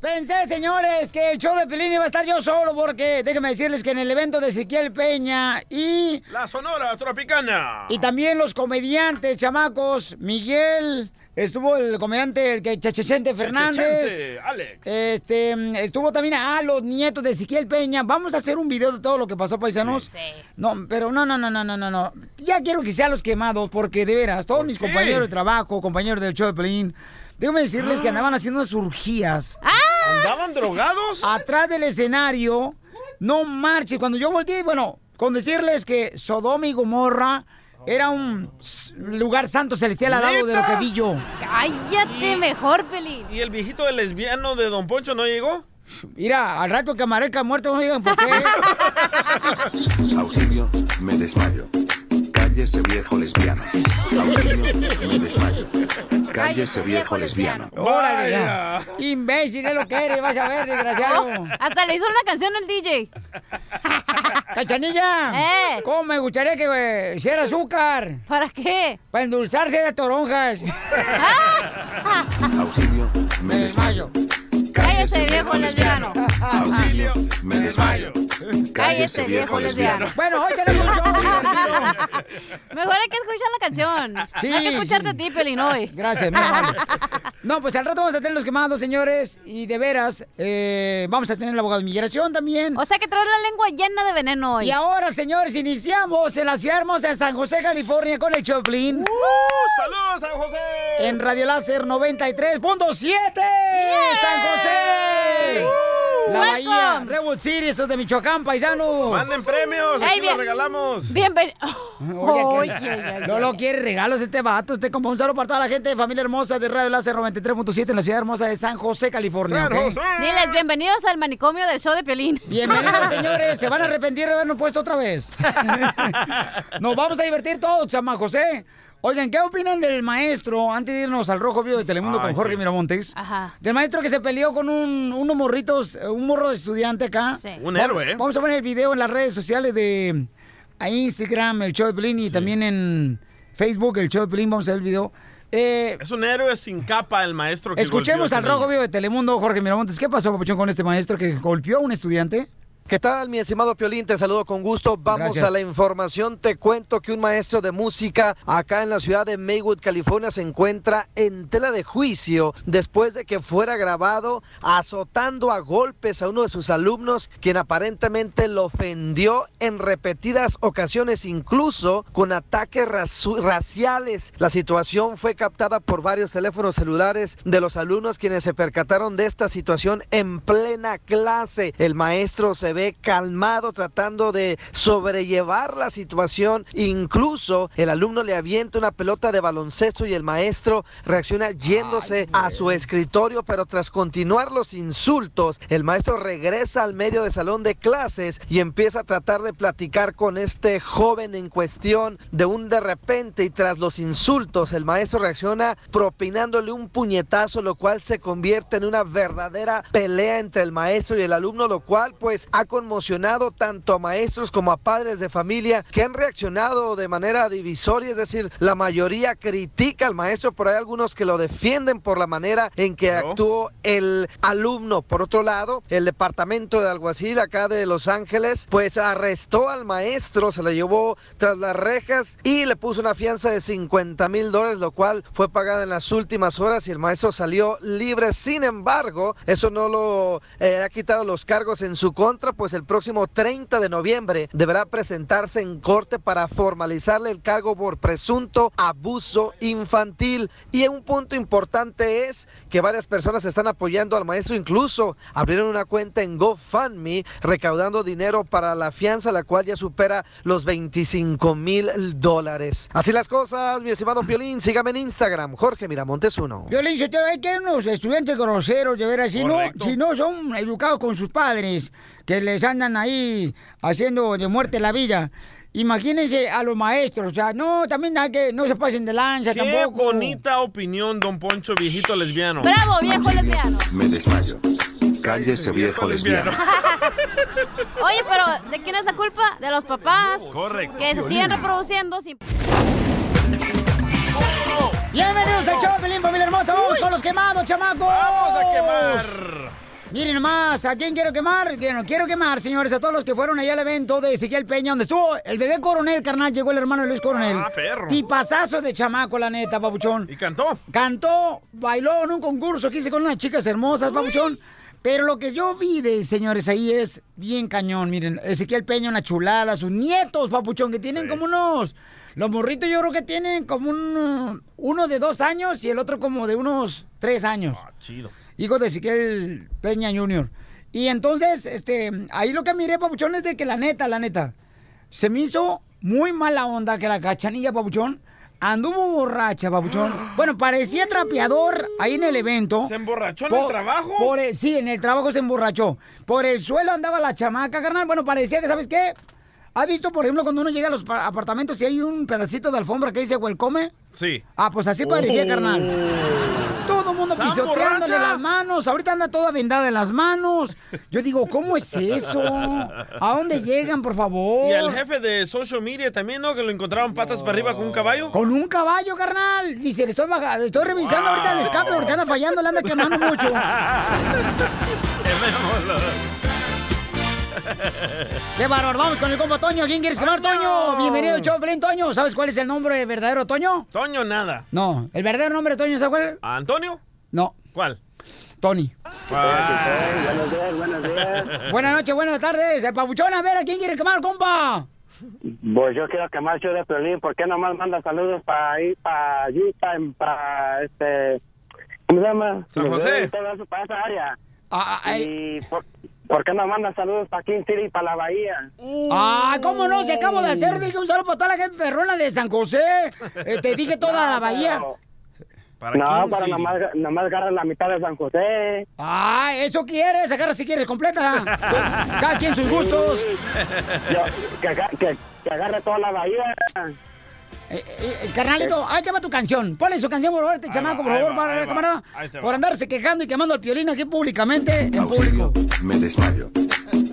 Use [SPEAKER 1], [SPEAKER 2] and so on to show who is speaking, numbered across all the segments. [SPEAKER 1] Pensé, señores, que el show de Pelín iba a estar yo solo porque déjenme decirles que en el evento de Ezequiel Peña y
[SPEAKER 2] La Sonora Tropicana.
[SPEAKER 1] Y también los comediantes, chamacos. Miguel, estuvo el comediante, el que Chachechente Fernández.
[SPEAKER 2] Chechente, Alex.
[SPEAKER 1] Este, mm, estuvo también a los nietos de Ezequiel Peña. Vamos a hacer un video de todo lo que pasó, paisanos. No, pero no, no, no, no, no, no, no. Ya quiero que sean los quemados, porque de veras, todos mis compañeros de trabajo, compañeros del show de Pelín, déjame decirles que andaban haciendo unas urgías.
[SPEAKER 2] ¿Andaban drogados?
[SPEAKER 1] Atrás del escenario, no marche. Cuando yo volteé, bueno, con decirles que Sodoma y Gomorra era un s- lugar santo celestial al lado de lo
[SPEAKER 2] ¿Neta?
[SPEAKER 1] que vi yo.
[SPEAKER 3] Cállate mejor, Pelín.
[SPEAKER 2] ¿Y el viejito del lesbiano de Don Poncho no llegó?
[SPEAKER 1] Mira, al rato que amanezca muerto, no digan por qué.
[SPEAKER 4] Auxilio, me desmayo. Cállese viejo lesbiano. Auxilio, me desmayo. Cállese viejo lesbiano.
[SPEAKER 1] Órale, ya. Imbécil, es lo que eres, vas a ver, desgraciado.
[SPEAKER 3] Oh, Hasta le hizo una canción al DJ.
[SPEAKER 1] ¡Cachanilla!
[SPEAKER 3] Eh.
[SPEAKER 1] ¿Cómo me gustaría que eh, hiciera azúcar?
[SPEAKER 3] ¿Para qué?
[SPEAKER 1] Para endulzarse de toronjas.
[SPEAKER 3] Ah,
[SPEAKER 4] Auxilio, me desmayo.
[SPEAKER 3] Cállese, viejo lesbiano.
[SPEAKER 4] Auxilio, me desmayo. Cállese viejo lesbiano.
[SPEAKER 1] Bueno, hoy tenemos un show divertido.
[SPEAKER 3] Mejor hay que escuchar la canción.
[SPEAKER 1] Sí,
[SPEAKER 3] hay que escucharte a ti, Pelín, hoy.
[SPEAKER 1] Gracias, mi amor. No, pues al rato vamos a tener los quemados, señores. Y de veras, eh, vamos a tener el abogado de inmigración también.
[SPEAKER 3] O sea que traer la lengua llena de veneno hoy.
[SPEAKER 1] Y ahora, señores, iniciamos en la ciudad hermosa de San José, California, con el Choplin.
[SPEAKER 2] ¡Saludos, San José!
[SPEAKER 1] En Radio Láser 93.7 San José. La
[SPEAKER 3] Welcome.
[SPEAKER 1] Bahía, Redwood City, esos de Michoacán, paisanos.
[SPEAKER 2] ¡Manden premios!
[SPEAKER 3] Ey,
[SPEAKER 2] ¡Aquí los
[SPEAKER 3] bien.
[SPEAKER 2] regalamos!
[SPEAKER 3] Bienvenido.
[SPEAKER 1] Oye,
[SPEAKER 3] Oye,
[SPEAKER 1] que-
[SPEAKER 3] ya, ya.
[SPEAKER 1] Lolo quiere regalos este vato, este compa. Un saludo para toda la gente de familia hermosa de Radio Láser 93.7 en la ciudad hermosa de San José, California.
[SPEAKER 2] ¡San
[SPEAKER 1] ¿ok?
[SPEAKER 2] José!
[SPEAKER 3] Diles, bienvenidos al manicomio del show de Pelín.
[SPEAKER 1] Bienvenidos, señores. Se van a arrepentir de habernos puesto otra vez. Nos vamos a divertir todos, chamacos, ¿eh? Oigan, ¿qué opinan del maestro, antes de irnos al Rojo Vivo de Telemundo
[SPEAKER 2] Ay,
[SPEAKER 1] con Jorge
[SPEAKER 2] sí.
[SPEAKER 1] Miramontes?
[SPEAKER 3] Ajá.
[SPEAKER 1] Del maestro que se peleó con un, unos morritos, eh, un morro de estudiante acá.
[SPEAKER 3] Sí.
[SPEAKER 2] Un
[SPEAKER 1] Vamos-
[SPEAKER 2] héroe, ¿eh?
[SPEAKER 1] Vamos a poner el video en las redes sociales de a Instagram, el show de Pelín, y también en Facebook, el show de Pelín. Vamos a ver el video. Eh,
[SPEAKER 2] Es un héroe sin capa el maestro que
[SPEAKER 1] escuchemos
[SPEAKER 2] golpeó a
[SPEAKER 1] al
[SPEAKER 2] ese
[SPEAKER 1] Rojo
[SPEAKER 2] niño.
[SPEAKER 1] Vivo de Telemundo, Jorge Miramontes. ¿Qué pasó, papuchón, con este maestro que golpeó a un estudiante?
[SPEAKER 5] ¿Qué tal, mi estimado Piolín? Te saludo con gusto. Vamos
[SPEAKER 1] Gracias.
[SPEAKER 5] a la información. Te cuento que un maestro de música acá en la ciudad de Maywood, California, se encuentra en tela de juicio después de que fuera grabado azotando a golpes a uno de sus alumnos, quien aparentemente lo ofendió en repetidas ocasiones, incluso con ataques razu- raciales. La situación fue captada por varios teléfonos celulares de los alumnos quienes se percataron de esta situación en plena clase. El maestro se ve calmado tratando de sobrellevar la situación. Incluso el alumno le avienta una pelota de baloncesto y el maestro reacciona yéndose a su escritorio, pero tras continuar los insultos, el maestro regresa al medio del salón de clases y empieza a tratar de platicar con este joven en cuestión de un de repente y tras los insultos, el maestro reacciona propinándole un puñetazo, lo cual se convierte en una verdadera pelea entre el maestro y el alumno, lo cual pues ha conmocionado tanto a maestros como a padres de familia que han reaccionado de manera divisoria, es decir, la mayoría critica al maestro, pero hay algunos que lo defienden por la manera en que
[SPEAKER 2] Claro.
[SPEAKER 5] actuó el alumno. Por otro lado, el departamento de alguacil acá de Los Ángeles pues arrestó al maestro, se le llevó tras las rejas y le puso una fianza de 50 mil dólares, lo cual fue pagada en las últimas horas y el maestro salió libre. Sin embargo, eso no lo eh, ha quitado los cargos en su contra, pues el próximo 30 de noviembre deberá presentarse en corte para formalizarle el cargo por presunto abuso infantil. Y un punto importante es que varias personas están apoyando al maestro, incluso abrieron una cuenta en GoFundMe recaudando dinero para la fianza, la cual ya supera los 25 mil dólares. Así las cosas, mi estimado Piolín, sígame en Instagram, Jorge Miramontes 1.
[SPEAKER 1] Yo le dije, "Teo, hay que hay unos estudiantes groseros, de veras, si no,
[SPEAKER 2] Correcto.
[SPEAKER 1] si no son educados con sus padres, que les andan ahí haciendo de muerte la vida. Imagínense a los maestros, o sea, no, también hay que, no se pasen de lanza
[SPEAKER 2] Qué
[SPEAKER 1] tampoco.
[SPEAKER 2] bonita opinión, don Poncho, viejito lesbiano.
[SPEAKER 3] ¡Bravo, viejo lesbiano!
[SPEAKER 4] Me desmayo. Cállese viejo lesbiano.
[SPEAKER 3] Oye, pero ¿de quién es la culpa? De los papás.
[SPEAKER 2] Correcto.
[SPEAKER 3] Que se siguen reproduciendo sin...
[SPEAKER 1] Bienvenidos al show, Pelín, familia hermosa, vamos con los quemados, chamacos. Vamos
[SPEAKER 2] a quemar.
[SPEAKER 1] Miren nomás, ¿a quién quiero quemar? Que no quiero quemar, señores, a todos los que fueron allá al evento de Ezequiel Peña, donde estuvo el bebé coronel, carnal, llegó el hermano de Luis Coronel.
[SPEAKER 2] Ah, perro.
[SPEAKER 1] Tipazazo de chamaco, la neta, papuchón.
[SPEAKER 2] Y cantó.
[SPEAKER 1] Cantó, bailó en un concurso que hice con unas chicas hermosas, papuchón. Pero lo que yo vi de señores ahí es bien cañón. Miren, Ezequiel Peña, una chulada, sus nietos, papuchón, que tienen como unos. Los morritos yo creo que tienen como un, uno de dos años y el otro como de unos tres años
[SPEAKER 2] Ah, chido.
[SPEAKER 1] hijo de Ezequiel Peña Jr. Y entonces, este, ahí lo que miré, Papuchón, es de que la neta, la neta, se me hizo muy mala onda que la cachanilla, Papuchón, anduvo borracha, Papuchón. Bueno, parecía trapeador ahí en el evento.
[SPEAKER 2] ¿Se emborrachó en el
[SPEAKER 1] Por-
[SPEAKER 2] trabajo?
[SPEAKER 1] por el- sí, en el trabajo se emborrachó. Por el suelo andaba la chamaca, carnal. Bueno, parecía que, ¿sabes qué? ¿Has visto, por ejemplo, cuando uno llega a los pa- apartamentos y hay un pedacito de alfombra que dice welcome?
[SPEAKER 2] Sí.
[SPEAKER 1] Ah, pues así parecía,
[SPEAKER 2] Oh.
[SPEAKER 1] carnal. Todo el mundo
[SPEAKER 2] ¿Tan
[SPEAKER 1] pisoteándole
[SPEAKER 2] borracha?
[SPEAKER 1] las manos. Ahorita anda toda vendada en las manos. Yo digo, ¿cómo es eso? ¿A dónde llegan, por favor?
[SPEAKER 2] Y al jefe de social media también, ¿no? Que lo encontraron patas para arriba con un caballo.
[SPEAKER 1] Con un caballo, carnal. Dice, le estoy, baja- le estoy revisando ahorita el escape porque anda fallando, le anda quemando mucho. ¡Qué bárbaro! Vamos con el compa Toño. ¿Quién quieres quemar, Toño? Bienvenido al show, Pelín, Toño. ¿Sabes cuál es el nombre verdadero, Toño?
[SPEAKER 2] Toño, nada.
[SPEAKER 1] No. ¿El verdadero nombre de Toño sabes cuál?
[SPEAKER 2] ¿Antonio?
[SPEAKER 1] No.
[SPEAKER 2] ¿Cuál?
[SPEAKER 1] Tony.
[SPEAKER 2] Ah,
[SPEAKER 6] Buenos días, buenos días.
[SPEAKER 1] Buenas noches, buenas tardes. Eh, Papuchón, a ver, ¿a quién quiere quemar, compa?
[SPEAKER 6] Pues yo quiero quemar show de Piolín. ¿Por qué nomás manda saludos para ahí, para Utah, para este... ¿Cómo se llama?
[SPEAKER 2] San José.
[SPEAKER 6] Todo eso, para esa área.
[SPEAKER 1] Ah, ah, eh,
[SPEAKER 6] ¿Y por, por qué no manda saludos para King City y para la Bahía?
[SPEAKER 1] Ah, ¿cómo no? Se acabo de
[SPEAKER 2] Oh.
[SPEAKER 1] hacer. Dije un saludo para toda la gente perrona de San José. Eh, te dije toda la bahía.
[SPEAKER 2] para
[SPEAKER 6] No,
[SPEAKER 2] King
[SPEAKER 6] para
[SPEAKER 2] City.
[SPEAKER 6] nomás, nomás agarra la mitad de San José.
[SPEAKER 1] Ah, eso quieres, agarra si quieres, completa. Cada quien sus gustos.
[SPEAKER 6] Yo- que, aga- que, que agarre toda la Bahía.
[SPEAKER 1] Eh, eh, eh, carnalito, ahí te va tu canción. Ponle su canción, por favor, este
[SPEAKER 2] Ahí
[SPEAKER 1] chamaco,
[SPEAKER 2] va,
[SPEAKER 1] por
[SPEAKER 2] ahí
[SPEAKER 1] favor,
[SPEAKER 2] va,
[SPEAKER 1] para
[SPEAKER 2] ahí
[SPEAKER 1] la
[SPEAKER 2] va.
[SPEAKER 1] camarada.
[SPEAKER 2] Ahí te va.
[SPEAKER 1] Por andarse quejando y quemando al piolín aquí públicamente en público.
[SPEAKER 4] Auxilio, me desmayo.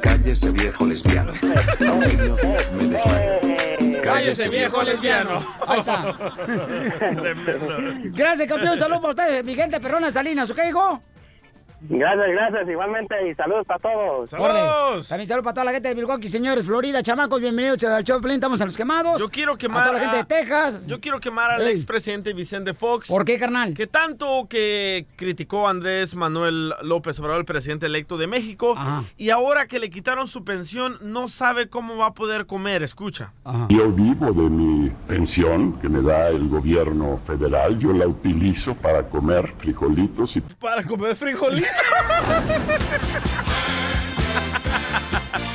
[SPEAKER 4] Cállese viejo lesbiano. Auxilio, me desmayo.
[SPEAKER 2] Eh.
[SPEAKER 1] Cállese, viejo lesbiano. Ahí está. Gracias, campeón. Saludos para ustedes, mi gente perrona de Salinas, ¿ok, hijo?
[SPEAKER 6] Gracias, gracias. Igualmente, y saludos para todos.
[SPEAKER 1] Órale.
[SPEAKER 2] ¡Saludos!
[SPEAKER 1] También saludos para toda la gente de Milwaukee, señores, Florida, chamacos, bienvenidos al show de Pelín, estamos en los quemados.
[SPEAKER 2] Yo quiero
[SPEAKER 1] A
[SPEAKER 2] quemar ah.
[SPEAKER 1] toda la gente
[SPEAKER 2] a-
[SPEAKER 1] de Texas.
[SPEAKER 2] Yo quiero quemar al
[SPEAKER 1] Ey.
[SPEAKER 2] expresidente Vicente Fox.
[SPEAKER 1] ¿Por qué, carnal?
[SPEAKER 2] Que tanto que criticó a Andrés Manuel López Obrador, el presidente electo de México,
[SPEAKER 1] Ajá.
[SPEAKER 2] y ahora que le quitaron su pensión, no sabe cómo va a poder comer. Escucha.
[SPEAKER 1] Ajá.
[SPEAKER 7] Yo vivo de mi pensión que me da el gobierno federal, yo la utilizo para comer frijolitos y
[SPEAKER 2] Para comer frijolitos.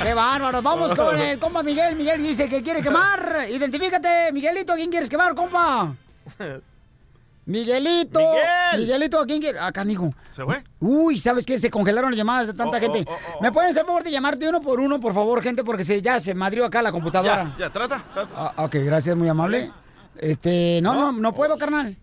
[SPEAKER 1] Qué bárbaro. Vamos con el compa Miguel. Miguel dice que quiere quemar. Identifícate, Miguelito, ¿a quién quieres quemar, compa? Miguelito.
[SPEAKER 2] Miguel.
[SPEAKER 1] Miguelito, ¿a quién quieres? Ah, canijo.
[SPEAKER 2] ¿Se fue?
[SPEAKER 1] Uy, ¿sabes qué? Se congelaron las llamadas de tanta
[SPEAKER 2] Oh,
[SPEAKER 1] gente.
[SPEAKER 2] oh, oh, oh.
[SPEAKER 1] ¿Me pueden hacer favor de llamarte uno por uno, por favor, gente? Porque se, ya se madrió acá la computadora.
[SPEAKER 2] Ya, ya, trata, trata.
[SPEAKER 1] Ah, ok, gracias, muy amable. Este, no, no, no, puedo, carnal.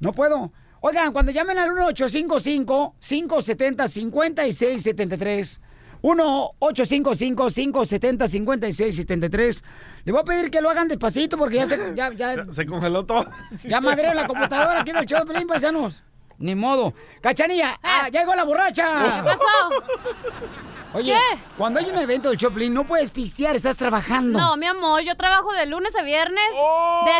[SPEAKER 1] No puedo. Oigan, cuando llamen al 1855-570-5673, 1-855-570-5673, le voy a pedir que lo hagan despacito porque ya se, ya, ya,
[SPEAKER 2] Se congeló todo.
[SPEAKER 1] ya madre la computadora aquí del show de Pelín, paisanos. Ni modo. Cachanilla, ah, ya llegó la borracha.
[SPEAKER 3] ¿Qué pasó?
[SPEAKER 1] Oye,
[SPEAKER 3] ¿Qué?
[SPEAKER 1] cuando hay un evento del Choplin, no puedes pistear, estás trabajando.
[SPEAKER 3] No, mi amor, yo trabajo de lunes a viernes,
[SPEAKER 2] ¡Oh!
[SPEAKER 3] de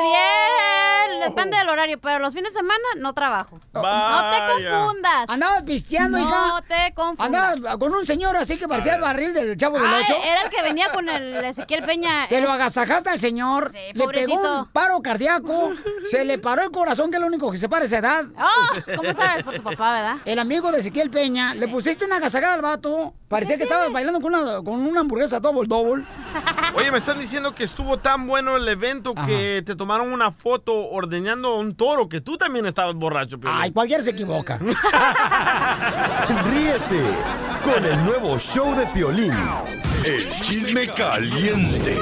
[SPEAKER 3] 10, depende del horario, pero los fines de semana no trabajo. No te
[SPEAKER 2] Vaya.
[SPEAKER 3] confundas.
[SPEAKER 1] Andabas pisteando, hija.
[SPEAKER 3] no te confundas.
[SPEAKER 1] Andaba con un señor así que
[SPEAKER 2] Ah.
[SPEAKER 1] parecía el barril del chavo del
[SPEAKER 3] Ay,
[SPEAKER 1] Ocho.
[SPEAKER 3] Ah, era el que venía con el Ezequiel Peña.
[SPEAKER 1] Que lo agasajaste al señor,
[SPEAKER 3] Sí,
[SPEAKER 1] le pegó un
[SPEAKER 3] pobrecito.
[SPEAKER 1] paro cardíaco, se le paró el corazón, que es lo único que se para a esa edad.
[SPEAKER 3] Oh, ¿Cómo sabes? Por tu papá, ¿verdad?
[SPEAKER 1] El amigo de Ezequiel Peña, le pusiste una agasajada al vato, parecía que estabas bailando con una, con una hamburguesa double double.
[SPEAKER 2] Oye, me están diciendo que estuvo tan bueno el evento que te tomaron una foto ordeñando a un toro, que tú también estabas borracho. Piolín.
[SPEAKER 1] Ay, cualquiera se equivoca.
[SPEAKER 8] Ríete con el nuevo show de Piolín. El chisme caliente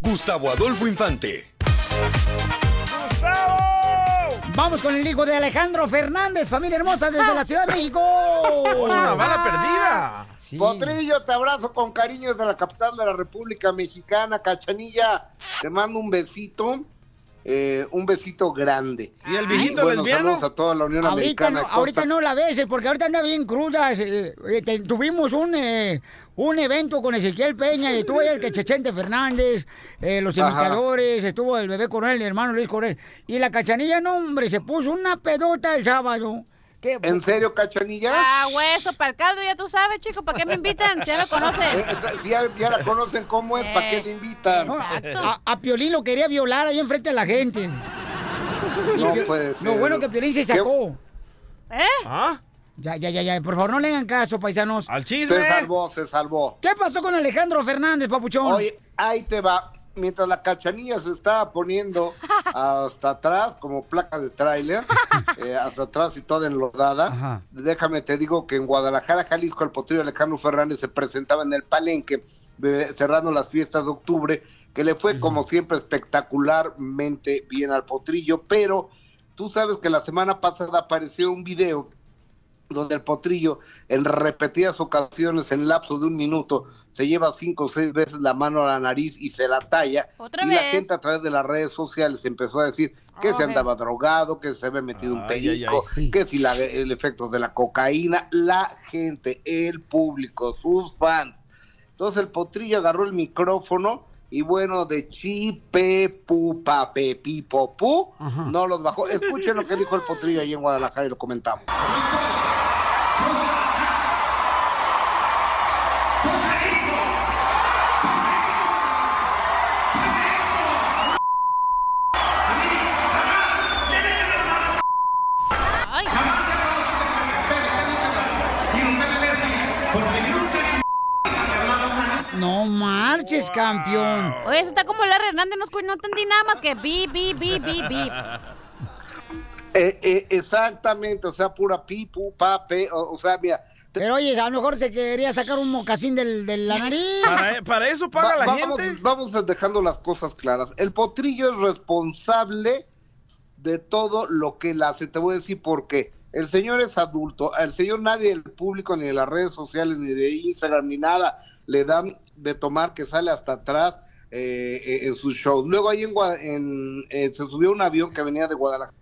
[SPEAKER 8] Gustavo Adolfo Infante.
[SPEAKER 1] Vamos con el hijo de Alejandro Fernández, familia hermosa desde la Ciudad de México.
[SPEAKER 2] Una bala perdida.
[SPEAKER 9] Potrillo, te abrazo con cariño desde la capital de la República Mexicana, Cachanilla. Te mando un besito, eh, un besito grande. Ah.
[SPEAKER 2] ¿Y el viejito
[SPEAKER 9] bueno,
[SPEAKER 2] lesbiano?
[SPEAKER 9] saludos a toda la Unión
[SPEAKER 1] Ahorita
[SPEAKER 9] Americana.
[SPEAKER 1] no,
[SPEAKER 9] Costa.
[SPEAKER 1] ahorita no la ves, eh, porque ahorita anda bien cruda. eh, eh, te- tuvimos un, eh, un evento con Ezequiel Peña y estuvo ahí el que Chechente Fernández, eh, los
[SPEAKER 9] Ajá.
[SPEAKER 1] imitadores, estuvo el bebé Coronel, el hermano Luis Coronel. Y la cachanilla, no, hombre, se puso una pedota el sábado. Que-
[SPEAKER 9] ¿En serio, Cachanilla?
[SPEAKER 3] Ah, hueso, para el caldo, ya tú sabes, chico, ¿para qué me invitan? Ya lo
[SPEAKER 9] Eh,
[SPEAKER 3] conocen. Eh,
[SPEAKER 9] esa- si ya, ya la conocen cómo es, ¿para qué le invitan?
[SPEAKER 1] No, a, a- a Piolín lo quería violar ahí enfrente de la gente. Y
[SPEAKER 9] No
[SPEAKER 1] Pio-
[SPEAKER 9] puede
[SPEAKER 1] Lo
[SPEAKER 9] ser.
[SPEAKER 1] bueno que Piolín se Ah,
[SPEAKER 9] Qué- Ah.
[SPEAKER 1] sacó.
[SPEAKER 3] ¿Eh?
[SPEAKER 1] Ya, ya, ya, ya. Por favor, no le hagan caso, paisanos.
[SPEAKER 2] Al
[SPEAKER 9] Se salvó, se salvó.
[SPEAKER 1] ¿Qué pasó con Alejandro Fernández, papuchón?
[SPEAKER 9] Oye, ahí te va. Mientras la cachanilla se estaba poniendo hasta atrás, como placa de tráiler, eh, hasta atrás y toda enlodada,
[SPEAKER 1] Ajá.
[SPEAKER 9] déjame te digo que en Guadalajara, Jalisco, el potrillo Alejandro Fernández se presentaba en el palenque, de- cerrando las fiestas de octubre, que le fue como siempre espectacularmente bien al potrillo, pero tú sabes que la semana pasada apareció un video donde el potrillo en repetidas ocasiones, en lapso de un minuto, se lleva cinco o seis veces la mano a la nariz y se la talla.
[SPEAKER 3] Otra
[SPEAKER 9] y la
[SPEAKER 3] vez. Ah,
[SPEAKER 9] gente a través de las redes sociales empezó a decir que se
[SPEAKER 3] Ay.
[SPEAKER 9] andaba drogado, que se había metido un
[SPEAKER 2] Ay, ay,
[SPEAKER 9] perico,
[SPEAKER 2] ay,
[SPEAKER 1] sí.
[SPEAKER 9] que si la- el efecto de la cocaína, la gente, el público, sus fans. Entonces el potrillo agarró el micrófono y bueno, de chi, pe, pu, pa, pe, pi, po, pu, no los bajó. Escuchen lo que dijo el potrillo ahí en Guadalajara y lo comentamos.
[SPEAKER 3] Ay,
[SPEAKER 1] No marches, campeón.
[SPEAKER 3] oye, eso está como Larry Hernández, no, escu- no entendí nada más que bi, bi, bi, bi, bi.
[SPEAKER 9] Eh, eh, exactamente, o sea, pura pipu, pape, o, o sea, mira,
[SPEAKER 1] Pero oye, a lo mejor se quería sacar un mocasín del, de la nariz.
[SPEAKER 2] ¿Para, e, para eso paga
[SPEAKER 9] va-
[SPEAKER 2] la
[SPEAKER 9] vamos,
[SPEAKER 2] gente?
[SPEAKER 9] vamos dejando las cosas claras. El potrillo es responsable de todo lo que él hace, te voy a decir por qué. El señor es adulto, al señor nadie del público, ni de las redes sociales, ni de Instagram, ni nada, le dan de tomar que sale hasta atrás eh, eh, en sus shows. Luego ahí en, Gua- en- eh, se subió un avión que venía de Guadalajara.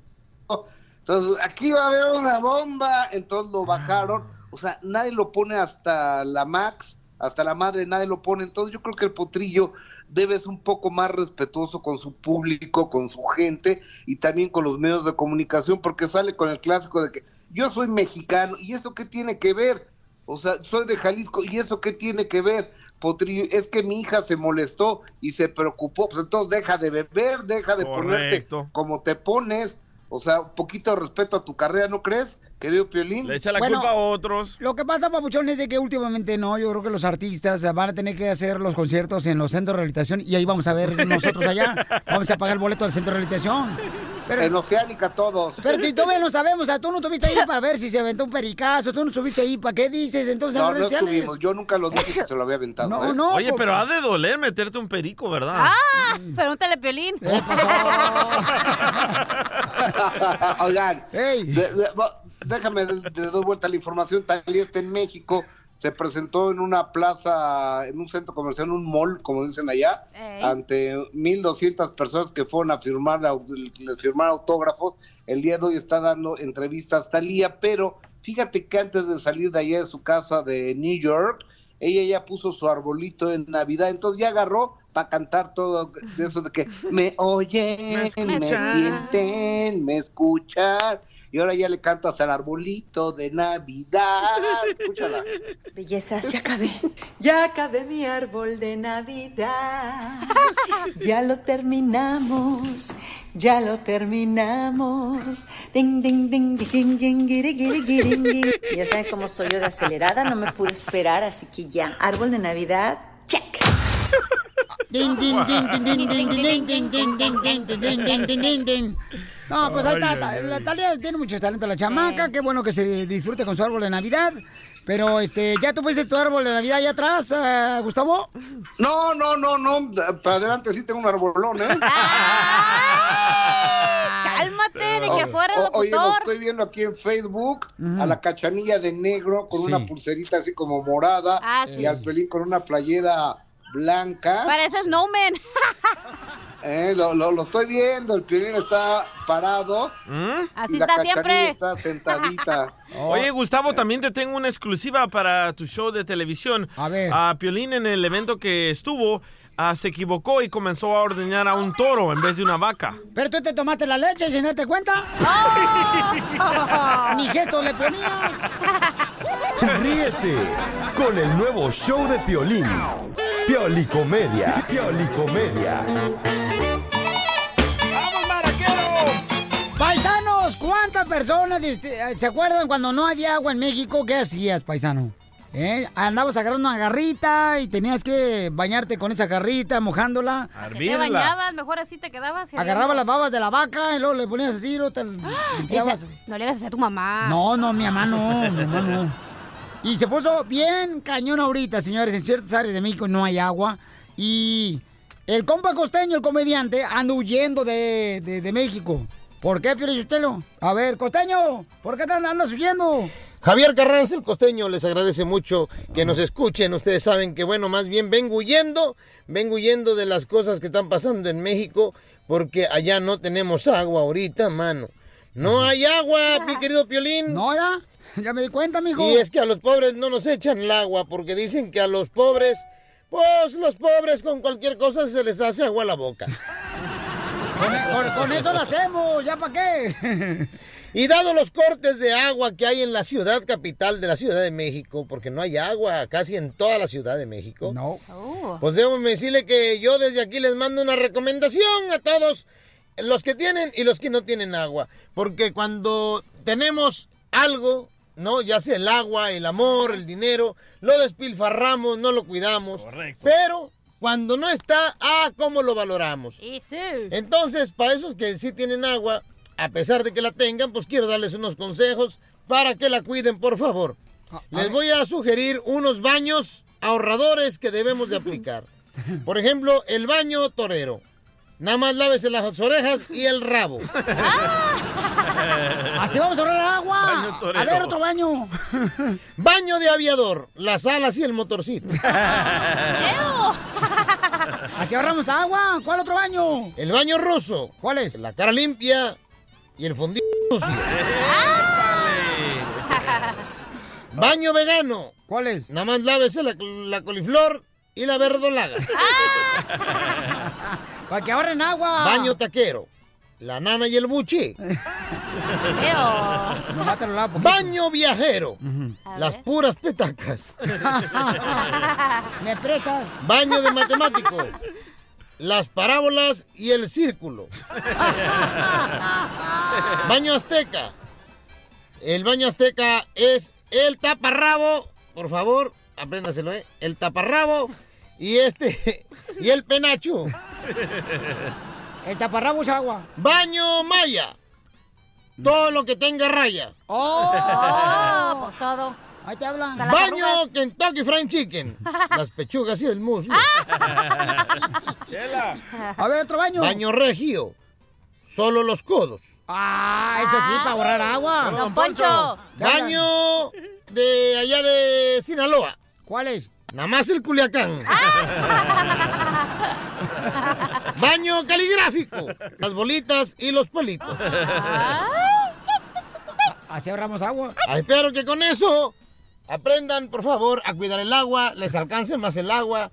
[SPEAKER 9] Entonces, aquí va a haber una bomba. Entonces lo bajaron. O sea, nadie lo pone hasta la max, hasta la madre, nadie lo pone. Entonces yo creo que el potrillo debe ser un poco más respetuoso con su público, con su gente y también con los medios de comunicación, porque sale con el clásico de que yo soy mexicano y eso qué tiene que ver. O sea, soy de Jalisco y eso qué tiene que ver. Potrillo, es que mi hija se molestó y se preocupó. Pues entonces deja de beber, deja de
[SPEAKER 2] Correcto.
[SPEAKER 9] ponerte como te pones. O sea, un poquito de respeto a tu carrera, ¿no crees, querido Piolín?
[SPEAKER 2] Le echa la
[SPEAKER 1] Bueno.
[SPEAKER 2] culpa a otros.
[SPEAKER 1] Lo que pasa, papuchón, es de que últimamente no. Yo creo que los artistas van a tener que hacer los conciertos en los centros de rehabilitación y ahí vamos a ver nosotros allá. Vamos a pagar el boleto al centro de rehabilitación.
[SPEAKER 9] En
[SPEAKER 1] Pero,
[SPEAKER 9] Oceánica todos.
[SPEAKER 1] pero si todavía no sabemos, o sea, tú no estuviste ahí para ver si se aventó un pericazo, tú no estuviste ahí, ¿para qué dices entonces en
[SPEAKER 9] No,
[SPEAKER 1] las
[SPEAKER 9] no
[SPEAKER 1] redes sociales?
[SPEAKER 9] estuvimos. Yo nunca lo dije que se lo había aventado.
[SPEAKER 1] No,
[SPEAKER 9] ¿eh?
[SPEAKER 1] no.
[SPEAKER 2] Oye,
[SPEAKER 1] por-
[SPEAKER 2] pero ha de doler meterte un perico, ¿verdad?
[SPEAKER 3] Ah, pregúntale a Piolín.
[SPEAKER 1] ¿Qué pasó?
[SPEAKER 9] Oigan,
[SPEAKER 1] Ey.
[SPEAKER 9] de- de- va- déjame de, de dos vueltas la información. Talía está en México. Se presentó en una plaza, en un centro comercial, en un mall, como dicen allá,
[SPEAKER 3] Ey.
[SPEAKER 9] ante 1.200 personas que fueron a firmar, au- les firmar autógrafos. El día de hoy está dando entrevistas Talía, pero fíjate que antes de salir de allá de su casa de New York, ella ya puso su arbolito en Navidad, entonces ya agarró para cantar todo de eso de que me oyen, me, sienten, me escuchan. Y ahora ya le cantas al arbolito de Navidad. Escúchala.
[SPEAKER 10] Bellezas, ya acabé. Ya acabé mi árbol de Navidad. Ya lo terminamos. Ya lo terminamos. Ding, ding, ding, ding, ding, guiri, guiri, guiri, guiri. Ya saben cómo soy yo de acelerada, no me pude esperar, así que ya. Árbol de Navidad, check.
[SPEAKER 1] Din, din, din, din, din, din, din, din, din, din, din, din, din, din, din, din, din. No, pues ahí está.
[SPEAKER 11] Ay,
[SPEAKER 1] ta-
[SPEAKER 11] ay,
[SPEAKER 1] La
[SPEAKER 11] ay.
[SPEAKER 1] Talía tiene muchos talentos, la chamaca. Qué bueno que se disfrute con su árbol de Navidad. Pero, este, ¿ya tú pusiste tu árbol de Navidad allá atrás, eh, Gustavo?
[SPEAKER 9] No, no, no, no. Para adelante sí tengo un arbolón, ¿eh?
[SPEAKER 3] Ah, Cálmate, ni que fuera
[SPEAKER 9] O- Oye, lo
[SPEAKER 3] locutor.
[SPEAKER 9] estoy viendo aquí en Facebook a la cachanilla de negro con una pulserita así como morada
[SPEAKER 3] Ah, sí.
[SPEAKER 9] y al pelín con una playera blanca.
[SPEAKER 3] Parece snowman.
[SPEAKER 9] Eh, lo, lo- lo estoy viendo, el pelín está parado.
[SPEAKER 3] Así
[SPEAKER 9] y la
[SPEAKER 3] está
[SPEAKER 9] Cachanilla
[SPEAKER 3] siempre.
[SPEAKER 9] Está sentadita.
[SPEAKER 2] Oye,
[SPEAKER 9] eh.
[SPEAKER 2] Gustavo, también te tengo una exclusiva para tu show de televisión. A ver. A Piolín en el evento que estuvo, ah, se equivocó y comenzó a ordeñar a un toro en vez de una vaca.
[SPEAKER 1] Pero tú te tomaste la leche sin darte cuenta. Ni gesto le ponías.
[SPEAKER 12] Ríete con el nuevo show de Piolín. Piolicomedia. Piolicomedia.
[SPEAKER 1] Paisanos, ¿cuántas personas de usted- eh, se acuerdan cuando no había agua en México? ¿Qué hacías, paisano? ¿Eh? Andabas agarrando una garrita y tenías que bañarte con esa garrita, mojándola.
[SPEAKER 3] Te bañabas, mejor así te quedabas.
[SPEAKER 1] Agarrabas las babas de la vaca y luego le ponías así, luego te limpiabas.
[SPEAKER 3] Esa- No le hagas así a tu mamá.
[SPEAKER 1] No, no, mi mamá no, mi mamá no. Y se puso bien cañón ahorita, señores. En ciertas áreas de México no hay agua. Y el compa costeño, el comediante, anda huyendo de, de- de México. ¿Por qué, Pio Lichotelo? A ver, costeño, ¿por qué te and- andas huyendo?
[SPEAKER 13] Javier Carranza, el costeño, les agradece mucho que nos escuchen. Ustedes saben que, bueno, más bien vengo huyendo, vengo huyendo de las cosas que están pasando en México, porque allá no tenemos agua ahorita, mano. No hay agua, mi querido Piolín.
[SPEAKER 1] No, ya, ya me di cuenta, mijo.
[SPEAKER 13] Y es que a los pobres no nos echan el agua, porque dicen que a los pobres, pues los pobres con cualquier cosa se les hace agua a la boca.
[SPEAKER 1] Con, e, con- con eso lo hacemos, ¿ya para qué?
[SPEAKER 13] Y dado los cortes de agua que hay en la ciudad capital de la Ciudad de México, porque no hay agua casi en toda la Ciudad de México.
[SPEAKER 1] No.
[SPEAKER 3] Uh.
[SPEAKER 13] Pues debo decirle que yo desde aquí les mando una recomendación a todos los que tienen y los que no tienen agua. Porque cuando tenemos algo, ¿no? Ya sea el agua, el amor, el dinero, lo despilfarramos, no lo cuidamos. Pero cuando no está, ah, ¿cómo lo valoramos? Entonces, para esos que sí tienen agua, a pesar de que la tengan, pues quiero darles unos consejos para que la cuiden, por favor.
[SPEAKER 1] Ah,
[SPEAKER 13] Les voy a sugerir unos baños ahorradores que debemos de aplicar. Por ejemplo, el baño torero. Nada más lávese las orejas y el rabo.
[SPEAKER 1] Así vamos a ahorrar agua.
[SPEAKER 13] Baño torero.
[SPEAKER 1] a ver, otro baño.
[SPEAKER 13] Baño de aviador, las alas y el motorcito.
[SPEAKER 1] Así ahorramos agua. ¿Cuál otro baño?
[SPEAKER 13] El baño ruso.
[SPEAKER 1] ¿Cuál es?
[SPEAKER 13] La cara limpia y el fondillo sucio.
[SPEAKER 1] Ah.
[SPEAKER 13] Baño vegano.
[SPEAKER 1] ¿Cuál es?
[SPEAKER 13] Nada más lávese la, la coliflor y la verdolaga.
[SPEAKER 1] Ah. Para que ahorren agua.
[SPEAKER 13] Baño taquero. La nana y el buchi. Baño viajero. Las puras petacas.
[SPEAKER 1] ¿Me prestas?
[SPEAKER 13] Baño de matemático. Las parábolas y el círculo. Baño azteca. El baño azteca es el taparrabo. Por favor, apréndaselo, ¿eh? El taparrabo y este. y el penacho.
[SPEAKER 1] El taparrabos agua.
[SPEAKER 13] Baño maya. Todo lo que tenga raya.
[SPEAKER 1] ¡Oh!
[SPEAKER 3] pues todo.
[SPEAKER 1] Ahí te hablan.
[SPEAKER 13] Baño Kentucky Fried Chicken. Las pechugas y el muslo.
[SPEAKER 1] Ah. A ver, otro baño.
[SPEAKER 13] Baño regio. Solo los codos.
[SPEAKER 1] Ah, ese sí, para ahorrar agua.
[SPEAKER 13] Don Poncho. Baño de allá de Sinaloa.
[SPEAKER 1] ¿Cuál es? Ah.
[SPEAKER 13] Nada más el Culiacán. Baño caligráfico. Las bolitas y los palitos.
[SPEAKER 1] Ah. Así ahorramos agua.
[SPEAKER 13] Ah, Espero que con eso aprendan, por favor, a cuidar el agua, les alcance más el agua,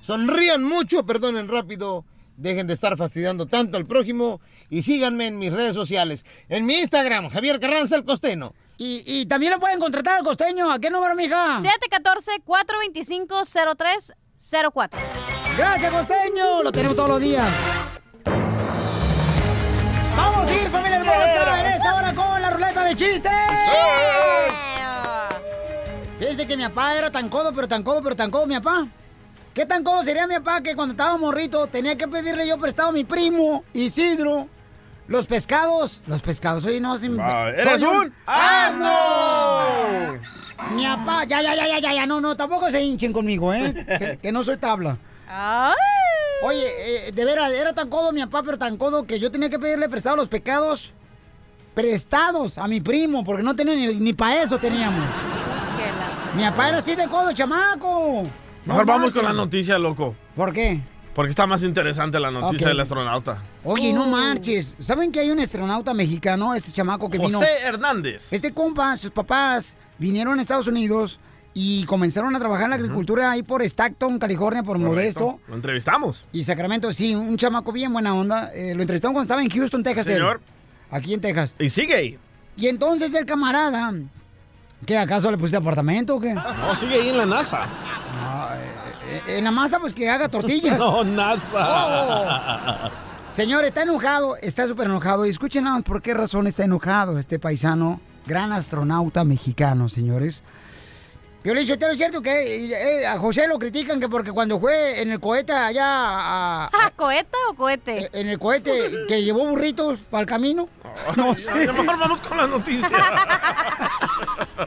[SPEAKER 13] sonrían mucho, perdonen rápido, dejen de estar fastidiando tanto al prójimo y síganme en mis redes sociales, en mi Instagram, Javier Carranza el Costeno.
[SPEAKER 1] Y, y también lo pueden contratar al costeño. ¿A qué número, mija?
[SPEAKER 3] 714-425-0304.
[SPEAKER 1] Gracias, costeño. Lo tenemos todos los días. Vamos a ir, familia hermosa, en esta hora con la ruleta de chistes. Fíjense que mi papá era tan codo, pero tan codo, pero tan codo, mi papá. ¿Qué tan codo sería mi papá que cuando estaba morrito tenía que pedirle yo prestado a mi primo Isidro los pescados? Los pescados, oye, no hacen.
[SPEAKER 2] Ah, ¡Eres un asno!
[SPEAKER 1] Mi papá, ya, ya, ya, ya, ya, ya, no, no, tampoco se hinchen conmigo, ¿eh? Que, que no soy tabla. Oye, eh, de veras, era tan codo mi papá, pero tan codo que yo tenía que pedirle prestado los pecados prestados a mi primo, porque no tenía ni, ni para eso teníamos. Mi papá era así de codo, chamaco.
[SPEAKER 2] Mejor
[SPEAKER 1] No
[SPEAKER 2] vamos con la
[SPEAKER 1] marchen.
[SPEAKER 2] noticia, loco.
[SPEAKER 1] ¿Por qué?
[SPEAKER 2] Porque está más interesante la noticia
[SPEAKER 1] Ok.
[SPEAKER 2] del astronauta.
[SPEAKER 1] Oye,
[SPEAKER 2] Oh.
[SPEAKER 9] Uh.
[SPEAKER 1] no marches. ¿Saben que hay un astronauta mexicano, este chamaco que
[SPEAKER 2] José
[SPEAKER 1] vino?
[SPEAKER 2] Hernández.
[SPEAKER 1] Este compa, sus papás vinieron a Estados Unidos y comenzaron a trabajar en la agricultura ahí por Stockton, California, por Modesto.
[SPEAKER 2] Lo entrevistamos.
[SPEAKER 1] Y Sacramento, sí, un chamaco bien buena onda. Eh, lo entrevistamos cuando estaba en Houston, Texas. él.
[SPEAKER 2] Señor.
[SPEAKER 1] Aquí en Texas.
[SPEAKER 2] Y sigue ahí.
[SPEAKER 1] Y entonces el camarada, ¿qué acaso le pusiste apartamento o qué?
[SPEAKER 2] Ah, No, sigue ahí en la NASA.
[SPEAKER 1] Eh, En la masa, pues que haga tortillas.
[SPEAKER 2] No, NASA.
[SPEAKER 1] Oh. Señor, está enojado, está súper enojado. Y escuchen nada más por qué razón está enojado este paisano, gran astronauta mexicano, señores. Yo le he dicho, es cierto que eh, eh, a José lo critican que porque cuando fue en el cohete allá a... Eh,
[SPEAKER 3] ¿Coheta o cohete?
[SPEAKER 1] En el cohete que llevó burritos para el camino. No sé.
[SPEAKER 2] Mejor vamos con la noticia.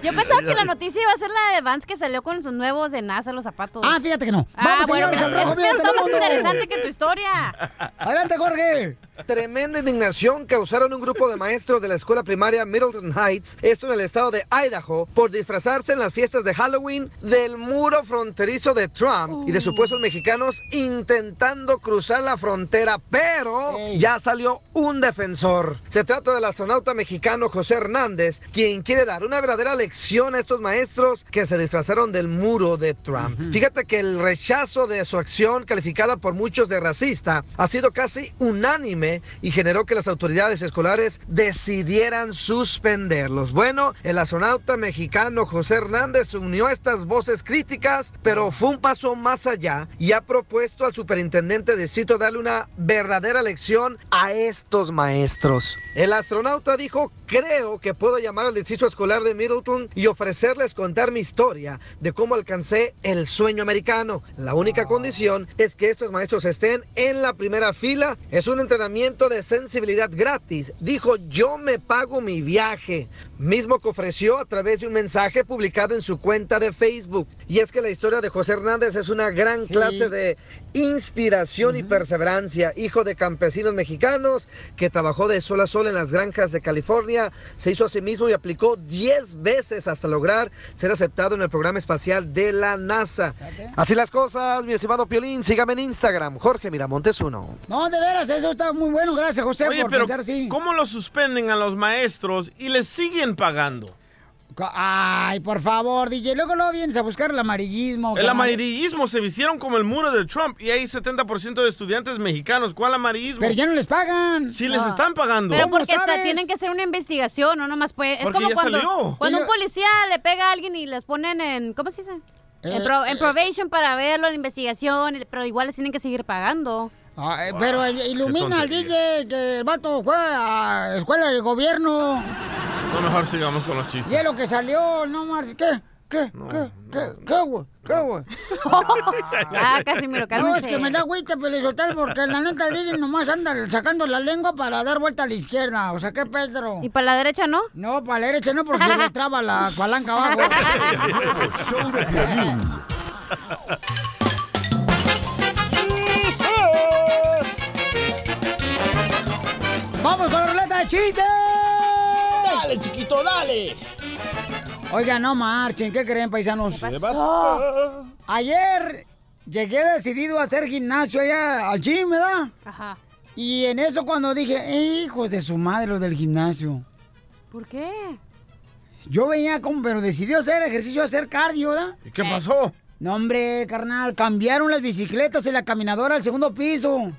[SPEAKER 3] Yo pensaba que la noticia iba a ser la de Vance que salió con sus nuevos de NASA, los zapatos.
[SPEAKER 1] Ah, fíjate que no.
[SPEAKER 3] Ah,
[SPEAKER 1] Vamos,
[SPEAKER 3] bueno,
[SPEAKER 1] señores, al
[SPEAKER 3] pero
[SPEAKER 1] rojo
[SPEAKER 3] es que
[SPEAKER 1] vivo de
[SPEAKER 3] está más
[SPEAKER 1] Telemundo.
[SPEAKER 3] interesante que tu historia.
[SPEAKER 1] Adelante, Jorge.
[SPEAKER 5] Tremenda indignación causaron un grupo de maestros de la escuela primaria Middleton Heights, esto en el estado de Idaho, por disfrazarse en las fiestas de Halloween del muro fronterizo de Trump y de supuestos mexicanos intentando cruzar la frontera, pero ya salió un defensor. Se trata del astronauta mexicano José Hernández, quien quiere dar una verdadera lección a estos maestros que se disfrazaron del muro de Trump. Fíjate que el rechazo de su acción, calificada por muchos de racista, ha sido casi unánime y generó que las autoridades escolares decidieran suspenderlos. Bueno, el astronauta mexicano José Hernández se unió a estas voces críticas, pero fue un paso más allá y ha propuesto al superintendente de sitio darle una verdadera lección a estos maestros. El astronauta dijo, creo que puedo llamar al distrito escolar de Middleton y ofrecerles contar mi historia de cómo alcancé el sueño americano. La única condición es que estos maestros estén en la primera fila. Es un entrenamiento de sensibilidad gratis. Dijo, yo me pago mi viaje. Mismo que ofreció a través de un mensaje publicado en su cuenta de Facebook. Y es que la historia de José Hernández es una gran clase de inspiración y perseverancia. Hijo de campesinos mexicanos que trabajó de sol a sol en las granjas de California, se hizo a sí mismo y aplicó 10 veces hasta lograr ser aceptado en el programa espacial de la NASA. Así las cosas, mi estimado Piolín, sígame en Instagram, Jorge Miramontes 1.
[SPEAKER 1] No, de veras, eso está muy bueno. Gracias, José,
[SPEAKER 2] Oye,
[SPEAKER 1] por
[SPEAKER 2] pero
[SPEAKER 1] pensar así.
[SPEAKER 2] ¿cómo los suspenden a los maestros y les siguen pagando?
[SPEAKER 1] Ay, por favor, DJ. Luego luego vienes a buscar el amarillismo.
[SPEAKER 2] El
[SPEAKER 1] carnal.
[SPEAKER 2] amarillismo se vistieron como el muro de Trump y hay 70% de estudiantes mexicanos. ¿Cuál amarillismo?
[SPEAKER 1] Pero ya no les pagan. Ah.
[SPEAKER 2] Sí, les están pagando.
[SPEAKER 3] Pero porque hasta tienen que hacer una investigación, no nomás puede. Es
[SPEAKER 2] Porque
[SPEAKER 3] como
[SPEAKER 2] ya salió.
[SPEAKER 3] cuando, cuando
[SPEAKER 2] Y
[SPEAKER 3] un policía le pega a alguien y les ponen en. ¿Cómo se dice? en,
[SPEAKER 1] Eh,
[SPEAKER 3] pro- en probation para verlo, en investigación, el- pero igual les tienen que seguir pagando.
[SPEAKER 1] Ay, Ah, eh, Pero el- ilumina al DJ que el vato fue a escuela de gobierno.
[SPEAKER 2] No, mejor sigamos con los chistes.
[SPEAKER 1] Y es lo que salió, no más. ¿Qué? ¿Qué? ¿Qué? ¿Qué? ¿Qué, güey? ¿Qué, güey?
[SPEAKER 3] Ya, Casimiro,
[SPEAKER 1] No,
[SPEAKER 3] cálmese.
[SPEAKER 1] es que me da agüita, Pelizotel, porque la neta el DJ nomás anda sacando la lengua para dar vuelta a la izquierda. O sea, ¿qué, Pedro? ¿Y
[SPEAKER 3] para la derecha no?
[SPEAKER 1] No, para la derecha no, porque se le traba la palanca abajo.
[SPEAKER 12] El nuevo show de Piolín.
[SPEAKER 1] ¡Vamos con la ruleta de chistes!
[SPEAKER 11] Dale, chiquito, dale.
[SPEAKER 1] Oiga, no marchen, ¿qué creen, paisanos?
[SPEAKER 11] ¿Qué
[SPEAKER 1] Ah.
[SPEAKER 11] pasó?
[SPEAKER 1] Ayer llegué decidido a hacer gimnasio allá al gym, ¿verdad?
[SPEAKER 3] Ajá.
[SPEAKER 1] Y en eso cuando dije, hijos de su madre los del gimnasio.
[SPEAKER 3] ¿Por qué?
[SPEAKER 1] Yo venía como, pero decidió hacer ejercicio, hacer cardio, ¿verdad?
[SPEAKER 2] ¿Y qué pasó?
[SPEAKER 1] No, hombre, carnal, cambiaron las bicicletas y la caminadora al segundo piso.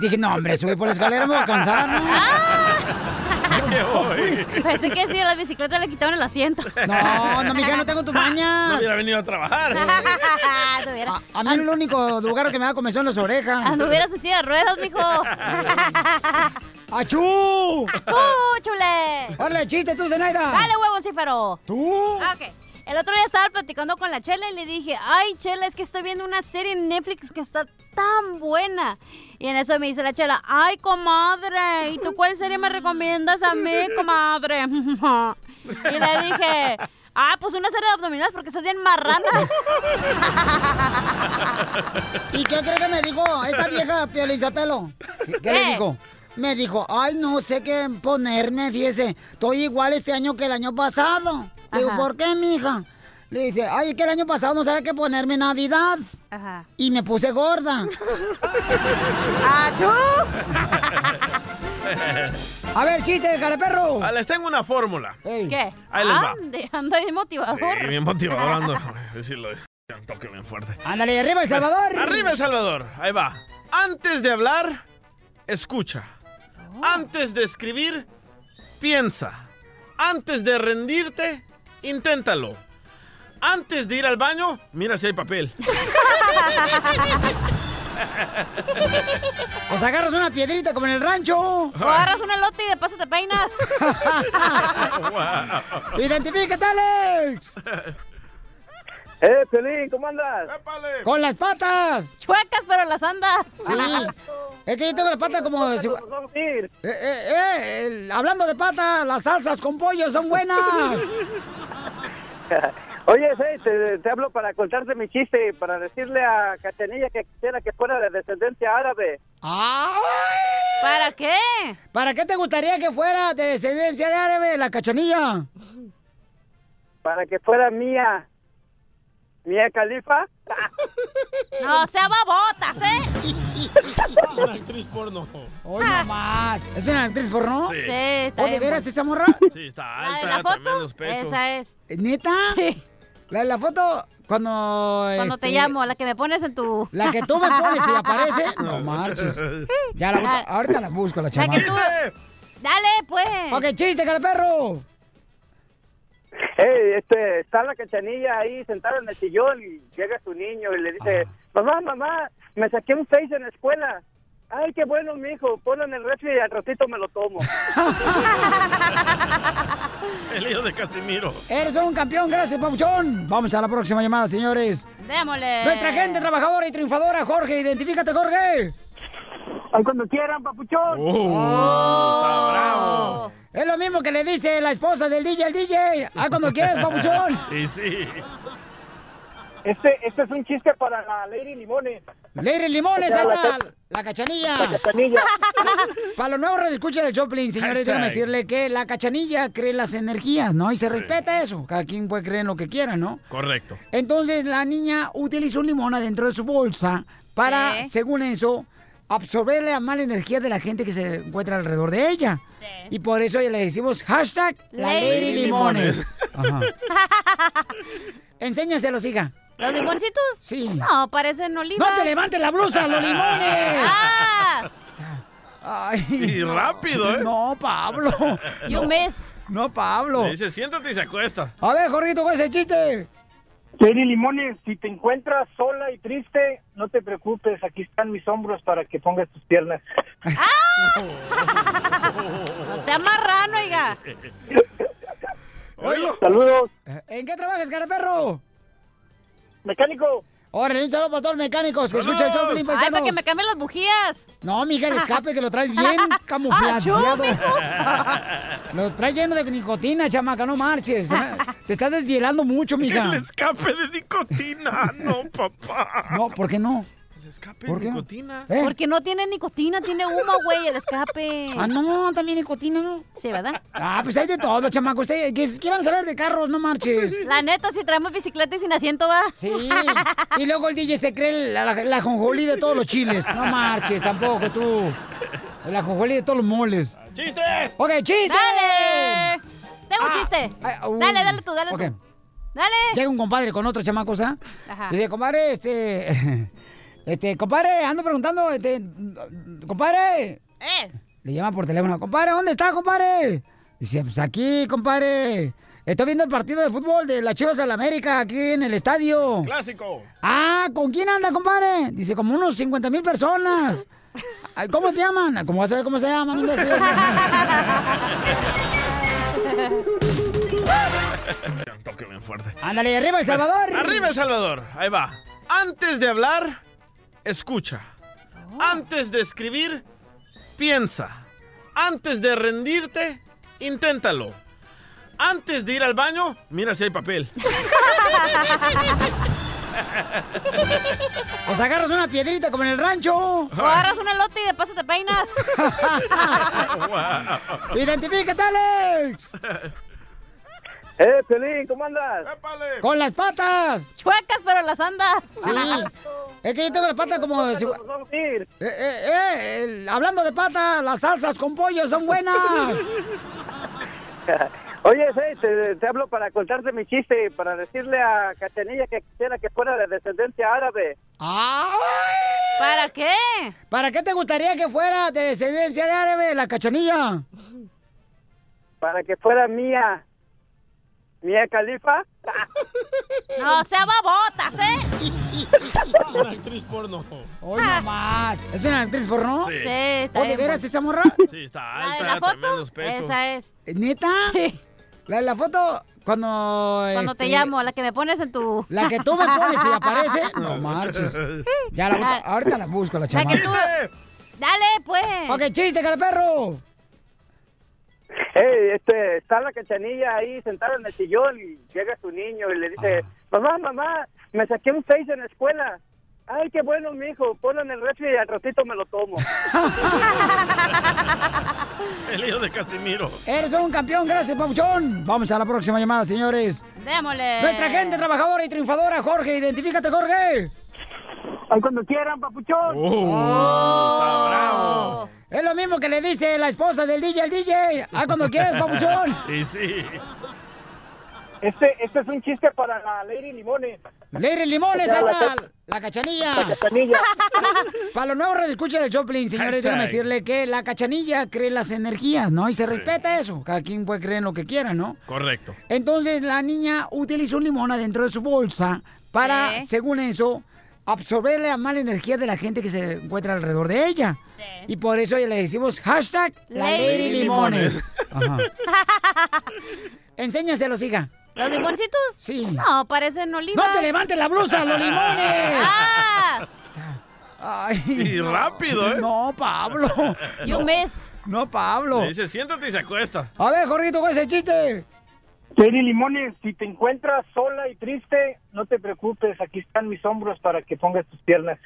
[SPEAKER 1] Dije, no, hombre, subí por la escalera, me voy a cansar, ¿no?
[SPEAKER 3] Ah. Pensé que sí, a la bicicleta le quitaron el asiento.
[SPEAKER 1] No, no, mija, no tengo tus
[SPEAKER 2] No
[SPEAKER 1] mañas. Ah.
[SPEAKER 2] hubiera venido a trabajar.
[SPEAKER 3] Ah,
[SPEAKER 1] A, a mí el único lugar que me da comezón las orejas.
[SPEAKER 3] Anduvieras así de ruedas, mijo.
[SPEAKER 1] ¡Achú!
[SPEAKER 3] ¡Achú, chule!
[SPEAKER 1] ¡Órale, chiste tú, Zenaida!
[SPEAKER 3] ¡Dale, huevo, cífero!
[SPEAKER 1] ¡Tú!
[SPEAKER 3] Ah, Ok. El otro día estaba platicando con la Chela y le dije, ay, Chela, es que estoy viendo una serie en Netflix que está tan buena. Y en eso me dice la Chela, ay, comadre, ¿y tú cuál serie me recomiendas a mí, comadre? Y le dije, ah, pues una serie de abdominales porque estás bien marrana.
[SPEAKER 1] ¿Y qué crees que me dijo esta vieja Piolizotelo? ¿Qué, qué le dijo? Me dijo, ay, no sé qué ponerme, fíjese. Estoy igual este año que el año pasado. Le digo,
[SPEAKER 11] Ajá.
[SPEAKER 1] ¿por qué, mija? Le dice, ay, es que el año pasado no sabía qué ponerme en Navidad.
[SPEAKER 3] Ajá.
[SPEAKER 1] Y me puse gorda.
[SPEAKER 3] ¡Achú!
[SPEAKER 1] A ver, chiste, perro.
[SPEAKER 2] Ah, les tengo una fórmula.
[SPEAKER 3] ¿Qué?
[SPEAKER 2] Ahí les va.
[SPEAKER 3] Ande, ando ahí motivador.
[SPEAKER 2] Sí, bien motivador ando. Sí, lo un toque bien fuerte.
[SPEAKER 1] Ándale, arriba El Salvador.
[SPEAKER 2] Arriba El Salvador. Ahí va. Antes de hablar, escucha.
[SPEAKER 1] Oh.
[SPEAKER 2] Antes de escribir, piensa. Antes de rendirte, inténtalo. Antes de ir al baño, mira si hay papel.
[SPEAKER 1] Pues agarras una piedrita como en el rancho.
[SPEAKER 3] O agarras un elote y de paso te peinas.
[SPEAKER 1] ¡Identifícate, Alex!
[SPEAKER 6] ¡Eh, Pelín, ¿cómo andas?
[SPEAKER 1] ¡Con las patas!
[SPEAKER 3] ¡Chuecas, pero las anda!
[SPEAKER 1] Sí. Es que yo tengo las patas como... de- Eh, eh, eh, el- hablando de patas, las salsas con pollo son buenas.
[SPEAKER 6] Oye, sí, te, te hablo para contarte mi chiste y para decirle a Catenilla que quisiera que fuera de descendencia árabe.
[SPEAKER 3] ¿Para qué?
[SPEAKER 1] ¿Para qué te gustaría que fuera de descendencia de árabe la cachanilla?
[SPEAKER 6] Para que fuera mía. Mía Califa.
[SPEAKER 3] No, sea babotas, ¿eh?
[SPEAKER 2] Una actriz porno.
[SPEAKER 1] Hoy nomás. ¿Es una actriz porno?
[SPEAKER 2] Sí. Sí,
[SPEAKER 3] está
[SPEAKER 1] ¿O de
[SPEAKER 3] bien
[SPEAKER 1] veras
[SPEAKER 3] bonita.
[SPEAKER 1] esa morra?
[SPEAKER 2] Sí, está
[SPEAKER 3] ¿La de
[SPEAKER 2] alta,
[SPEAKER 3] la foto?
[SPEAKER 2] tremendos pechos.
[SPEAKER 3] Esa es.
[SPEAKER 1] ¿Neta? La de la foto cuando...
[SPEAKER 3] Cuando te
[SPEAKER 1] este,
[SPEAKER 3] llamo, la que me pones en tu...
[SPEAKER 1] La que tú me pones y aparece. No marches. Ya la, ahorita- ahorita la busco, la
[SPEAKER 3] Ah. La que
[SPEAKER 1] chamaca.
[SPEAKER 3] tú... Dale, pues.
[SPEAKER 1] Ok, chiste, cara perro.
[SPEAKER 6] Hey, este, está la Cachanilla ahí sentada en el sillón y llega su niño y le dice, mamá, mamá, me saqué un seis en la escuela. Ay, qué bueno, mijo, ponlo en el refri y al ratito me lo tomo.
[SPEAKER 2] El hijo de Casimiro.
[SPEAKER 1] Eres un campeón, gracias, Pabuchón. Vamos a la próxima llamada, señores.
[SPEAKER 3] Démosle.
[SPEAKER 1] Nuestra gente trabajadora y triunfadora, Jorge, identifícate, Jorge.
[SPEAKER 6] Ay, cuando quieran, papuchón.
[SPEAKER 1] Oh. Es lo mismo que le dice la esposa del DJ al DJ. Ah, cuando quieras, papuchón.
[SPEAKER 2] Y sí.
[SPEAKER 6] Este, este es un chiste para la Lady Limones.
[SPEAKER 1] Lady Limones, ahí está, la cachanilla.
[SPEAKER 6] La cachanilla.
[SPEAKER 1] Para los nuevos redescuchas del Choplin, señores,
[SPEAKER 11] Hashtag.
[SPEAKER 1] déjenme decirle que la cachanilla cree las energías, ¿no? Y se
[SPEAKER 2] Sí.
[SPEAKER 1] respeta eso. Cada quien puede creer en lo que quiera, ¿no?
[SPEAKER 2] Correcto.
[SPEAKER 1] Entonces la niña utilizó un limón adentro de su bolsa para,
[SPEAKER 11] Sí.
[SPEAKER 1] según eso, absorber la mala energía de la gente que se encuentra alrededor de ella. Y por eso le decimos hashtag la
[SPEAKER 3] Lady
[SPEAKER 1] Lady Limones.
[SPEAKER 11] Limones.
[SPEAKER 1] Ajá. Enséñaselos, hija.
[SPEAKER 3] ¿Los limoncitos?
[SPEAKER 1] Sí.
[SPEAKER 3] No, parecen olivas.
[SPEAKER 1] ¡No te levantes la blusa, los limones!
[SPEAKER 3] ¡Ah!
[SPEAKER 1] Ay,
[SPEAKER 2] Y rápido, ¿eh?
[SPEAKER 1] No, Pablo.
[SPEAKER 3] You
[SPEAKER 1] No.
[SPEAKER 3] missed.
[SPEAKER 1] No, Pablo.
[SPEAKER 2] Le dice, siéntate y se acuesta.
[SPEAKER 1] A ver, Jorgito, ¿cuál es el chiste?
[SPEAKER 6] Lady Limones, si te encuentras sola y triste, no te preocupes, aquí están mis hombros para que pongas tus piernas.
[SPEAKER 3] No sea marrano, oiga.
[SPEAKER 6] Saludos.
[SPEAKER 1] Eh, ¿En qué trabajas, cara perro?
[SPEAKER 6] Mecánico.
[SPEAKER 1] Órale, un saludo para todos los mecánicos que escuchan el Choplin,
[SPEAKER 3] Ay, para
[SPEAKER 1] paisanos.
[SPEAKER 3] que me cambien las bujías.
[SPEAKER 1] No, mija, el escape que lo traes bien camuflajeado. Lo traes lleno de nicotina, chamaca, no marches. Te estás desvielando mucho, mija.
[SPEAKER 2] El escape de nicotina. No, papá.
[SPEAKER 1] No, ¿por qué no?
[SPEAKER 2] El escape
[SPEAKER 1] ¿Por
[SPEAKER 2] de
[SPEAKER 1] qué no?
[SPEAKER 2] nicotina.
[SPEAKER 1] ¿Eh?
[SPEAKER 3] Porque no tiene nicotina, tiene humo, güey, el escape.
[SPEAKER 1] Ah, no, también nicotina, ¿no?
[SPEAKER 3] Sí, ¿verdad?
[SPEAKER 1] Ah, pues hay de todo, chamaco. Ustedes, ¿qué, qué van a saber de carros? No marches.
[SPEAKER 3] La neta, si traemos bicicleta y sin asiento, va.
[SPEAKER 1] Sí. Y luego el DJ se cree la, la, la jonjolí de todos los chiles. No marches, tampoco tú. La jonjolí de todos los moles.
[SPEAKER 2] ¡Chistes!
[SPEAKER 1] Ok, chiste.
[SPEAKER 3] ¡Dale! Tengo un chiste.
[SPEAKER 1] uy.
[SPEAKER 3] Dale, dale tú, dale
[SPEAKER 1] Ah, uh. Ok.
[SPEAKER 3] tú. Dale.
[SPEAKER 1] Llega un compadre con otro chamaco, ¿ah?
[SPEAKER 3] Ajá.
[SPEAKER 1] Dice, compadre, este. Este, compadre, ando preguntando, este. Compadre.
[SPEAKER 3] Eh.
[SPEAKER 1] Le llama por teléfono, compadre, ¿dónde está, compadre? Dice, pues aquí, compadre. Estoy viendo el partido de fútbol de las Chivas al América aquí en el estadio.
[SPEAKER 2] Clásico.
[SPEAKER 1] Ah, ¿con quién anda, compadre? Dice, como unos 50 mil personas. Ay, ¿Cómo se llaman? "Ah, ¿Cómo vas a ver cómo se llaman? No sé.
[SPEAKER 2] Un toque bien fuerte.
[SPEAKER 1] Ándale, arriba El Salvador.
[SPEAKER 2] Arriba El Salvador. Ahí va. Antes de hablar, escucha.
[SPEAKER 1] Oh.
[SPEAKER 2] Antes de escribir, piensa. Antes de rendirte, inténtalo. Antes de ir al baño, mira si hay papel.
[SPEAKER 1] O sea, agarras una piedrita como en el rancho. O
[SPEAKER 3] agarras un elote y de paso te peinas.
[SPEAKER 1] ¡Identifícate, Alex!
[SPEAKER 6] ¡Eh, Pelín, ¿cómo andas?
[SPEAKER 1] ¡Con las patas!
[SPEAKER 3] ¡Chuecas, pero las anda!
[SPEAKER 1] Sí. Es que yo tengo las patas como... si- Eh, eh, eh, el- hablando de patas, las salsas con pollo son buenas.
[SPEAKER 6] Oye, sí, te, te hablo para contarte mi chiste, y para decirle a Cachanilla que quisiera que fuera de descendencia árabe.
[SPEAKER 3] ¿Para qué?
[SPEAKER 1] ¿Para qué te gustaría que fuera de descendencia de árabe la cachanilla?
[SPEAKER 6] Para que fuera mía. Mía Califa.
[SPEAKER 3] No, sea babotas, ¿eh?
[SPEAKER 2] Una actriz
[SPEAKER 1] Oh,
[SPEAKER 2] porno.
[SPEAKER 1] Hoy nomás. ¿Es una actriz porno?
[SPEAKER 2] Sí. Sí,
[SPEAKER 3] está
[SPEAKER 1] ¿O de
[SPEAKER 3] bien
[SPEAKER 1] veras
[SPEAKER 3] bonita.
[SPEAKER 1] esa morra?
[SPEAKER 2] Sí, está
[SPEAKER 3] ¿La de
[SPEAKER 2] alta,
[SPEAKER 3] la
[SPEAKER 2] tremendos
[SPEAKER 3] foto?
[SPEAKER 2] pechos.
[SPEAKER 3] Esa es.
[SPEAKER 1] Eh, ¿Neta? La de la foto cuando...
[SPEAKER 3] Cuando te
[SPEAKER 1] este,
[SPEAKER 3] llamo, la que me pones en tu...
[SPEAKER 1] La que tú me pones y aparece. No marches. Ya, la,
[SPEAKER 3] Ah.
[SPEAKER 1] ahorita- ahorita la busco, la
[SPEAKER 3] La
[SPEAKER 1] chamaca.
[SPEAKER 3] que tú... Dale, pues.
[SPEAKER 1] Ok, chiste, cara perro.
[SPEAKER 6] Hey, este, está la Cachanilla ahí sentada en el sillón y llega su niño y le dice, mamá, mamá, me saqué un seis en la escuela. Ay, qué bueno, mijo, ponlo en el refri y al ratito me lo tomo.
[SPEAKER 2] El hijo de Casimiro.
[SPEAKER 1] Eres un campeón, gracias, Pabuchón. Vamos a la próxima llamada, señores.
[SPEAKER 3] Démosle.
[SPEAKER 1] Nuestra gente trabajadora y triunfadora, Jorge, identifícate, Jorge. Oh.
[SPEAKER 6] Ay, cuando quieran, Papuchón. Oh.
[SPEAKER 1] Ah,
[SPEAKER 6] Ah,
[SPEAKER 1] Es lo mismo que le dice la esposa del DJ al DJ. Ah, cuando quieras, Pabuchón.
[SPEAKER 2] Sí, sí.
[SPEAKER 6] Este, este es un chiste para la Lady Limones.
[SPEAKER 1] Lady Limones,
[SPEAKER 6] Ya,
[SPEAKER 1] ahí
[SPEAKER 6] la
[SPEAKER 1] está,
[SPEAKER 6] ca-
[SPEAKER 1] la cachanilla.
[SPEAKER 6] la cachanilla.
[SPEAKER 1] Para los nuevos redescuchas del Choplin, señores,
[SPEAKER 11] Hashtag.
[SPEAKER 1] déjame decirle que la cachanilla cree las energías, ¿no? Y se
[SPEAKER 11] Sí.
[SPEAKER 1] respeta eso. Cada quien puede creer en lo que quiera, ¿no?
[SPEAKER 2] Correcto.
[SPEAKER 1] Entonces la niña utilizó un limón adentro de su bolsa para,
[SPEAKER 11] Sí.
[SPEAKER 1] según eso, absorber la mala energía de la gente que se encuentra alrededor de ella. Y por eso le decimos hashtag la
[SPEAKER 3] Lady
[SPEAKER 1] Lady Limones.
[SPEAKER 11] Limones.
[SPEAKER 1] Ajá. Enséñaselo, siga.
[SPEAKER 3] ¿Los limoncitos?
[SPEAKER 1] Sí.
[SPEAKER 3] No, parecen olivas.
[SPEAKER 1] ¡No te levantes la blusa, los limones!
[SPEAKER 3] ¡Ah!
[SPEAKER 1] Ay,
[SPEAKER 2] Y
[SPEAKER 1] no.
[SPEAKER 2] rápido, ¿eh?
[SPEAKER 1] No, Pablo.
[SPEAKER 3] You missed.
[SPEAKER 1] No, Pablo.
[SPEAKER 2] Le dice, siéntate y se acuesta.
[SPEAKER 1] A ver, Jorgito, ¿cuál es el chiste?
[SPEAKER 6] Lady Limones, si te encuentras sola y triste, no te preocupes, aquí están mis hombros para que pongas tus piernas.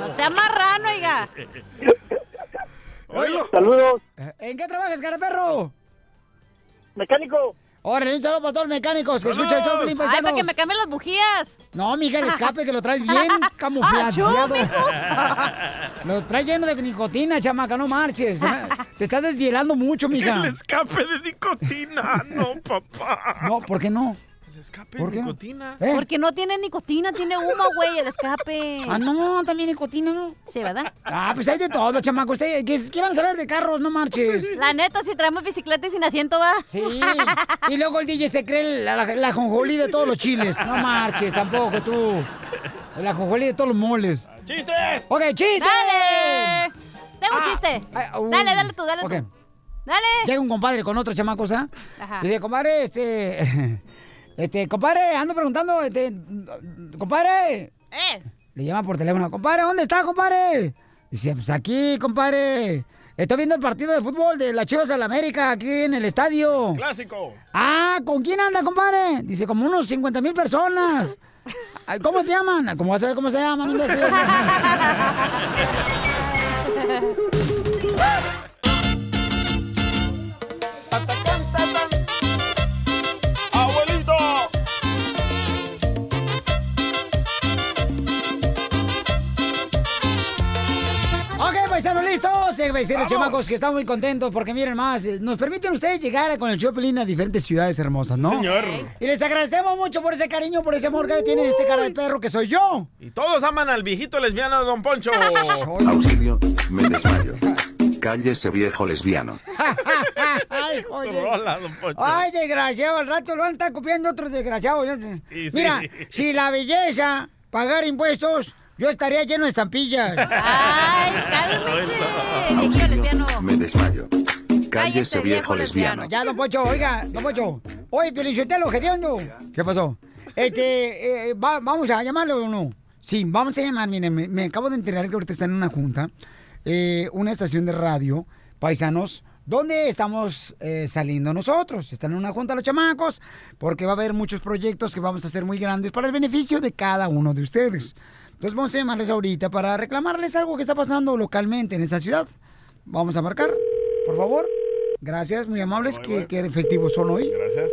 [SPEAKER 3] No sea marrano, oiga.
[SPEAKER 6] Saludos.
[SPEAKER 1] Eh, ¿En qué trabajas, cara perro?
[SPEAKER 6] Mecánico.
[SPEAKER 1] Órale, un saludo para todos los mecánicos que escuchan el Choplin,
[SPEAKER 3] Ay,
[SPEAKER 1] paisanos.
[SPEAKER 3] para que me cambien las bujías. Ah,
[SPEAKER 1] No, mija, el escape que lo traes bien camuflajeado. lo traes lleno de nicotina, chamaca, no marches. Te estás desvielando mucho,
[SPEAKER 2] El
[SPEAKER 1] mija.
[SPEAKER 2] escape de nicotina. No, papá.
[SPEAKER 1] No, ¿por qué no?
[SPEAKER 2] El escape
[SPEAKER 1] ¿Por
[SPEAKER 2] de
[SPEAKER 1] qué no?
[SPEAKER 2] nicotina.
[SPEAKER 1] ¿Eh?
[SPEAKER 3] Porque no tiene nicotina, tiene humo, güey, el escape.
[SPEAKER 1] Ah, no, también nicotina, ¿no?
[SPEAKER 3] Sí, ¿verdad?
[SPEAKER 1] Ah, pues hay de todo, chamaco. Ustedes, ¿qué, qué van a saber de carros? No marches.
[SPEAKER 3] La neta, si traemos bicicleta y sin asiento, va.
[SPEAKER 1] Sí. Y luego el DJ se cree la, la, la jonjolí de todos los chiles. No marches tampoco, tú. La jonjolí de todos los moles.
[SPEAKER 2] ¡Chistes!
[SPEAKER 1] Ok, chiste.
[SPEAKER 3] ¡Dale! Tengo un chiste.
[SPEAKER 1] uh.
[SPEAKER 3] Dale, dale tú, dale
[SPEAKER 1] Ok.
[SPEAKER 3] tú. Dale.
[SPEAKER 1] Llega un compadre con otro chamaco, ¿sabes?
[SPEAKER 3] Ajá.
[SPEAKER 1] Dice, compadre, este. Este, compadre, ando preguntando, este. Compadre.
[SPEAKER 3] Eh.
[SPEAKER 1] Le llama por teléfono, compadre, ¿dónde está, compadre? Dice, pues aquí, compadre. Estoy viendo el partido de fútbol de las Chivas al América aquí en el estadio.
[SPEAKER 2] Clásico.
[SPEAKER 1] Ah, ¿con quién anda, compadre? Dice, como unos 50 mil personas. Ay, ¿Cómo se llaman? ¿Cómo vas a ver cómo se llaman? imbécil?
[SPEAKER 2] ¡Abuelito!
[SPEAKER 1] Ok, paisanos, listos. Eh, paisanos,
[SPEAKER 11] Vamos.
[SPEAKER 1] chamacos, que estamos muy contentos porque miren más, eh, nos permiten ustedes llegar con el Choplin a diferentes ciudades hermosas, ¿no?
[SPEAKER 2] Señor.
[SPEAKER 1] Y les agradecemos mucho por ese cariño, por ese amor que le tienen a este cara de perro que soy yo.
[SPEAKER 2] Y todos aman al viejito lesbiano Don Poncho.
[SPEAKER 4] Auxilio, me desmayo. Cállese viejo lesbiano.
[SPEAKER 1] Ay, oye.
[SPEAKER 2] Hola, Don Poncho.
[SPEAKER 1] Ay, desgraciado, al rato lo van a estar copiando otros desgraciados. Yo-
[SPEAKER 2] Y sí.
[SPEAKER 1] Mira, si la belleza pagar impuestos, yo estaría lleno de
[SPEAKER 4] Ah.
[SPEAKER 1] estampillas.
[SPEAKER 3] Ay, cálmese.
[SPEAKER 4] Auxilio, me desmayo. Cállese, viejo lesbiano.
[SPEAKER 1] Ya, don Pocho, oiga, don Pocho. Oye, Pelichotelo, Gediondo. ¿Qué pasó? Este, eh, va- vamos a llamarlo o no. Sí, vamos a llamar. Miren, me, me acabo de enterar que ahorita están en una junta, eh, una estación de radio, paisanos, donde estamos eh, saliendo nosotros. Están en una junta los chamacos, porque va a haber muchos proyectos que vamos a hacer muy grandes para el beneficio de cada uno de ustedes. Entonces vamos a llamarles ahorita para reclamarles algo que está pasando localmente en esa ciudad. Vamos a marcar, por favor. Gracias, muy amables, que, que efectivos son hoy. Gracias.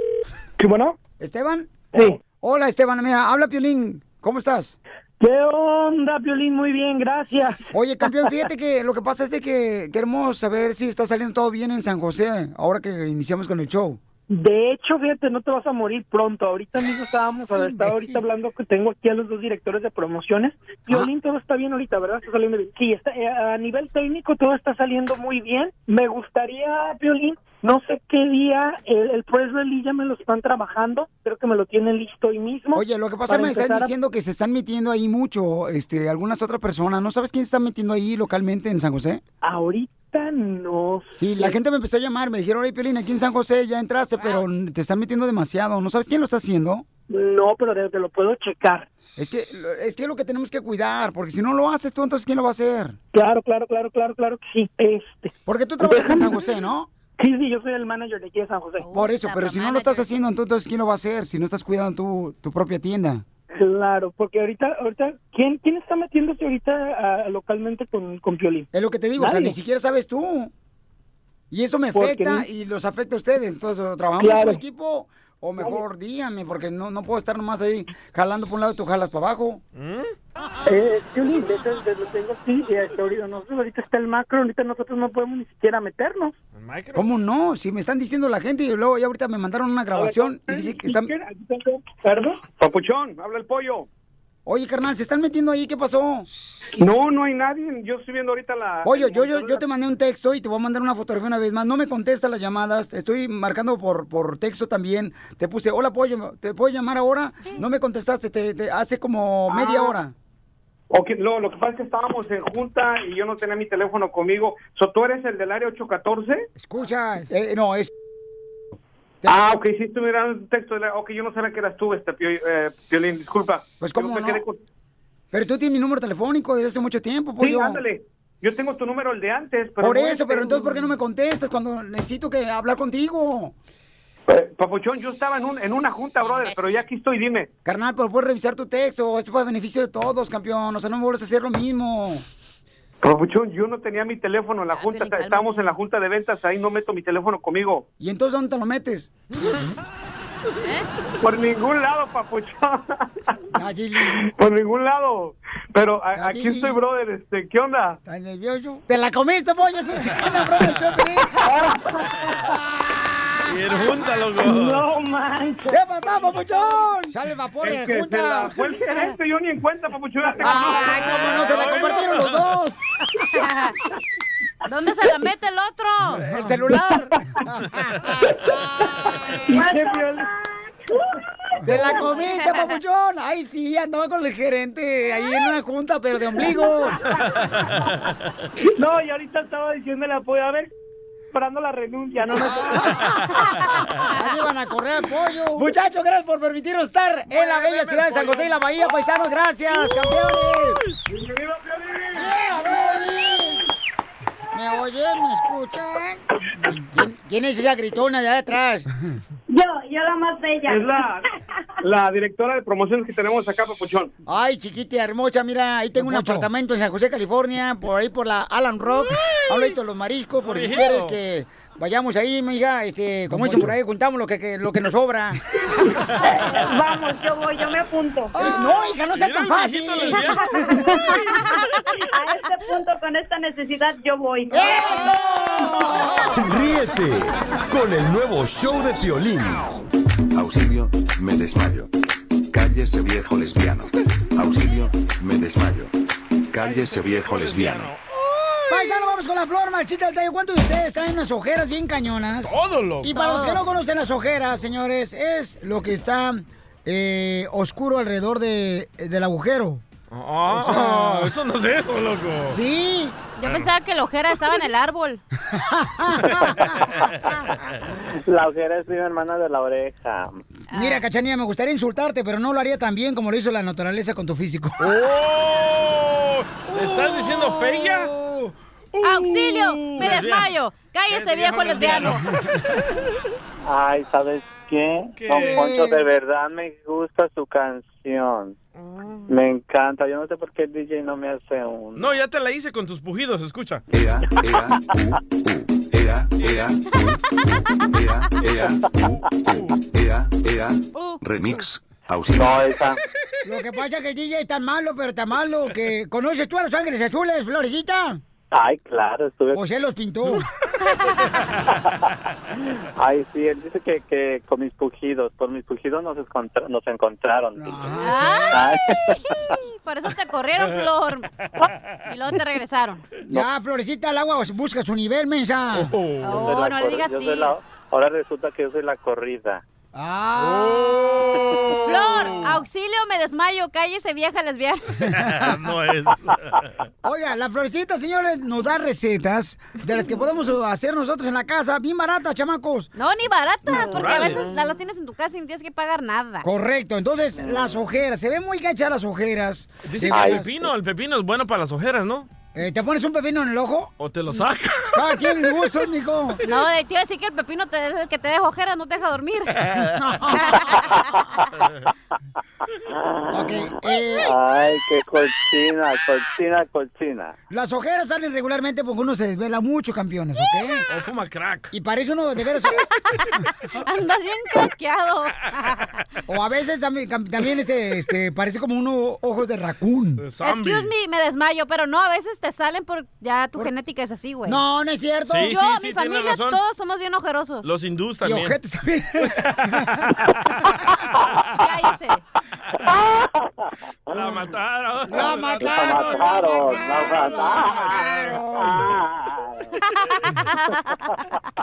[SPEAKER 14] ¿Qué bueno?
[SPEAKER 1] Esteban. Sí. Hola, Esteban, mira, habla Piolín. ¿Cómo estás?
[SPEAKER 14] ¿Qué onda, Piolín? Muy bien, gracias.
[SPEAKER 1] Oye, campeón, fíjate que lo que pasa es de que queremos saber si está saliendo todo bien en San José, ahora que iniciamos con el show.
[SPEAKER 14] De hecho, fíjate, no te vas a morir pronto. Ahorita mismo Este estábamos, a ver, estaba ahorita hablando que tengo aquí a los dos directores de promociones. Violín, todo está bien ahorita, ¿verdad? Está saliendo bien. Sí, está, eh, a nivel técnico todo está saliendo muy bien. Me gustaría, Violín, no sé qué día, el, el press release ya me lo están trabajando. Creo que me lo tienen listo hoy mismo.
[SPEAKER 1] Oye, lo que pasa es que me están diciendo que se están metiendo ahí mucho, este, algunas otras personas. ¿No sabes quién se está metiendo ahí localmente en San José?
[SPEAKER 14] Ahorita no.
[SPEAKER 1] Sí, la gente me empezó a llamar, me dijeron, oye, Piolín, aquí en San José ya entraste, pero te están metiendo demasiado. ¿No sabes quién lo está haciendo?
[SPEAKER 14] No, pero te lo puedo checar.
[SPEAKER 1] Es que, es que es lo que tenemos que cuidar, porque si no lo haces tú, entonces ¿quién lo va a hacer?
[SPEAKER 14] Claro, claro, claro, claro, claro que sí. Este.
[SPEAKER 1] Porque tú trabajas en San José, ¿no?
[SPEAKER 14] Sí, sí, yo soy el manager de aquí de San José.
[SPEAKER 1] Por eso, pero si no lo estás haciendo, entonces ¿quién lo va a hacer? Si no estás cuidando tu, tu propia tienda.
[SPEAKER 14] Claro, porque ahorita, ahorita, ¿quién, quién está metiéndose ahorita ah, localmente con, con Piolín?
[SPEAKER 1] Es lo que te digo, o sea, ni siquiera sabes tú. Y eso me
[SPEAKER 14] Porque
[SPEAKER 1] afecta
[SPEAKER 14] no-
[SPEAKER 1] y los afecta a ustedes. Entonces, ¿o ¿trabajamos
[SPEAKER 14] Claro.
[SPEAKER 1] como equipo? O mejor díganme, porque no, no puedo estar nomás ahí jalando por un lado y tú jalas para abajo.
[SPEAKER 14] Eh, Piolín, de hecho, de- lo tengo aquí, y hasta ahorita, nosotros ahorita está el macro, ahorita nosotros no podemos ni siquiera meternos.
[SPEAKER 1] ¿Cómo no? Si me están diciendo la gente y luego ya ahorita me mandaron una grabación y dice que están...
[SPEAKER 14] ¿Perdón?
[SPEAKER 15] Papuchón, habla el pollo.
[SPEAKER 1] Oye, carnal, se están metiendo ahí, ¿qué pasó?
[SPEAKER 15] No, no hay nadie. Yo estoy viendo ahorita la.
[SPEAKER 1] Pollo, yo, yo, yo te mandé un texto y te voy a mandar una fotografía una vez más. No me contesta las llamadas. te Estoy marcando por, por texto también. Te puse, hola, pollo, ¿te puedo llamar ahora? No me contestaste, te, te- hace como media
[SPEAKER 15] Ah.
[SPEAKER 1] hora.
[SPEAKER 15] Ok, lo, lo que pasa es que estábamos en junta y yo no tenía mi teléfono conmigo. So, ¿Tú eres el del área 814?
[SPEAKER 1] Escucha. Eh, no, es...
[SPEAKER 15] Ah, ok, sí, estoy mirando un texto. De la... Ok, yo no sabía que eras tú, este Pio- eh, Piolín, disculpa.
[SPEAKER 1] Pues, ¿cómo
[SPEAKER 15] Yo me
[SPEAKER 1] no?
[SPEAKER 15] quedé con-
[SPEAKER 1] Pero tú tienes mi número telefónico desde hace mucho tiempo,
[SPEAKER 15] Sí,
[SPEAKER 1] pollo.
[SPEAKER 15] ándale. Yo tengo tu número, el de antes. Pero
[SPEAKER 1] por
[SPEAKER 15] no
[SPEAKER 1] eso, pero
[SPEAKER 15] tengo-
[SPEAKER 1] entonces, ¿por qué no me contestas cuando necesito que hablar contigo?
[SPEAKER 15] Papuchón, yo estaba en, un- en una junta, brother, pero ya aquí estoy, dime.
[SPEAKER 1] Carnal, pero puedes revisar tu texto. Esto es para beneficio de todos, campeón. O sea, no me vuelves a hacer lo mismo.
[SPEAKER 15] Papuchón, yo no tenía mi teléfono en la junta. está- estábamos en la junta de ventas, ahí no meto mi teléfono conmigo.
[SPEAKER 1] ¿Y entonces dónde te lo metes? ¿Eh?
[SPEAKER 15] Por ningún lado, papuchón. Por ningún lado. Pero a- aquí
[SPEAKER 1] Gili.
[SPEAKER 15] estoy, brother. Este, ¿Qué onda?
[SPEAKER 1] Tan nervioso. ¡Te la comiste, pollo! ¡Se me sacó la broma el Choplin.
[SPEAKER 2] Bien junta, loco.
[SPEAKER 1] manches. ¿Qué pasó, papuchón? Sale el vapor
[SPEAKER 15] Es
[SPEAKER 1] de
[SPEAKER 15] que se
[SPEAKER 1] la junta.
[SPEAKER 15] la fue el gerente, yo ni en cuenta, papuchón.
[SPEAKER 1] Ay, cómo no, se la compartieron los dos.
[SPEAKER 3] ¿Dónde se la mete el otro?
[SPEAKER 1] El celular. ¡Te la comiste, papuchón! Ay, sí, andaba con el gerente ahí en una junta, pero de ombligo.
[SPEAKER 14] No, y ahorita estaba diciéndole apoyo, a ver, esperando la renuncia, no, no.
[SPEAKER 1] Ya llevan a correr al pollo. Muchachos, gracias por permitirnos estar en la bella ciudad de San José y la Bahía, paisanos. Gracias, campeones. ¡Yeah, baby! ¿Me oyen? ¿Me escuchan? ¿Quién, quién es esa gritona de allá atrás? Yo, yo la más bella.
[SPEAKER 15] Es la, la directora de promociones que tenemos acá, papuchón.
[SPEAKER 1] Ay, chiquita hermosa, mira, ahí tengo un apartamento en San José, California, por ahí por la Alan Rock, a un ladito de los mariscos, por si
[SPEAKER 11] Orejero.
[SPEAKER 1] quieres que vayamos ahí, mija, este, como dicen por ahí, juntamos lo que, que- lo que nos sobra.
[SPEAKER 11] Vamos,
[SPEAKER 1] yo voy, yo me apunto. Pues no, hija, no seas tan fácil.
[SPEAKER 11] A
[SPEAKER 16] este punto, con esta necesidad, yo voy.
[SPEAKER 12] Ríete con el nuevo show de Piolín.
[SPEAKER 4] Auxilio, me desmayo. Cállese viejo lesbiano. Auxilio, me desmayo. Cállese viejo lesbiano.
[SPEAKER 1] Paisano, vamos con la flor, marchita del tallo. ¿Cuántos de ustedes traen unas ojeras bien cañonas?
[SPEAKER 11] Todo, loco.
[SPEAKER 1] Y para los que no conocen las ojeras, señores, es lo que está eh, oscuro alrededor de, del agujero.
[SPEAKER 2] Ah, eso no es eso, loco.
[SPEAKER 1] Sí.
[SPEAKER 3] Yo pensaba que la ojera estaba en el árbol.
[SPEAKER 17] La ojera es prima hermana de la oreja.
[SPEAKER 3] ah.
[SPEAKER 1] Mira, Cachanilla, me gustaría insultarte, pero no lo haría tan bien como lo hizo la naturaleza con tu físico. Oh.
[SPEAKER 2] ¡Oh! ¿Le estás diciendo fella?
[SPEAKER 3] ¡Auxilio! ¡Me
[SPEAKER 17] Lesbiana.
[SPEAKER 3] desmayo! ¡Cállese,
[SPEAKER 17] Cállate,
[SPEAKER 3] viejo
[SPEAKER 17] viejo
[SPEAKER 3] lesbiano!
[SPEAKER 17] Ay, ¿sabes qué?
[SPEAKER 3] ¿Qué?
[SPEAKER 17] Don Poncho, de verdad me gusta su canción. Me encanta. Yo no sé por qué el DJ no me hace un...
[SPEAKER 2] No, ya te la hice con tus pujidos, escucha.
[SPEAKER 4] Ea, ea, remix, auxilio.
[SPEAKER 1] Lo que pasa es que el DJ es tan malo, pero tan malo, que conoces tú a Los Ángeles Azules, Florecita.
[SPEAKER 17] Ay, claro, estuve...
[SPEAKER 1] Pues él los pintó.
[SPEAKER 17] Ay, sí, él dice que, que con mis pujidos, por mis pujidos nos, encontra- nos encontraron.
[SPEAKER 1] Ah.
[SPEAKER 3] ¡Ay! Por eso te corrieron, Flor. Y luego te regresaron.
[SPEAKER 1] Ya, Florecita, al agua pues, busca su nivel, mensa.
[SPEAKER 3] Oh,
[SPEAKER 17] Yo soy la cor- yo soy la- ahora resulta que yo soy la corrida.
[SPEAKER 1] Oh.
[SPEAKER 3] Flor, auxilio, me desmayo. Cállese, vieja lesbiana.
[SPEAKER 2] no es.
[SPEAKER 1] Oiga, la florecita, señores, nos da recetas de las que podemos hacer nosotros en la casa, bien baratas, chamacos.
[SPEAKER 3] No, ni baratas, porque a
[SPEAKER 1] Naturales.
[SPEAKER 3] veces la- las tienes en tu casa y no tienes que pagar nada.
[SPEAKER 1] Correcto, entonces las ojeras, se ven muy gachas las ojeras.
[SPEAKER 2] Dice
[SPEAKER 1] Te
[SPEAKER 2] que el
[SPEAKER 1] ganas-
[SPEAKER 2] pepino, el pepino es bueno para las ojeras, ¿no?
[SPEAKER 1] Eh, ¿Te pones un pepino en el ojo?
[SPEAKER 2] O te lo saca.
[SPEAKER 1] Cada quien le gusta, Nico.
[SPEAKER 3] No, de ti así que el pepino te, es el que te deja ojeras, no te deja dormir.
[SPEAKER 17] Ay, qué cochina, cochina, cochina.
[SPEAKER 1] Las ojeras salen regularmente porque uno se desvela mucho, campeones, ¿ok?
[SPEAKER 2] O fuma crack.
[SPEAKER 1] Y parece uno de veras...
[SPEAKER 3] Andas bien craqueado.
[SPEAKER 1] O a veces también, cam- también este, este, parece como uno ojos de raccoon.
[SPEAKER 3] Excuse me, me desmayo, pero no, a veces te salen por ya tu genética es así, güey.
[SPEAKER 1] No, no es cierto.
[SPEAKER 2] Sí, sí, sí,
[SPEAKER 3] Yo, mi
[SPEAKER 2] tienes
[SPEAKER 3] familia,
[SPEAKER 2] razón.
[SPEAKER 3] todos somos bien ojerosos.
[SPEAKER 2] Los hindús también.
[SPEAKER 3] Cállese.
[SPEAKER 2] La mataron.
[SPEAKER 3] La
[SPEAKER 17] mataron, mataron, la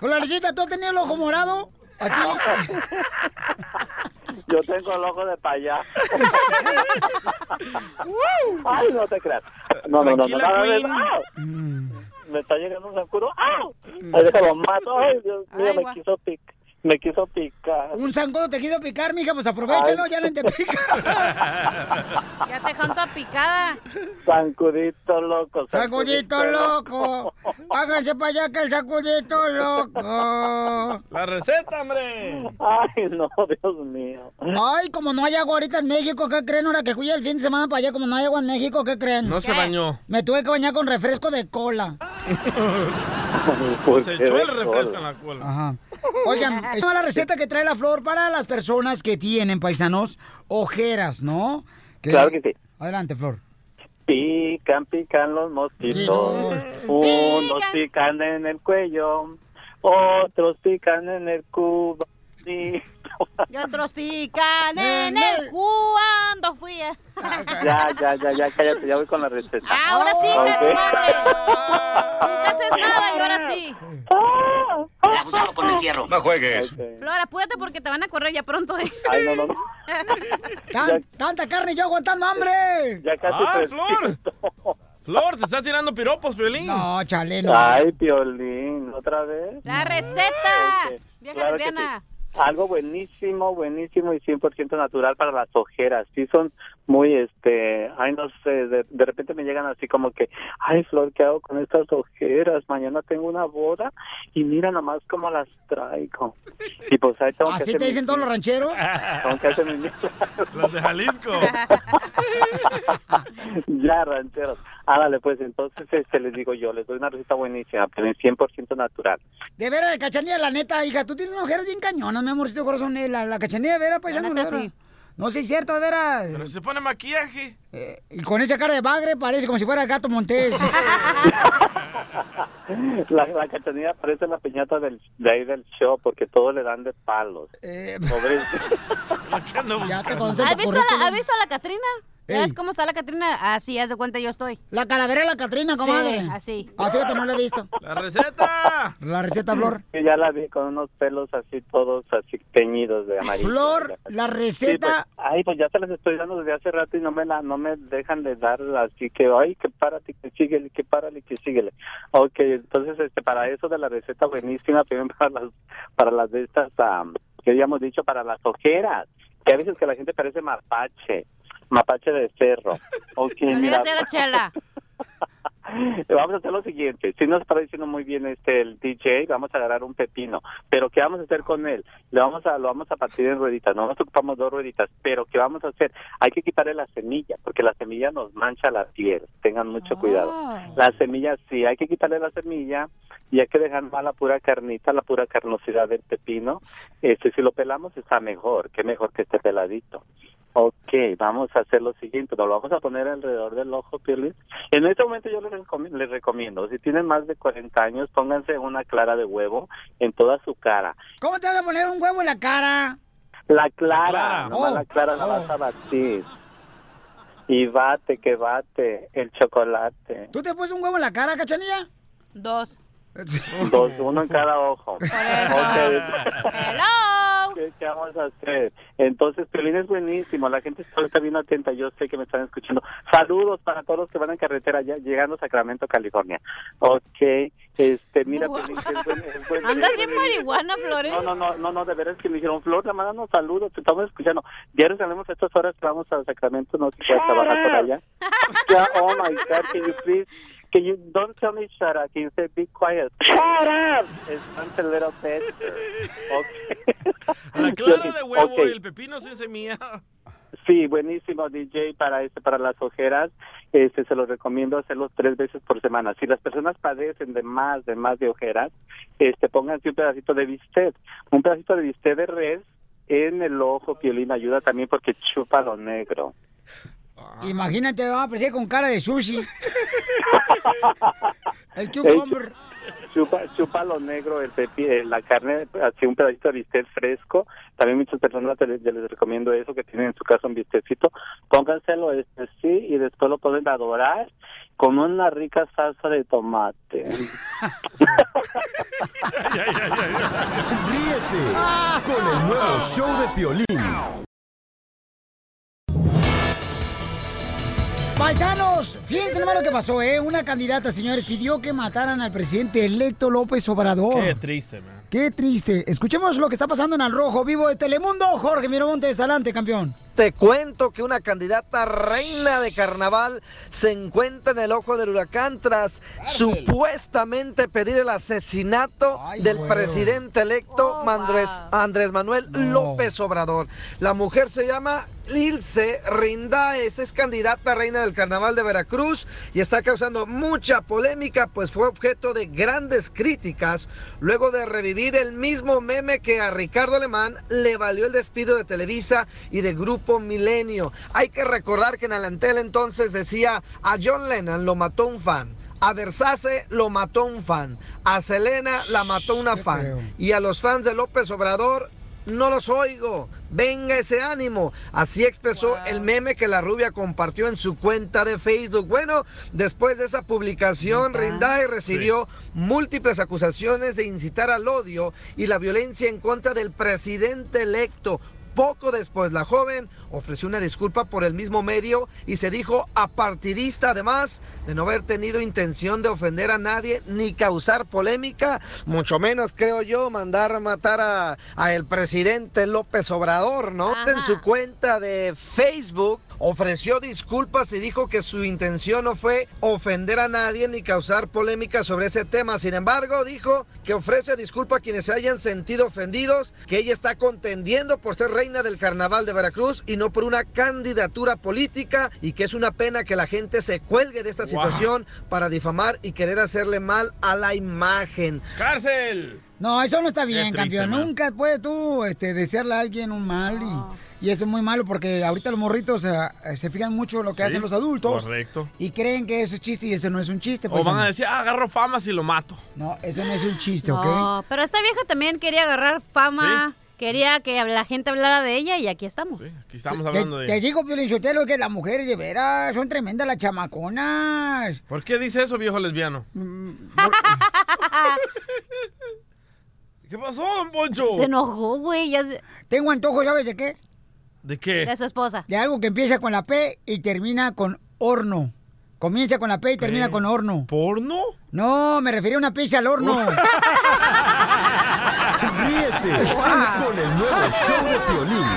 [SPEAKER 1] Florecita, ¿tú has tenido el ojo morado? Así.
[SPEAKER 17] Yo tengo el ojo de payaso. Ay, no te creas. No, no, no, no.
[SPEAKER 11] Tranquila,
[SPEAKER 17] nada de-
[SPEAKER 11] Queen.
[SPEAKER 17] ¡Ah! Me está llegando un zancudo. ¡Ah! Ay, déjalo, mato. Ay, Dios mío,
[SPEAKER 1] Ay,
[SPEAKER 17] me
[SPEAKER 1] gua-
[SPEAKER 17] quiso picar. Me quiso picar.
[SPEAKER 1] Un zancudo te quiso picar, mija, pues aprovechalo, ya no te pica.
[SPEAKER 3] Ya te dejaron toda picada.
[SPEAKER 17] Zancudito loco.
[SPEAKER 1] Sacudito loco. Háganse para allá que el sacudito loco.
[SPEAKER 2] La receta, hombre.
[SPEAKER 17] Ay, no, Dios mío.
[SPEAKER 1] Ay, como no hay agua ahorita en México, ¿qué creen? Ahora que fui el fin de semana para allá, como no hay agua en México, ¿qué creen?
[SPEAKER 2] No se bañó.
[SPEAKER 1] Me tuve que bañar con refresco de cola.
[SPEAKER 2] Se echó el refresco en la cola.
[SPEAKER 1] Ajá. Oigan, es la receta que trae la flor para las personas que tienen, paisanos, ojeras, ¿no?
[SPEAKER 17] Claro que sí.
[SPEAKER 1] Adelante, Flor.
[SPEAKER 17] Pican, pican los mosquitos. Unos pican en el cuello, otros pican en el cubo. Sí.
[SPEAKER 3] Y otros pican en el cuando fui. a-
[SPEAKER 1] Ah.
[SPEAKER 17] Ya, ya, ya, ya, cállate, ya voy con la receta.
[SPEAKER 3] Ahora sí,
[SPEAKER 17] Ok.
[SPEAKER 3] que tu madre. Nunca haces nada y ahora sí.
[SPEAKER 17] con el fierro.
[SPEAKER 8] No juegues.
[SPEAKER 3] Flor, apúrate porque te van a correr ya pronto. ¿eh?
[SPEAKER 17] Ay, no, no, no.
[SPEAKER 1] Tan- tanta carne y yo aguantando hambre.
[SPEAKER 17] Ya
[SPEAKER 2] ¡Ah, Flor! Flor, te estás tirando piropos, Piolín.
[SPEAKER 1] No, chale,
[SPEAKER 17] Ay, Piolín, ¿otra vez?
[SPEAKER 3] La receta. Vieja
[SPEAKER 17] Claro que
[SPEAKER 3] lesbiana.
[SPEAKER 17] Algo buenísimo, buenísimo y 100% natural para las ojeras. Sí son muy, este, ay, no sé, de, de repente me llegan así como que, ay, Flor, ¿qué hago con estas ojeras? Mañana tengo una boda y mira nomás cómo las traigo. Y pues ahí tengo que
[SPEAKER 1] ¿Así
[SPEAKER 17] hacer
[SPEAKER 1] te
[SPEAKER 17] mi-
[SPEAKER 1] dicen todos los rancheros?
[SPEAKER 17] Tengo que hacer mi-
[SPEAKER 2] Los de Jalisco.
[SPEAKER 17] Ya, rancheros. Ándale, pues entonces este, les digo yo, les doy una receta buenísima, pero en 100% natural.
[SPEAKER 1] De veras, cachanilla, la neta, hija, tú tienes unas ojeras bien cañonas, mi amorcito corazón. eh, La, la cachanilla, de veras, paisano.
[SPEAKER 2] neta,
[SPEAKER 1] de veras.
[SPEAKER 2] sí.
[SPEAKER 1] No, sí, es cierto, de veras.
[SPEAKER 2] Pero se pone maquillaje.
[SPEAKER 1] Y con esa cara de bagre parece como si fuera gato montés.
[SPEAKER 17] La, la cachanilla parece la piñata del, de ahí del show porque todo le dan de palos.
[SPEAKER 1] Eh,
[SPEAKER 17] Pobre-
[SPEAKER 1] ya te conocí
[SPEAKER 3] ¿Has
[SPEAKER 1] tu
[SPEAKER 3] visto, a la,
[SPEAKER 1] currículum.
[SPEAKER 3] ¿Has visto a la Catrina? ¿Ya ¿Ves cómo está la Catrina? Así, haz de cuenta yo estoy.
[SPEAKER 1] La calavera de la Catrina, comadre.
[SPEAKER 3] Sí, así.
[SPEAKER 1] Ah, fíjate, no la he visto.
[SPEAKER 2] La receta.
[SPEAKER 1] La receta, Flor.
[SPEAKER 17] Sí, ya la vi con unos pelos así todos así teñidos de amarillo.
[SPEAKER 1] Flor, la receta.
[SPEAKER 17] Sí, pues, ay, pues ya se las estoy dando desde hace rato y no me la, no me dejan de dar, así que, ay, que párate, que síguele, que párale, que síguele. Ok, entonces, este, para eso de la receta buenísima, también para las, para las de estas, am, que habíamos dicho, para las ojeras, que a veces que la gente parece mapache, mapache de cerro. Ok,
[SPEAKER 3] Debería
[SPEAKER 17] mira. pues,
[SPEAKER 3] ser a Chela.
[SPEAKER 17] Vamos a hacer lo siguiente. Si nos está diciendo muy bien este el DJ, vamos a agarrar un pepino. Pero ¿qué vamos a hacer con él? Le vamos a lo vamos a partir en rueditas. No nos ocupamos dos rueditas, pero ¿qué vamos a hacer? Hay que quitarle la semilla, porque la semilla nos mancha la piel. Tengan mucho cuidado. La semilla sí, hay que quitarle la semilla y hay que dejar más la pura carnita, la pura carnosidad del pepino. Este, si lo pelamos está mejor, que mejor que esté peladito. Ok, vamos a hacer lo siguiente, nos lo vamos a poner alrededor del ojo, Pirlis. En este momento yo les, recom- les recomiendo, si tienen más de 40 años, pónganse una clara de huevo en toda su cara.
[SPEAKER 1] ¿Cómo te vas a poner un huevo en la cara?
[SPEAKER 17] La clara,
[SPEAKER 1] La clara.
[SPEAKER 17] nomás
[SPEAKER 1] Oh,
[SPEAKER 17] la clara la vas a batir. Y bate, que bate, el chocolate.
[SPEAKER 1] ¿Tú te pones un huevo en la cara, cachanilla?
[SPEAKER 3] Dos.
[SPEAKER 17] Dos, uno en cada ojo. Ok.
[SPEAKER 3] Hello.
[SPEAKER 17] ¿Qué, qué vamos a hacer? Entonces, Piolín es buenísimo. La gente está ahorita bien atenta. Yo sé que me están escuchando. Saludos para todos los que van en carretera ya llegando a Sacramento, California. Ok. Este, mira, Piolín, es buen- es buen-
[SPEAKER 3] Andas
[SPEAKER 17] es
[SPEAKER 3] bien
[SPEAKER 17] buen-
[SPEAKER 3] marihuana, Flores.
[SPEAKER 17] Pues, No, no, no, no, no, de veras que me dijeron, Flor, la manda saludos, te estamos escuchando. Diario salimos a estas horas, vamos a Sacramento, no sé si puedes trabajar por allá. Ya, oh my God, can you please, can you, don't tell me shut up, can you say be quiet? Shut up! It's just a little better.
[SPEAKER 2] La clara de huevo,
[SPEAKER 17] Ok.
[SPEAKER 2] el pepino sin semilla.
[SPEAKER 17] Sí, buenísimo DJ para este, para las ojeras. Este, se los recomiendo hacerlos tres veces por semana. Si las personas padecen de más, de más de ojeras, este, pónganse un pedacito de bistec, un pedacito de bistec de res en el ojo. Piolín ayuda también porque chupa lo negro.
[SPEAKER 1] Ah. Imagínate, va a aparecer con cara de sushi. El
[SPEAKER 17] Ey,
[SPEAKER 1] cucumber.
[SPEAKER 17] Chupa, chupa lo negro, el pepi- eh, la carne, así un pedacito de bistec fresco. También muchas personas te- yo les recomiendo eso, que tienen en su casa un bistecito. Pónganselo este sí y después lo pueden adorar con una rica salsa de tomate.
[SPEAKER 12] Ríete con el nuevo show de Piolín.
[SPEAKER 1] Paisanos, fíjense nomás lo que pasó, ¿eh? Una candidata, señores, pidió que mataran al presidente electo López Obrador.
[SPEAKER 2] Qué triste, man.
[SPEAKER 1] Qué triste. Escuchemos lo que está pasando en Al Rojo Vivo de Telemundo. Jorge Miramontes, adelante, campeón.
[SPEAKER 5] Te cuento que una candidata reina de carnaval se encuentra en el ojo del huracán tras supuestamente pedir el asesinato del
[SPEAKER 1] güey.
[SPEAKER 5] presidente electo Andrés, Andrés Manuel López Obrador. La mujer se llama Ilse Rindaes, es candidata a reina del carnaval de Veracruz y está causando mucha polémica, pues fue objeto de grandes críticas luego de revivir el mismo meme que a Ricardo Alemán le valió el despido de Televisa y de Grupo Milenio. Hay que recordar que en Alantel entonces decía a John Lennon lo mató un fan. A Versace lo mató un fan, a Selena la mató una fan y a los fans de López Obrador no los oigo. Venga ese ánimo. Así expresó el meme que la rubia compartió en su cuenta de Facebook. Bueno, después de esa publicación, Rindae recibió múltiples acusaciones de incitar al odio y la violencia en contra del presidente electo. Poco después, la joven ofreció una disculpa por el mismo medio y se dijo apartidista, además de no haber tenido intención de ofender a nadie ni causar polémica, mucho menos, creo yo, mandar matar a, a el presidente López Obrador, ¿no? En su cuenta de Facebook ofreció disculpas y dijo que su intención no fue ofender a nadie ni causar polémica sobre ese tema. Sin embargo, dijo que ofrece disculpa a quienes se hayan sentido ofendidos, que ella está contendiendo por ser reina del carnaval de Veracruz y no por una candidatura política y que es una pena que la gente se cuelgue de esta situación para difamar y querer hacerle mal a la imagen.
[SPEAKER 2] ¡Cárcel!
[SPEAKER 1] No, eso no está bien,
[SPEAKER 5] triste,
[SPEAKER 1] campeón.
[SPEAKER 5] man.
[SPEAKER 1] Nunca puedes tú este, desearle a alguien un mal y- y, eso es muy malo porque ahorita los morritos ah, eh, se fijan mucho en lo
[SPEAKER 2] Sí,
[SPEAKER 1] que hacen los adultos Pues
[SPEAKER 2] Correcto.
[SPEAKER 1] y creen que eso es chiste y eso no es un chiste.
[SPEAKER 2] O van
[SPEAKER 1] paisano.
[SPEAKER 2] a decir, ah, agarro fama si lo mato.
[SPEAKER 1] No, eso no es un chiste, ¿ok?
[SPEAKER 3] No, pero esta vieja también quería agarrar fama. Quería que la gente hablara de ella y aquí estamos.
[SPEAKER 2] Aquí estamos hablando
[SPEAKER 1] te,
[SPEAKER 2] de...
[SPEAKER 1] te digo, Piolín Sotelo, que las mujeres de veras son tremendas las chamaconas. Mm,
[SPEAKER 2] ¿Por qué dice eso, viejo lesbiano? ¿Qué pasó, don Poncho?
[SPEAKER 3] Se enojó, güey. ya se-
[SPEAKER 1] Tengo antojo, ¿sabes de qué?
[SPEAKER 2] ¿De qué?
[SPEAKER 3] De su esposa.
[SPEAKER 1] De algo que empieza con la P y termina con horno. Comienza con la P y termina con horno.
[SPEAKER 2] ¿Porno?
[SPEAKER 1] No, me refería a una pizza al horno.
[SPEAKER 12] Ríete con el nuevo show de Piolín.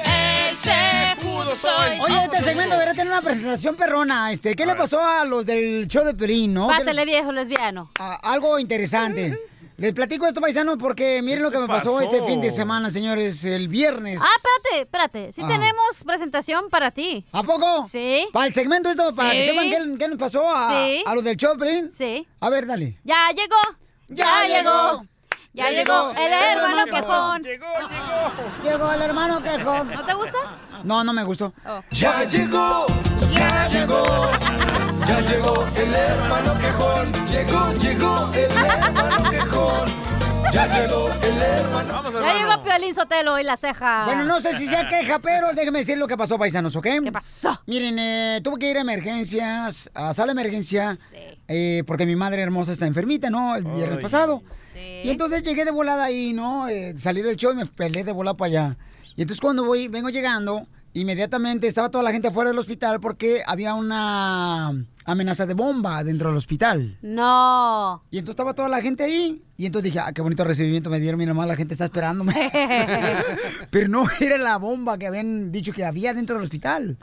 [SPEAKER 3] Ese pudo soy.
[SPEAKER 1] Oye, este segmento debería tener una presentación perrona. Este, ¿Qué le pasó a los del show de Pelín, no? ¿Qué
[SPEAKER 3] Pásale,
[SPEAKER 1] les- Ah,
[SPEAKER 3] viejo lesbiano.
[SPEAKER 1] a- algo interesante. Les platico esto, paisano, porque miren lo que me pasó,
[SPEAKER 3] pasó?
[SPEAKER 1] este fin de semana, señores, el viernes.
[SPEAKER 3] Ah, espérate, espérate. Sí
[SPEAKER 1] Ajá.
[SPEAKER 3] tenemos presentación para ti.
[SPEAKER 1] Ah. ¿A poco?
[SPEAKER 3] Sí.
[SPEAKER 1] Para el segmento esto, para que
[SPEAKER 3] Sí.
[SPEAKER 1] sepan qué, qué nos pasó a,
[SPEAKER 3] Sí.
[SPEAKER 1] a los del show de Pelín.
[SPEAKER 3] Sí.
[SPEAKER 1] A ver, dale.
[SPEAKER 3] Ya llegó.
[SPEAKER 1] Ya llegó.
[SPEAKER 3] Ya llegó. El hermano quejón.
[SPEAKER 2] Llegó, llegó.
[SPEAKER 1] Llegó el hermano quejón.
[SPEAKER 3] ¿No te gusta?
[SPEAKER 1] No, no me gustó.
[SPEAKER 3] Oh.
[SPEAKER 12] Ya llegó, ya llegó, ya llegó el hermano quejón. Llegó, llegó el hermano quejón. Ya llegó el hermano.
[SPEAKER 3] Ya llegó Piolín Sotelo y la ceja.
[SPEAKER 1] Bueno, no sé si sea queja, pero déjeme decir lo que pasó, paisanos, ¿ok? ¿Qué
[SPEAKER 3] Ah. pasó?
[SPEAKER 1] Miren, eh, tuve que ir a emergencias, a sala de emergencia, eh, porque mi madre hermosa está enfermita, ¿no? El viernes
[SPEAKER 3] Ay.
[SPEAKER 1] pasado. Y entonces llegué de volada ahí, ¿no? Eh, salí del show y me peleé de volada para allá. Y entonces cuando voy, vengo llegando, inmediatamente estaba toda la gente afuera del hospital porque había una amenaza de bomba dentro del hospital.
[SPEAKER 3] No.
[SPEAKER 1] Y entonces estaba toda la gente ahí. Y entonces dije, ah, qué bonito recibimiento me dieron, mira nomás, la gente está esperándome. Pero no era la bomba que habían dicho que había dentro del hospital.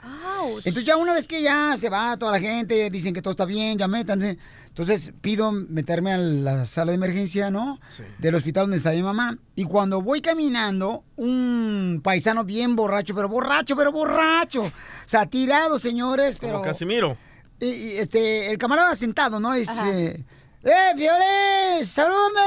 [SPEAKER 1] Entonces ya una vez que ya se va toda la gente, dicen que todo está bien, ya métanse. Entonces pido meterme a la sala de emergencia, ¿no? Del hospital donde está mi mamá. Y cuando voy caminando, un paisano bien borracho, pero borracho, pero borracho. O sea, tirado, señores, pero...
[SPEAKER 2] Como Casimiro.
[SPEAKER 1] Y, y, este, el camarada sentado, ¿no? Dice, ¡eh, Violín! ¡Salúdame,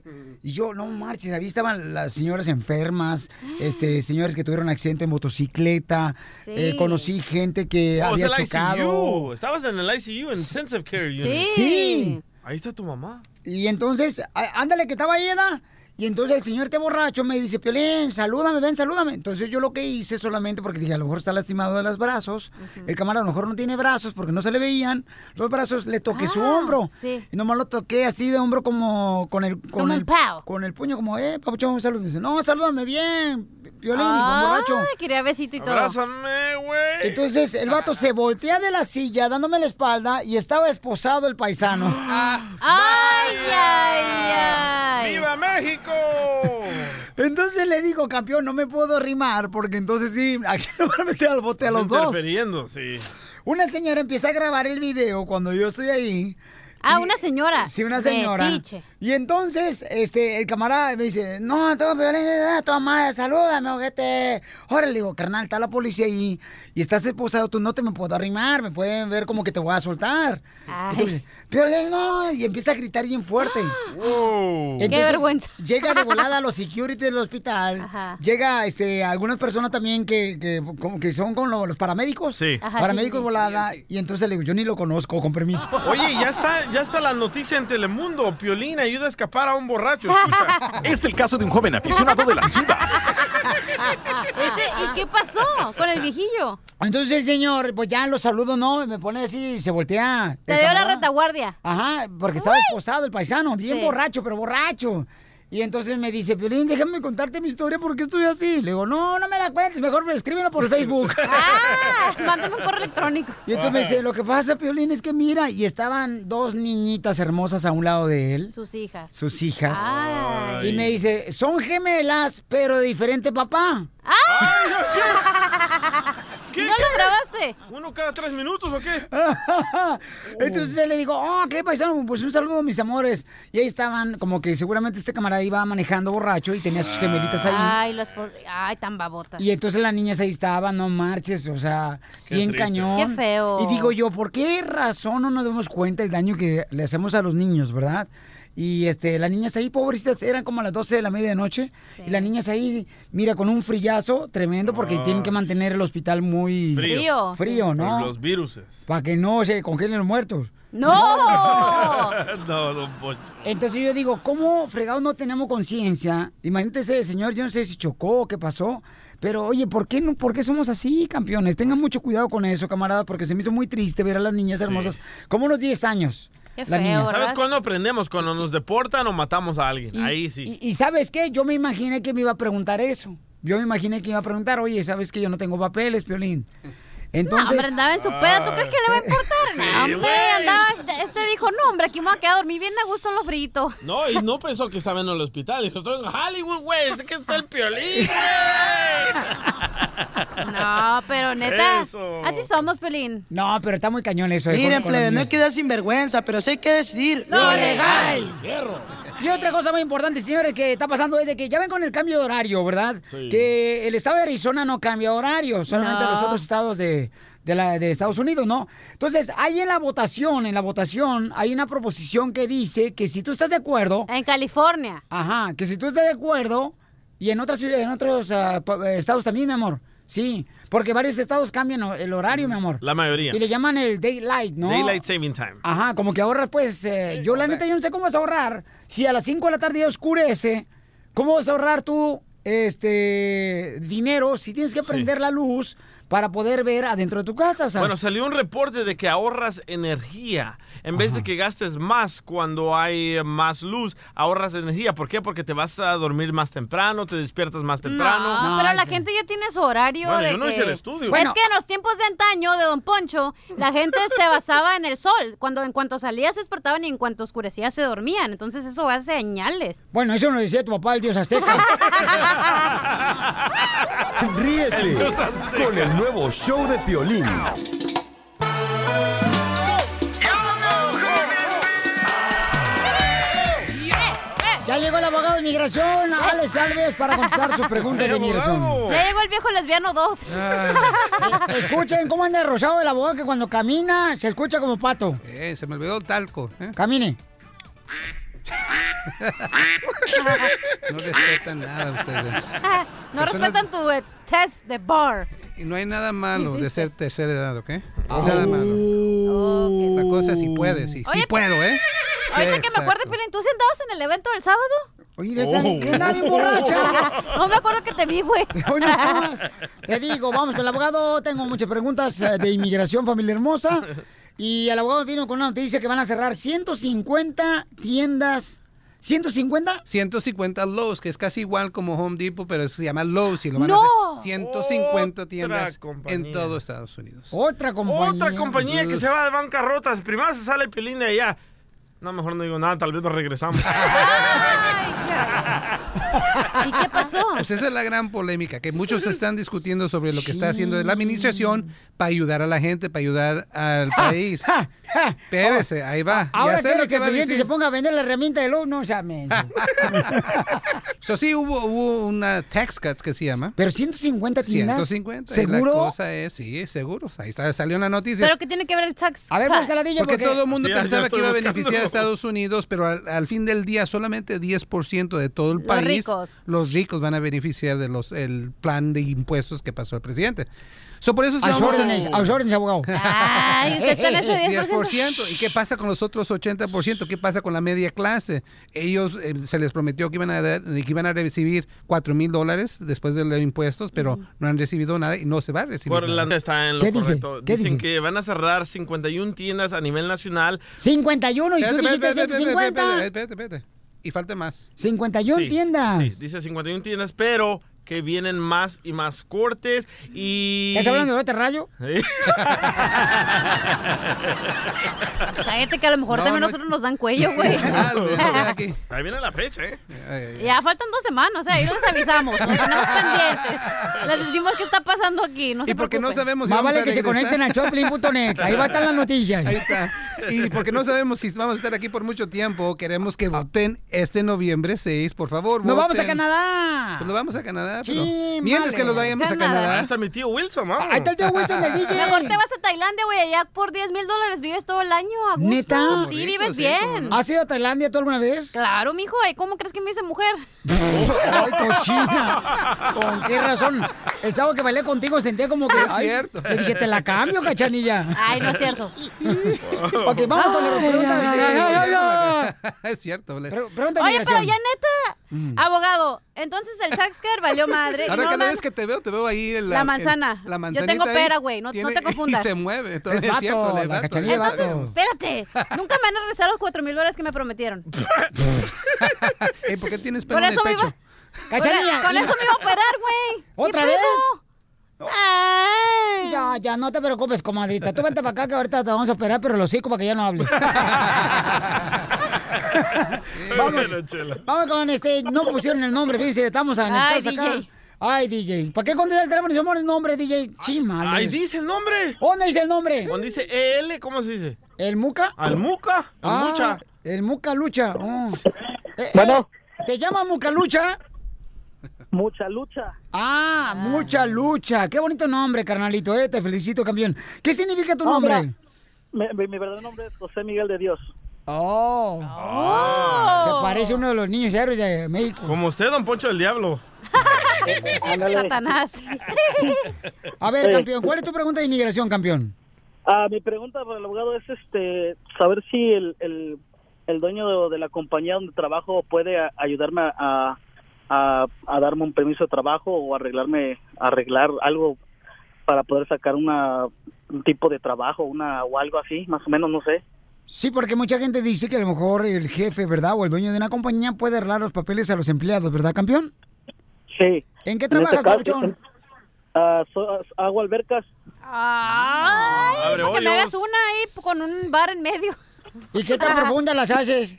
[SPEAKER 1] güey! Y yo, no marches, ahí estaban las señoras enfermas, este, señores que tuvieron accidente en motocicleta.
[SPEAKER 2] Sí.
[SPEAKER 1] eh, conocí gente que
[SPEAKER 2] Oh, es
[SPEAKER 1] había
[SPEAKER 2] el
[SPEAKER 1] chocado.
[SPEAKER 2] ICU. Estabas en el ICU, en Intensive Care Unit.
[SPEAKER 1] Sí. Sí.
[SPEAKER 2] Ahí está tu mamá.
[SPEAKER 1] Y entonces, á- ándale, que estaba ahí, ¿da? Y entonces el señor te borracho me dice, Piolín, salúdame, ven, salúdame. Entonces yo lo que hice solamente porque dije, a lo mejor está lastimado de los brazos. El camarada a lo mejor no tiene brazos porque no se le veían. Los brazos le toqué su hombro.
[SPEAKER 3] Ah, sí.
[SPEAKER 1] Y nomás lo toqué así de hombro como con el, con
[SPEAKER 3] Como un
[SPEAKER 1] el, con el puño, como, eh, papuchón, salúdame. Dice, no, salúdame bien, Piolín, y
[SPEAKER 3] Ah,
[SPEAKER 1] con borracho.
[SPEAKER 3] Quería besito y todo.
[SPEAKER 2] Abrázame, güey.
[SPEAKER 1] Entonces el vato se voltea de la silla dándome la espalda y estaba esposado el paisano.
[SPEAKER 3] ¡Ay, ay, ay!
[SPEAKER 2] Ah, ¡Viva México!
[SPEAKER 1] Entonces le digo, campeón, no me puedo rimar porque entonces sí, aquí no van a meter al bote a los dos.
[SPEAKER 2] Interfiriendo, sí.
[SPEAKER 1] Una señora empieza a grabar el video cuando yo estoy ahí.
[SPEAKER 3] Ah, una señora.
[SPEAKER 1] Sí, una
[SPEAKER 3] De
[SPEAKER 1] señora.
[SPEAKER 3] tiche.
[SPEAKER 1] Y entonces, este, el camarada me dice, no, todo eh, toma madre, salúdame, ojete. Ahora le digo, carnal, está la policía ahí y estás esposado, tú no te me puedo arrimar, me pueden ver como que te voy a soltar. Entonces, pero él, no, y empieza a gritar bien fuerte.
[SPEAKER 3] Qué vergüenza.
[SPEAKER 1] Llega de volada a los security del hospital.
[SPEAKER 3] Ajá.
[SPEAKER 1] Llega, este, algunas personas también que, que, como que son con lo- los paramédicos.
[SPEAKER 2] Sí. Ajá,
[SPEAKER 1] paramédicos
[SPEAKER 2] sí, sí.
[SPEAKER 1] volada. Y entonces le digo, yo ni lo conozco, con permiso.
[SPEAKER 2] Oye, ya está, ya está la noticia en Telemundo. Piolín ayuda a escapar a un borracho. Escucha.
[SPEAKER 12] Es el caso de un joven aficionado de las chivas.
[SPEAKER 3] Ese, ¿Y qué pasó con el viejillo?
[SPEAKER 1] Entonces el señor, pues ya lo saludo, ¿no? Me pone así y se voltea.
[SPEAKER 3] Te
[SPEAKER 1] El
[SPEAKER 3] dio la
[SPEAKER 1] camarada.
[SPEAKER 3] retaguardia.
[SPEAKER 1] Ajá, porque estaba esposado el paisano, bien
[SPEAKER 3] Sí.
[SPEAKER 1] borracho, pero borracho. Y entonces me dice, Piolín, déjame contarte mi historia porque estoy así. Le digo, no, no me la cuentes, mejor escríbelo por Facebook.
[SPEAKER 3] ¡Ah! Mándame un correo electrónico.
[SPEAKER 1] Y entonces me dice, lo que pasa, Piolín, es que mira, y estaban dos niñitas hermosas a un lado de él,
[SPEAKER 3] Sus hijas.
[SPEAKER 1] sus hijas.
[SPEAKER 3] Ay.
[SPEAKER 1] Y me dice, son gemelas, pero de diferente papá.
[SPEAKER 2] ¿Qué?
[SPEAKER 3] ¿No lo grabaste?
[SPEAKER 2] ¿Uno cada tres minutos o qué?
[SPEAKER 1] Entonces le digo, oh, qué paisano, pues un saludo, mis amores. Y ahí estaban, como que seguramente este camarada iba manejando borracho y tenía sus gemelitas ahí.
[SPEAKER 3] Ay, los po- Ay, tan babotas.
[SPEAKER 1] Y entonces las niñas ahí estaban, no marches, o sea,
[SPEAKER 3] Qué
[SPEAKER 1] bien
[SPEAKER 3] triste.
[SPEAKER 1] cañón.
[SPEAKER 3] Qué feo.
[SPEAKER 1] Y digo yo, ¿por qué razón no nos damos cuenta el daño que le hacemos a los niños, verdad? Y este, las niñas ahí, pobrecitas, eran como a las 12 de la medianoche. Y las niñas ahí, mira, con un frillazo tremendo porque tienen que mantener el hospital muy
[SPEAKER 2] Frío.
[SPEAKER 1] frío ¿no?
[SPEAKER 2] Por los virus.
[SPEAKER 1] Para que no se congelen los muertos. ¡No!
[SPEAKER 2] no, don Poncho.
[SPEAKER 1] Entonces yo digo, ¿cómo fregado no tenemos conciencia? Imagínate ese señor, yo no sé si chocó, qué pasó. Pero oye, ¿por qué, no, ¿por qué somos así, campeones? Tengan mucho cuidado con eso, camaradas, porque se me hizo muy triste ver a las niñas hermosas, como unos 10 años.
[SPEAKER 3] Qué
[SPEAKER 1] las niñas.
[SPEAKER 2] ¿Sabes cuándo aprendemos? Cuando nos deportan o matamos a alguien. Ahí sí.
[SPEAKER 1] Y, y ¿sabes qué? Yo me imaginé que me iba a preguntar eso. Yo me imaginé que iba a preguntar, oye, ¿sabes que yo no tengo papeles, Piolín? Entonces... Ah,
[SPEAKER 3] No, hombre, andaba en su peda.
[SPEAKER 18] Ah.
[SPEAKER 3] ¿Tú crees que le va a importar? No, hombre,
[SPEAKER 2] güey.
[SPEAKER 3] andaba... Este dijo, no, hombre, aquí me voy a quedar a dormir bien a gusto en lo frito.
[SPEAKER 2] No, y no pensó que estaba en el hospital. Dijo, estoy en Hollywood, güey. Este que está el piolín, güey.
[SPEAKER 3] No, pero neta,
[SPEAKER 18] Eso.
[SPEAKER 3] así somos, Pelín.
[SPEAKER 1] No, pero está muy cañón eso. eh,
[SPEAKER 18] Miren,
[SPEAKER 1] con- con
[SPEAKER 18] plebe,
[SPEAKER 1] los
[SPEAKER 18] no hay
[SPEAKER 1] niños.
[SPEAKER 18] que dar sinvergüenza, pero sí hay que decidir.
[SPEAKER 1] Lo legal. Y otra cosa muy importante, señores, que está pasando es de que ya ven con el cambio de horario, ¿verdad? Que el estado de Arizona no cambia horario, solamente
[SPEAKER 18] No.
[SPEAKER 1] los otros estados de, de la- de Estados Unidos, ¿no? Entonces, ahí en la votación, en la votación, hay una proposición que dice que si tú estás de acuerdo...
[SPEAKER 3] En California.
[SPEAKER 1] Ajá, que si tú estás de acuerdo, y en, otras, ciudades- en otros ah, pa- eh, estados también, mi amor, sí, porque varios estados cambian o- el horario, mi amor.
[SPEAKER 2] La mayoría.
[SPEAKER 1] Y le llaman el daylight, ¿no?
[SPEAKER 2] Daylight Saving Time.
[SPEAKER 1] Ajá, como que ahorras, pues. eh, yo, la neta, yo no sé cómo vas a ahorrar. Si a las 5 de la tarde ya oscurece, ¿cómo vas a ahorrar tú este dinero si tienes que prender la luz para poder ver adentro de tu casa? O sea,
[SPEAKER 2] Bueno, salió un reporte de que ahorras energía. En vez de que gastes más cuando hay más luz, ahorras energía. ¿Por qué? Porque te vas a dormir más temprano, te despiertas más temprano.
[SPEAKER 3] No, pero la gente ya tiene su horario.
[SPEAKER 2] Bueno,
[SPEAKER 3] de
[SPEAKER 2] yo no
[SPEAKER 3] que-
[SPEAKER 2] hice el estudio.
[SPEAKER 3] Es
[SPEAKER 2] Bueno.
[SPEAKER 3] que en los tiempos de antaño de Don Poncho, la gente se basaba en el sol. Cuando en cuanto salía se despertaban y en cuanto oscurecía se dormían. Entonces eso hace señales.
[SPEAKER 1] Bueno, eso no lo decía tu papá, el dios azteca.
[SPEAKER 8] Ríete con el nuevo show de Piolín.
[SPEAKER 1] ya llegó el abogado de inmigración, Alex Galvez, para contestar sus preguntas de
[SPEAKER 2] Oh.
[SPEAKER 1] inmigración.
[SPEAKER 3] Ya llegó el viejo lesbiano 2.
[SPEAKER 19] Ah.
[SPEAKER 1] Eh, Escuchen cómo anda rosado el abogado que cuando camina se escucha como pato.
[SPEAKER 19] Eh, se me olvidó el talco. ¿eh?
[SPEAKER 1] Camine.
[SPEAKER 19] No respetan nada ustedes.
[SPEAKER 3] no
[SPEAKER 19] Personas-
[SPEAKER 3] respetan tu eh, test de bar.
[SPEAKER 19] Y no hay nada malo de ser tercera edad, ¿ok? No
[SPEAKER 3] Ah.
[SPEAKER 19] hay nada
[SPEAKER 2] Oh.
[SPEAKER 19] malo. La cosa si puedes, sí, sí puedo,
[SPEAKER 3] pues,
[SPEAKER 19] ¿eh?
[SPEAKER 3] Ahorita que
[SPEAKER 19] Exacto.
[SPEAKER 3] me acuerdo, Pilín, ¿tú sí andabas en el evento del sábado?
[SPEAKER 1] Oye, esta- Oh. que andaba bien borracha.
[SPEAKER 3] No me acuerdo que te vi, güey.
[SPEAKER 1] Hoy no más. pues, Te digo, vamos con el abogado. Tengo muchas preguntas eh, de inmigración, familia hermosa. Y el abogado vino con una noticia que van a cerrar 150 tiendas. ¿150?
[SPEAKER 19] 150 Lowe's, que es casi igual como Home Depot, pero se llama Lowe's y lo van
[SPEAKER 1] ¡No!
[SPEAKER 19] a hacer 150
[SPEAKER 2] Otra
[SPEAKER 19] tiendas
[SPEAKER 2] compañía.
[SPEAKER 19] en todo Estados Unidos.
[SPEAKER 1] Otra compañía.
[SPEAKER 2] Otra compañía que se va de bancarrotas. Primero se sale el Piolín de allá. No, mejor no digo nada, tal vez nos regresamos.
[SPEAKER 3] ¿Y qué pasó?
[SPEAKER 19] Pues esa es la gran polémica, que muchos están discutiendo sobre lo que está haciendo la administración para ayudar a la gente, para ayudar al país. Espérese, ahí va. Ya
[SPEAKER 1] Ahora
[SPEAKER 19] sé
[SPEAKER 1] quiero
[SPEAKER 19] lo
[SPEAKER 1] que el
[SPEAKER 19] va a
[SPEAKER 1] cliente
[SPEAKER 19] decir. Ah.
[SPEAKER 1] se ponga a vender la herramienta de luz. No, ya me...
[SPEAKER 19] So, sí, hubo, hubo una tax cuts que se llama.
[SPEAKER 1] Pero 150 tiendas.
[SPEAKER 19] 150. Y la
[SPEAKER 1] ¿Seguro?
[SPEAKER 19] cosa es, sí, seguro. Ahí está, salió una noticia.
[SPEAKER 3] ¿Pero qué tiene que ver el tax?
[SPEAKER 1] A ver, busca la DJ
[SPEAKER 19] Pues, porque, todo el mundo pensaba que iba a beneficiar a Estados Unidos, pero al, al fin del día solamente 10% de todo el
[SPEAKER 3] Los
[SPEAKER 19] país,
[SPEAKER 3] ricos.
[SPEAKER 19] los ricos van a beneficiar de los el plan de impuestos que pasó el presidente. So, por eso
[SPEAKER 1] A sus
[SPEAKER 19] vamos a-
[SPEAKER 1] órdenes, a sus órdenes, abogado.
[SPEAKER 3] Ay, usted está en ese 10%.
[SPEAKER 19] 10%. ¿Y qué pasa con los otros 80%? ¿Qué pasa con la media clase? Ellos eh, se les prometió que iban a, dar- que iban a recibir 4 mil dólares después de los impuestos, pero no han recibido nada y no se va a recibir.
[SPEAKER 2] Por
[SPEAKER 19] nada.
[SPEAKER 2] la está en lo correcto. Dicen que van a cerrar 51 tiendas a nivel nacional.
[SPEAKER 1] 51 y tú
[SPEAKER 19] Espérate,
[SPEAKER 1] dijiste
[SPEAKER 19] espérate, espérate, espérate,
[SPEAKER 1] 150.
[SPEAKER 19] espérate, espérate. Y falta más.
[SPEAKER 1] 51
[SPEAKER 2] Sí,
[SPEAKER 1] tiendas.
[SPEAKER 2] Sí, dice 51 tiendas, pero que vienen más y más cortes y...
[SPEAKER 1] ¿Estás hablando de otro rayo?
[SPEAKER 2] Sí.
[SPEAKER 3] Cállate que a lo mejor
[SPEAKER 2] No,
[SPEAKER 3] también
[SPEAKER 2] no.
[SPEAKER 3] nosotros nos dan cuello, güey.
[SPEAKER 2] Ahí viene la fecha, ¿eh?
[SPEAKER 3] Ya faltan dos semanas, ¿eh? ahí les avisamos. Los tenemos pendientes. Les decimos qué está pasando aquí. No se
[SPEAKER 19] Y porque no
[SPEAKER 3] preocupen.
[SPEAKER 19] sabemos si
[SPEAKER 1] Más
[SPEAKER 19] vamos
[SPEAKER 1] vale
[SPEAKER 19] a
[SPEAKER 1] que se
[SPEAKER 19] regresar.
[SPEAKER 1] conecten a choplin.net. Ahí va a estar las noticias.
[SPEAKER 19] Ahí está. Y porque no sabemos si vamos a estar aquí por mucho tiempo, queremos que voten este noviembre 6, por favor.
[SPEAKER 1] ¡Nos vamos a
[SPEAKER 19] voten.
[SPEAKER 1] Canadá!
[SPEAKER 19] Pues nos vamos a Canadá, pero
[SPEAKER 1] Sí,
[SPEAKER 19] mientras
[SPEAKER 1] vale.
[SPEAKER 19] que nos vayamos a
[SPEAKER 1] Canadá.
[SPEAKER 19] Canadá.
[SPEAKER 1] Ahí está
[SPEAKER 2] mi tío Wilson,
[SPEAKER 1] Ahí está el tío Wilson del DJ.
[SPEAKER 3] Mejor te vas a Tailandia, güey. Allá por 10 mil dólares vives todo el año. a gusto.
[SPEAKER 1] ¿Neta?
[SPEAKER 3] Sí, vives bien.
[SPEAKER 1] ¿Has ido a Tailandia tú alguna vez?
[SPEAKER 3] Claro, mijo. ¿y ¿Cómo crees que me hice mujer?
[SPEAKER 1] ¡Ay, cochina! ¿Con qué razón? El sábado que bailé contigo sentía como que...
[SPEAKER 19] Es
[SPEAKER 1] ay,
[SPEAKER 19] cierto.
[SPEAKER 1] Le dije, te la cambio, cachanilla.
[SPEAKER 3] Ay, no es cierto.
[SPEAKER 1] Ok, vamos con la pregunta de-
[SPEAKER 19] Es cierto, Bled.
[SPEAKER 3] Oye, pero ya neta, abogado, entonces el Saxcar valió madre. y
[SPEAKER 19] Ahora
[SPEAKER 3] no
[SPEAKER 19] cada
[SPEAKER 3] man-
[SPEAKER 19] vez que te veo, te veo ahí en la,
[SPEAKER 3] La
[SPEAKER 19] en-
[SPEAKER 3] manzana.
[SPEAKER 19] la
[SPEAKER 3] Yo
[SPEAKER 19] manzanita
[SPEAKER 3] tengo
[SPEAKER 19] ahí,
[SPEAKER 3] pera, güey, no- no
[SPEAKER 19] tiene-
[SPEAKER 3] te confundas.
[SPEAKER 19] Y se mueve. todo
[SPEAKER 1] Es
[SPEAKER 19] es,
[SPEAKER 1] vato,
[SPEAKER 19] cierto,
[SPEAKER 1] la
[SPEAKER 19] le vato.
[SPEAKER 1] cachanilla es vato.
[SPEAKER 3] Entonces, espérate, nunca me van a regresar los cuatro mil dólares que me prometieron.
[SPEAKER 19] Ey, ¿Por qué tienes pelo
[SPEAKER 3] Por
[SPEAKER 19] en el
[SPEAKER 3] eso me
[SPEAKER 19] pecho?
[SPEAKER 3] iba. Con con eso me iba a operar, güey.
[SPEAKER 1] ¿Otra
[SPEAKER 3] ¿Qué
[SPEAKER 1] vez?
[SPEAKER 3] pedo?
[SPEAKER 1] Ya, ya, no te preocupes, comadrita. Tú vente para acá que ahorita te vamos a operar, pero lo hocico para que ya no hables. Vamos.
[SPEAKER 12] Bueno, Chela.
[SPEAKER 1] Vamos con este, no pusieron el nombre, fíjense, estamos en
[SPEAKER 12] Ay,
[SPEAKER 1] escasos acá.
[SPEAKER 12] DJ.
[SPEAKER 1] Ay, DJ. ¿Para qué contestar el teléfono? Yo el nombre, DJ. Chima.
[SPEAKER 2] Ahí dice el nombre.
[SPEAKER 1] ¿Dónde dice el nombre?
[SPEAKER 2] ¿Dónde dice EL? ¿Cómo se dice?
[SPEAKER 1] ¿El Muca?
[SPEAKER 2] ¿Al Muca? ¿Al
[SPEAKER 1] Ah,
[SPEAKER 2] Mucha?
[SPEAKER 1] El Muca Lucha. bueno. ¿Te llama Muca Lucha? Mucha lucha. Ah, mucha lucha. Qué bonito nombre, carnalito. eh, Te felicito, campeón. ¿Qué significa tu
[SPEAKER 11] No,
[SPEAKER 1] nombre?
[SPEAKER 11] mira, Mi, mi- mi verdadero nombre es José Miguel de Dios.
[SPEAKER 1] Oh. Se parece a uno de los niños héroes de México.
[SPEAKER 2] Ah. Como usted, don Poncho del Diablo.
[SPEAKER 3] Satanás.
[SPEAKER 1] A ver,
[SPEAKER 11] Sí.
[SPEAKER 1] campeón, ¿cuál es tu pregunta de inmigración, campeón?
[SPEAKER 11] Ah, mi pregunta para el abogado es este saber si el, el, el dueño de, de la compañía donde trabajo puede a- ayudarme a, a, a- a darme un permiso de trabajo o arreglarme arreglar algo para poder sacar una un tipo de trabajo una o algo así más o menos no sé
[SPEAKER 1] Sí, porque mucha gente dice que a lo mejor el jefe, ¿verdad? O el dueño de una compañía puede arreglar los papeles a los empleados, ¿verdad, campeón?
[SPEAKER 11] Sí.
[SPEAKER 1] ¿En
[SPEAKER 11] En
[SPEAKER 1] qué
[SPEAKER 11] este
[SPEAKER 1] trabajas,
[SPEAKER 11] caso,
[SPEAKER 1] papuchón?
[SPEAKER 11] Ah, so- hago albercas
[SPEAKER 3] Ay,
[SPEAKER 11] Abre
[SPEAKER 3] para que me
[SPEAKER 11] hoyos.
[SPEAKER 3] hagas una ahí con un bar en medio.
[SPEAKER 1] ¿Y qué tan profunda las haces?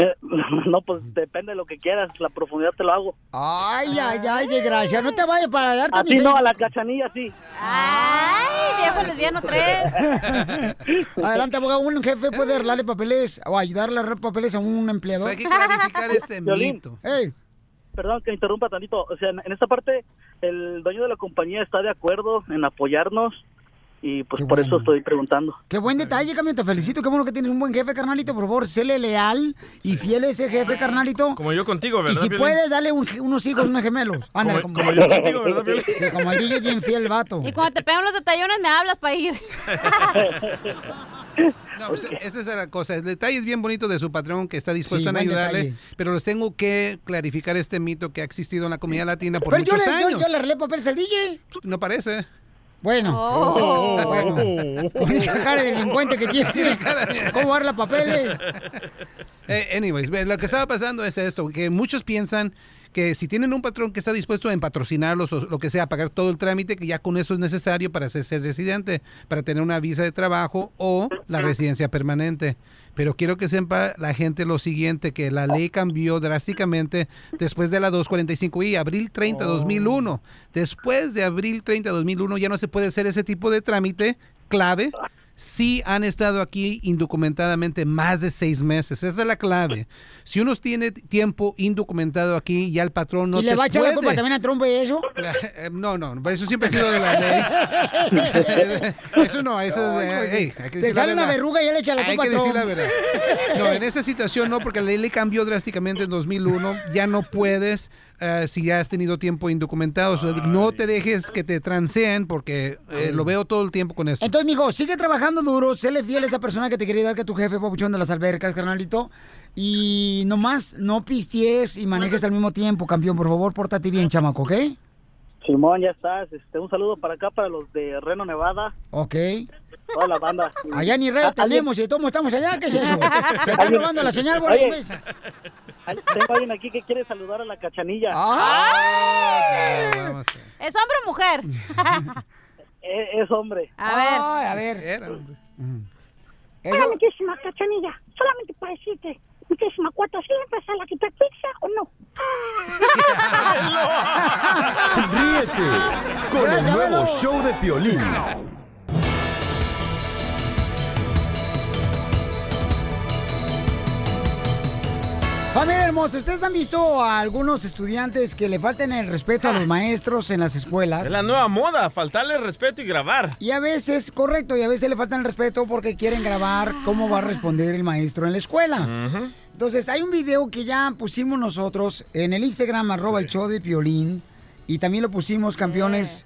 [SPEAKER 11] Eh, no pues depende de lo que quieras la profundidad te lo hago
[SPEAKER 1] Ay, ay, ay, desgracia. No te vayas para darte
[SPEAKER 11] Ah. a
[SPEAKER 1] mi
[SPEAKER 11] ti no
[SPEAKER 1] Facebook.
[SPEAKER 11] a la cachanilla sí
[SPEAKER 3] Ay, viejo lesbiano 3.
[SPEAKER 1] Adelante, abogado. Un jefe puede arreglarle papeles o ayudarle a arreglar papeles a un empleador.
[SPEAKER 11] Pues Hay que clarificar este Violín. mito.
[SPEAKER 1] Ey,
[SPEAKER 11] Perdón que interrumpa tantito. O sea, en, en esta parte, el dueño de la compañía está de acuerdo en apoyarnos y pues por eso estoy preguntando.
[SPEAKER 1] qué buen detalle, camión. Te felicito. Qué bueno que tienes un buen jefe, carnalito. Por favor, séle leal y fiel a ese jefe, carnalito.
[SPEAKER 2] Como yo contigo,
[SPEAKER 1] Y
[SPEAKER 2] ¿verdad,
[SPEAKER 1] si
[SPEAKER 2] Piolín?
[SPEAKER 1] puedes, dale un- unos hijos, unos gemelos. Ándale,
[SPEAKER 2] Como- como yo contigo, ¿verdad, Piolín?
[SPEAKER 1] Sí, como el DJ bien fiel, vato.
[SPEAKER 3] Y cuando te pegan los detallones me hablas para ir.
[SPEAKER 19] No, pues, esa es la cosa. El detalle es bien bonito de su patrón que está dispuesto
[SPEAKER 1] Sí,
[SPEAKER 19] a
[SPEAKER 1] buen
[SPEAKER 19] ayudarle,
[SPEAKER 1] detalle.
[SPEAKER 19] pero les tengo que clarificar este mito que ha existido en la comunidad latina por
[SPEAKER 1] Pero yo
[SPEAKER 19] muchos
[SPEAKER 1] le, yo,
[SPEAKER 19] años.
[SPEAKER 1] yo le arreglé papeles al DJ.
[SPEAKER 19] No parece.
[SPEAKER 1] Bueno,
[SPEAKER 19] Oh.
[SPEAKER 1] bueno, con esa cara de delincuente que tiene, ¿cómo arregla papeles?
[SPEAKER 19] Eh, anyways, ve, lo que estaba pasando es esto, que muchos piensan que si tienen un patrón que está dispuesto en patrocinarlos o lo que sea, pagar todo el trámite, que ya con eso es necesario para ser, ser residente, para tener una visa de trabajo o la residencia permanente. Pero quiero que sepa la gente lo siguiente, que la ley cambió drásticamente después de la 245i, abril 30, 2001. Después de abril 30, 2001 ya no se puede hacer ese tipo de trámite clave sí han estado aquí indocumentadamente más de seis meses. Esa es la clave. Si uno tiene tiempo indocumentado aquí, ya el patrón no
[SPEAKER 1] y le
[SPEAKER 19] te
[SPEAKER 1] va a echar la
[SPEAKER 19] puede.
[SPEAKER 1] culpa también a Trump y eso.
[SPEAKER 19] Eh, No, no, eso siempre ha sido de la ley. Eso no, eso es. eh, hey, hay
[SPEAKER 1] Te
[SPEAKER 19] que decir la
[SPEAKER 1] sale una
[SPEAKER 19] verdad.
[SPEAKER 1] verruga y ya le echa la
[SPEAKER 19] Hay
[SPEAKER 1] culpa
[SPEAKER 19] que
[SPEAKER 1] a
[SPEAKER 19] decir la
[SPEAKER 1] Trump.
[SPEAKER 19] verdad. No, en esa situación no, porque la ley le cambió drásticamente en 2001. Ya no puedes eh, si ya has tenido tiempo indocumentado. O sea, no te dejes que te transeen, porque eh, lo veo todo el tiempo con eso.
[SPEAKER 1] Entonces, mijo, sigue trabajando duro, séle fiel a esa persona que te quiere dar que tu jefe, papuchón de las albercas, carnalito. Y nomás no pistees y manejes al mismo tiempo, campeón. Por favor, pórtate bien, chamaco, ¿ok?
[SPEAKER 11] Simón, ya estás. Este, un saludo para acá, para los de Reno, Nevada,
[SPEAKER 1] Ok.
[SPEAKER 11] toda la banda.
[SPEAKER 1] Allá ni red
[SPEAKER 11] Ah, alguien-
[SPEAKER 1] tenemos, y todos estamos allá, ¿qué es eso? Se están
[SPEAKER 11] Alguien-
[SPEAKER 1] robando la señal,
[SPEAKER 11] Oye,
[SPEAKER 1] güey.
[SPEAKER 11] hay- Tengo alguien aquí que quiere saludar a la cachanilla.
[SPEAKER 1] Ah.
[SPEAKER 3] ¿Es hombre o mujer?
[SPEAKER 2] Eh,
[SPEAKER 11] Es, hombre.
[SPEAKER 3] A ver.
[SPEAKER 1] Ay, a ver.
[SPEAKER 20] Hola, mi querísima cachanilla. Solamente para decirte, mi querísima cuata, ¿sí le vas a la quitar pizza o no?
[SPEAKER 8] Ríete con el nuevo show de Piolín.
[SPEAKER 1] Familia hermosa, ¿ustedes han visto a algunos estudiantes que le faltan el respeto a los maestros en las escuelas?
[SPEAKER 2] Es la nueva moda, faltarle respeto y grabar.
[SPEAKER 1] Y a veces, correcto, y a veces le faltan el respeto porque quieren grabar cómo va a responder el maestro en la escuela. Entonces, hay un video que ya pusimos nosotros en el Instagram, arroba el show de Piolín, y también lo pusimos, campeones,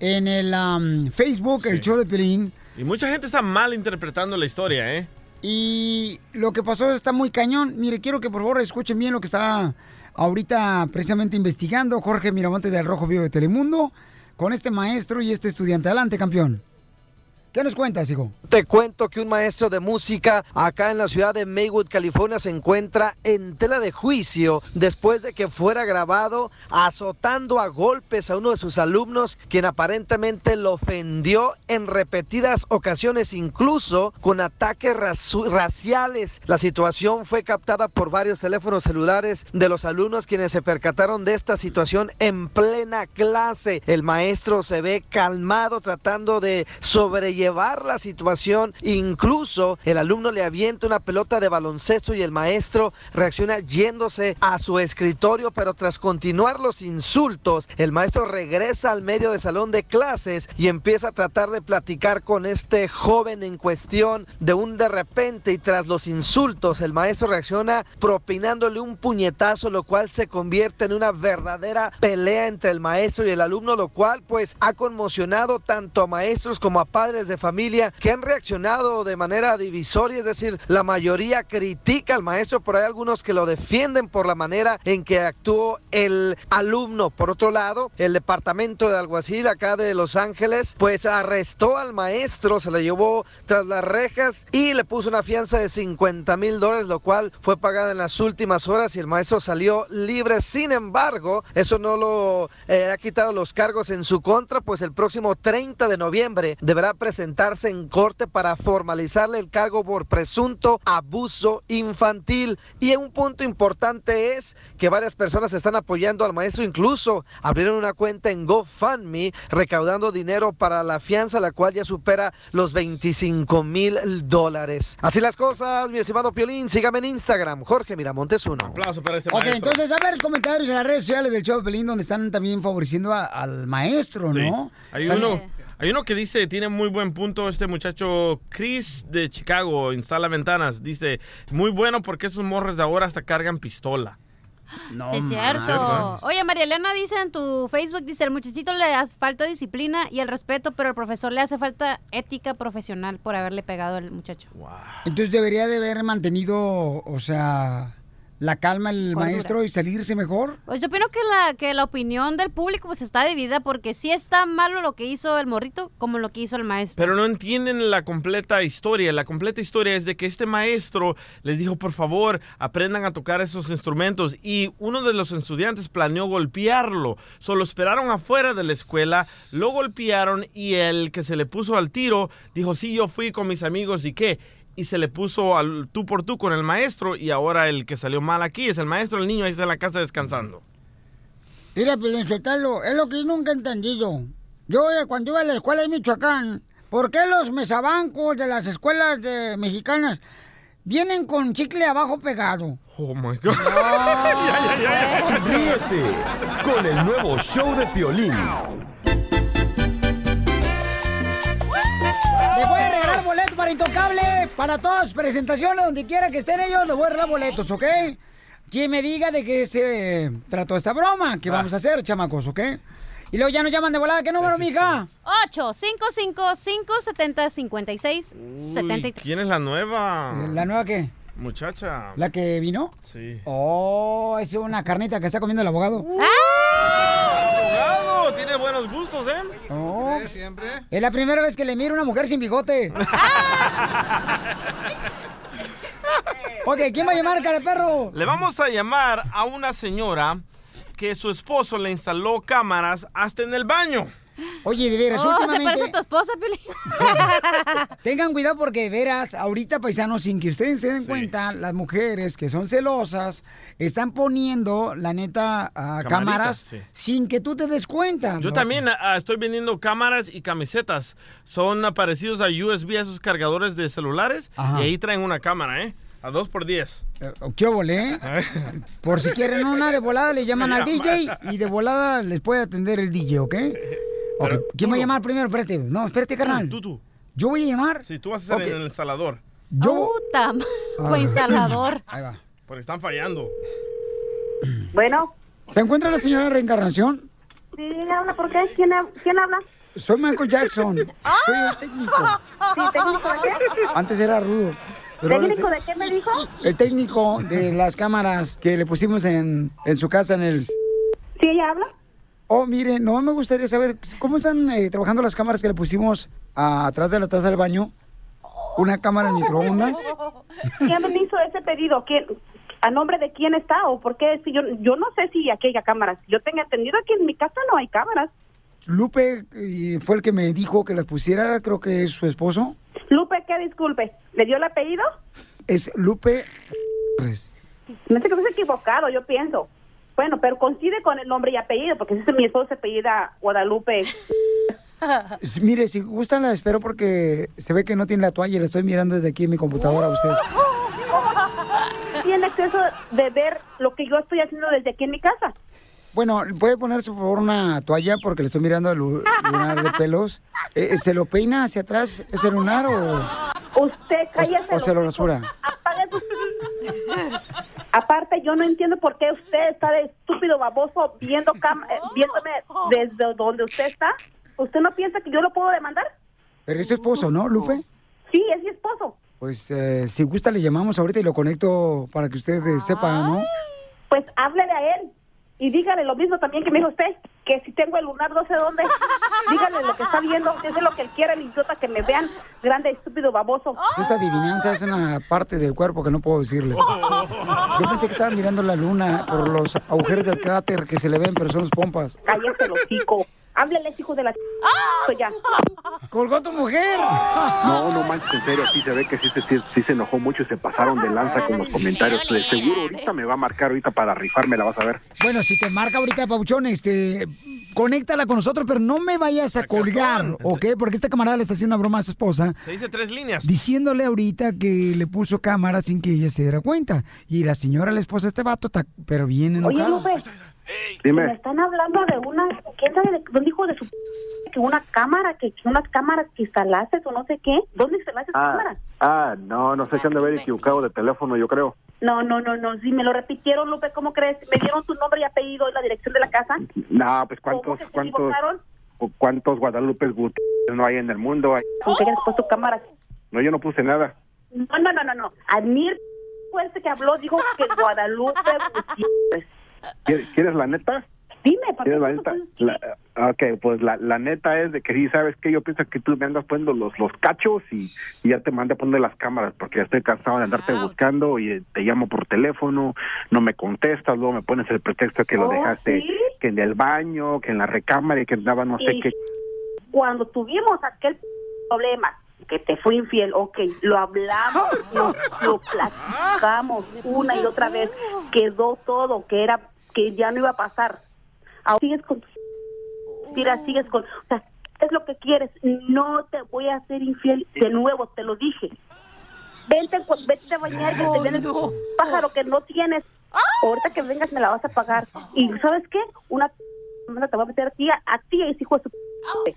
[SPEAKER 2] Eh.
[SPEAKER 1] en el am, Facebook, el show de Piolín.
[SPEAKER 2] Y mucha gente está mal interpretando la historia, ¿eh?
[SPEAKER 1] Y lo que pasó está muy cañón. Mire, quiero que por favor escuchen bien lo que está ahorita precisamente investigando Jorge Miramonte del Rojo Vivo de Telemundo con este maestro y este estudiante. Adelante, campeón. ¿Qué nos cuentas, hijo?
[SPEAKER 5] Te cuento que un maestro de música acá en la ciudad de Maywood, California, se encuentra en tela de juicio después de que fuera grabado azotando a golpes a uno de sus alumnos, quien aparentemente lo ofendió en repetidas ocasiones, incluso con ataques razu- raciales. La situación fue captada por varios teléfonos celulares de los alumnos quienes se percataron de esta situación en plena clase. El maestro se ve calmado tratando de sobrellevar llevar la situación. Incluso el alumno le avienta una pelota de baloncesto y el maestro reacciona yéndose a su escritorio, pero tras continuar los insultos, el maestro regresa al medio del salón de clases y empieza a tratar de platicar con este joven en cuestión de un de repente y tras los insultos, el maestro reacciona propinándole un puñetazo, lo cual se convierte en una verdadera pelea entre el maestro y el alumno, lo cual pues ha conmocionado tanto a maestros como a padres de familia que han reaccionado de manera divisoria, es decir, la mayoría critica al maestro, pero hay algunos que lo defienden por la manera en que actuó el alumno. Por otro lado, el departamento de alguacil acá de Los Ángeles, pues arrestó al maestro, se le llevó tras las rejas y le puso una fianza de 50 mil dólares, lo cual fue pagada en las últimas horas y el maestro salió libre. Sin embargo, eso no lo eh, ha quitado los cargos en su contra, pues el próximo 30 de noviembre deberá presentarse en corte para formalizarle el cargo por presunto abuso infantil. Y un punto importante es que varias personas están apoyando al maestro, incluso abrieron una cuenta en GoFundMe recaudando dinero para la fianza, la cual ya supera los 25 mil dólares. Así las cosas, mi estimado Piolín, sígame en Instagram, Jorge Miramontes 1.
[SPEAKER 2] Aplauso para este
[SPEAKER 1] Ok,
[SPEAKER 2] maestro.
[SPEAKER 1] entonces a ver comentarios en las redes sociales del show de Pelín donde están también favoreciendo a- al maestro, ¿no?
[SPEAKER 2] Sí. Hay
[SPEAKER 1] Están-
[SPEAKER 2] uno, hay uno que dice, tiene muy buen punto este muchacho Chris de Chicago, instala ventanas. Dice, muy bueno porque esos morros de ahora hasta cargan pistola.
[SPEAKER 1] No
[SPEAKER 3] Sí, es cierto. Oye, María Elena dice en tu Facebook, dice, el muchachito le hace falta disciplina y el respeto, pero al profesor le hace falta ética profesional por haberle pegado al muchacho.
[SPEAKER 1] Entonces debería de haber mantenido, o sea, la calma el
[SPEAKER 3] Cordura.
[SPEAKER 1] maestro y salirse mejor.
[SPEAKER 3] Pues yo opino que la, que la opinión del público pues está dividida porque sí está malo lo que hizo el morrito como lo que hizo el maestro.
[SPEAKER 2] Pero no entienden la completa historia. La completa historia es de que este maestro les dijo, por favor, aprendan a tocar esos instrumentos. Y uno de los estudiantes planeó golpearlo. Solo esperaron afuera de la escuela, lo golpearon y el que se le puso al tiro dijo, sí, yo fui con mis amigos y qué. Y se le puso al tú por tú con el maestro y ahora el que salió mal aquí es el maestro, el niño ahí está en la casa descansando.
[SPEAKER 1] Mira, Piolín Sotelo, es lo que yo nunca he entendido. Yo eh, cuando iba a la escuela de Michoacán, ¿por qué los mesabancos de las escuelas de mexicanas vienen con chicle abajo pegado?
[SPEAKER 2] Oh my God.
[SPEAKER 8] Ríete con el nuevo show de Piolín.
[SPEAKER 1] Les voy a regalar boletos para Intocable, para todas presentaciones, donde quiera que estén ellos, les voy a regalar boletos, ¿ok? Quien me diga de qué se trató esta broma que vamos a hacer, chamacos, ¿ok? Y luego ya nos llaman de volada, ¿qué número, mija?
[SPEAKER 3] 8, 5, 5, 5, 70, 56,
[SPEAKER 2] Uy,
[SPEAKER 3] 73.
[SPEAKER 2] ¿Quién es la nueva?
[SPEAKER 1] ¿La nueva qué?
[SPEAKER 2] Muchacha.
[SPEAKER 1] ¿La que vino?
[SPEAKER 2] Sí.
[SPEAKER 1] Oh, es una carnita que está comiendo el abogado.
[SPEAKER 3] Uh, ¡Ah!
[SPEAKER 1] ¡Ah!
[SPEAKER 2] Abogado, tiene buenos gustos, ¿eh?
[SPEAKER 1] Oh,
[SPEAKER 2] ve siempre?
[SPEAKER 1] es la primera vez que le miro a una mujer sin bigote.
[SPEAKER 3] ¡Ah!
[SPEAKER 1] ok, ¿quién va a llamar, cara de perro?
[SPEAKER 2] Le vamos a llamar a una señora que su esposo le instaló cámaras hasta en el baño.
[SPEAKER 1] Oye, de veras,
[SPEAKER 3] Oh, se
[SPEAKER 1] últimamente-
[SPEAKER 3] parece a tu esposa, Piolín.
[SPEAKER 1] Tengan cuidado porque de veras, ahorita paisanos, sin que ustedes se den cuenta, las mujeres que son celosas están poniendo, la neta, ah,
[SPEAKER 2] Camaritas,
[SPEAKER 1] cámaras
[SPEAKER 2] sí.
[SPEAKER 1] sin que tú te des cuenta.
[SPEAKER 2] Yo
[SPEAKER 1] ¿no?
[SPEAKER 2] también ah, estoy vendiendo cámaras y camisetas. Son ah, parecidos a USB, a esos cargadores de celulares.
[SPEAKER 1] Ajá.
[SPEAKER 2] Y ahí traen una cámara, ¿eh? A dos por diez.
[SPEAKER 1] ¿Qué óvole, eh? Por si quieren una de volada, le llaman al DJ y de volada les puede atender el DJ, ¿ok? Ok, ¿Quién va a llamar primero? Espérate, no, espérate, carnal.
[SPEAKER 2] Tú, tú.
[SPEAKER 1] ¿Yo voy a llamar?
[SPEAKER 2] Sí, tú vas a ser
[SPEAKER 1] Ok.
[SPEAKER 2] en el instalador.
[SPEAKER 1] Yo...
[SPEAKER 3] Puta, ma- fue instalador.
[SPEAKER 1] Ahí va.
[SPEAKER 2] Porque están fallando.
[SPEAKER 1] Bueno. ¿Se encuentra la señora Reencarnación?
[SPEAKER 16] Sí, habla, ¿por qué? ¿Quién, ha- quién habla?
[SPEAKER 3] Ah.
[SPEAKER 1] Soy Michael Jackson. Soy el técnico.
[SPEAKER 16] Sí, técnico, ¿de qué?
[SPEAKER 1] Antes era rudo.
[SPEAKER 16] ¿El
[SPEAKER 1] Pero ahora
[SPEAKER 16] único
[SPEAKER 1] sí-
[SPEAKER 16] de qué me dijo?
[SPEAKER 1] El técnico de las cámaras que le pusimos en, en su casa en el...
[SPEAKER 16] ¿Sí ella habla?
[SPEAKER 1] Oh, mire, no me gustaría saber cómo están eh, trabajando las cámaras que le pusimos a- atrás de la taza del baño. Una cámara en microondas.
[SPEAKER 16] ¿Quién me hizo ese pedido? ¿Quién, ¿A nombre de quién está o por qué? Si yo, yo no sé si aquí hay cámaras. Yo tengo entendido que en mi casa no hay cámaras.
[SPEAKER 1] Lupe eh, fue el que me dijo que las pusiera, creo que es su esposo.
[SPEAKER 16] Lupe, ¿qué Ah, disculpe? ¿Le dio el apellido?
[SPEAKER 1] Es Lupe... Torres.
[SPEAKER 16] Me hace que me equivocado, yo pienso. Bueno, pero coincide con el nombre y apellido, porque ese es mi esposo se apellida Guadalupe.
[SPEAKER 1] S- Mire, si gusta la espero porque se ve que no tiene la toalla y la estoy mirando desde aquí en mi computadora a usted.
[SPEAKER 16] Tiene acceso de ver lo que yo estoy haciendo desde aquí en mi casa.
[SPEAKER 1] Bueno, ¿puede ponerse por favor una toalla? Porque le estoy mirando el lu- lunar de pelos. Eh, eh, ¿Se lo peina hacia atrás ese lunar o,
[SPEAKER 16] Usted cállese.
[SPEAKER 1] o, o se lo rasura?
[SPEAKER 16] Aparte, yo no entiendo por qué usted está de estúpido baboso viendo cam- eh, viéndome desde donde usted está. ¿Usted no piensa que yo lo puedo demandar?
[SPEAKER 1] Pero es su esposo, ¿no, Lupe?
[SPEAKER 16] Sí, es mi esposo.
[SPEAKER 1] Pues eh, si gusta le llamamos ahorita y lo conecto para que usted eh, sepa, ¿no?
[SPEAKER 16] Pues háblele a él y dígale lo mismo también que me dijo usted, que si tengo el lunar no sé dónde, dígale lo que está viendo, que es lo que él quiere, el idiota, que me vean grande, estúpido, baboso.
[SPEAKER 1] Esta adivinanza es una parte del cuerpo que no puedo decirle. Yo pensé que estaba mirando la luna por los agujeros del cráter que se le ven, pero son las pompas.
[SPEAKER 16] Cállate, el hocico. Háblele, hijo de la... ch- ya.
[SPEAKER 1] ¡Colgó tu mujer!
[SPEAKER 21] No, no manches, en serio, sí se ve que sí, se- sí- sí se enojó mucho y se pasaron de lanza con los comentarios. De seguro ahorita me va a marcar ahorita para rifarme, la vas a ver.
[SPEAKER 1] Bueno, si te marca ahorita, Pauchón, este, conéctala con nosotros, pero no me vayas a colgar, ¿ok? Porque esta camarada le está haciendo una broma a su esposa,
[SPEAKER 2] Se dice tres líneas.
[SPEAKER 1] diciéndole ahorita que le puso cámara sin que ella se diera cuenta. Y la señora, la esposa de este vato, está, pero bien
[SPEAKER 16] Oye,
[SPEAKER 1] enojada.
[SPEAKER 16] Lupe, me están hablando de una... ¿Quién sabe de dónde hijo de su... p- Que una cámara, que unas cámaras que instalaste o no sé qué. ¿Dónde instalaste
[SPEAKER 21] Ah.
[SPEAKER 16] cámaras?
[SPEAKER 21] Ah, no, no sé qué han de haber equivocado de teléfono, yo creo.
[SPEAKER 16] No, no, no, no. Si me lo repitieron, Lupe, ¿cómo crees? Me dieron tu nombre y apellido y la dirección de la casa.
[SPEAKER 21] No, pues cuántos, cuántos,
[SPEAKER 16] equivocaron?
[SPEAKER 21] cu- cuántos Guadalupe Gutiérrez no hay en el mundo. Ay,
[SPEAKER 16] ¿Cómo que hayas puesto cámaras?
[SPEAKER 21] No, yo no puse nada.
[SPEAKER 16] No, no, no, no, no. Admir fuerte que habló dijo que Guadalupe Gutiérrez.
[SPEAKER 21] ¿Quieres, quieres la neta?
[SPEAKER 16] Dime, ¿por qué
[SPEAKER 21] ¿Quieres la
[SPEAKER 16] no
[SPEAKER 21] neta? La- ok, pues la, la neta es de que sí, ¿sabes que Yo pienso que tú me andas poniendo los, los cachos y, y ya te mandé a poner las cámaras porque ya estoy cansado de andarte buscando y eh, te llamo por teléfono, no me contestas, luego me pones el pretexto que lo
[SPEAKER 16] Oh,
[SPEAKER 21] dejaste que en el baño, que en la recámara y que andaba no sé
[SPEAKER 16] Y-
[SPEAKER 21] qué.
[SPEAKER 16] Cuando tuvimos aquel problema que te fui infiel, ok, lo hablamos, lo, lo platicamos una y otra vez, quedó todo, que era que ya no iba a pasar. Ahora sigues con tus tiras, sigues con, o sea, es lo que quieres, no te voy a hacer infiel de nuevo, te lo dije. Vente, cu- vete a bañar que te viene el pájaro que no tienes. Ahorita que vengas me la vas a pagar. Y ¿sabes qué? Una semana te voy a meter a ti, a ti, ese hijo de su p-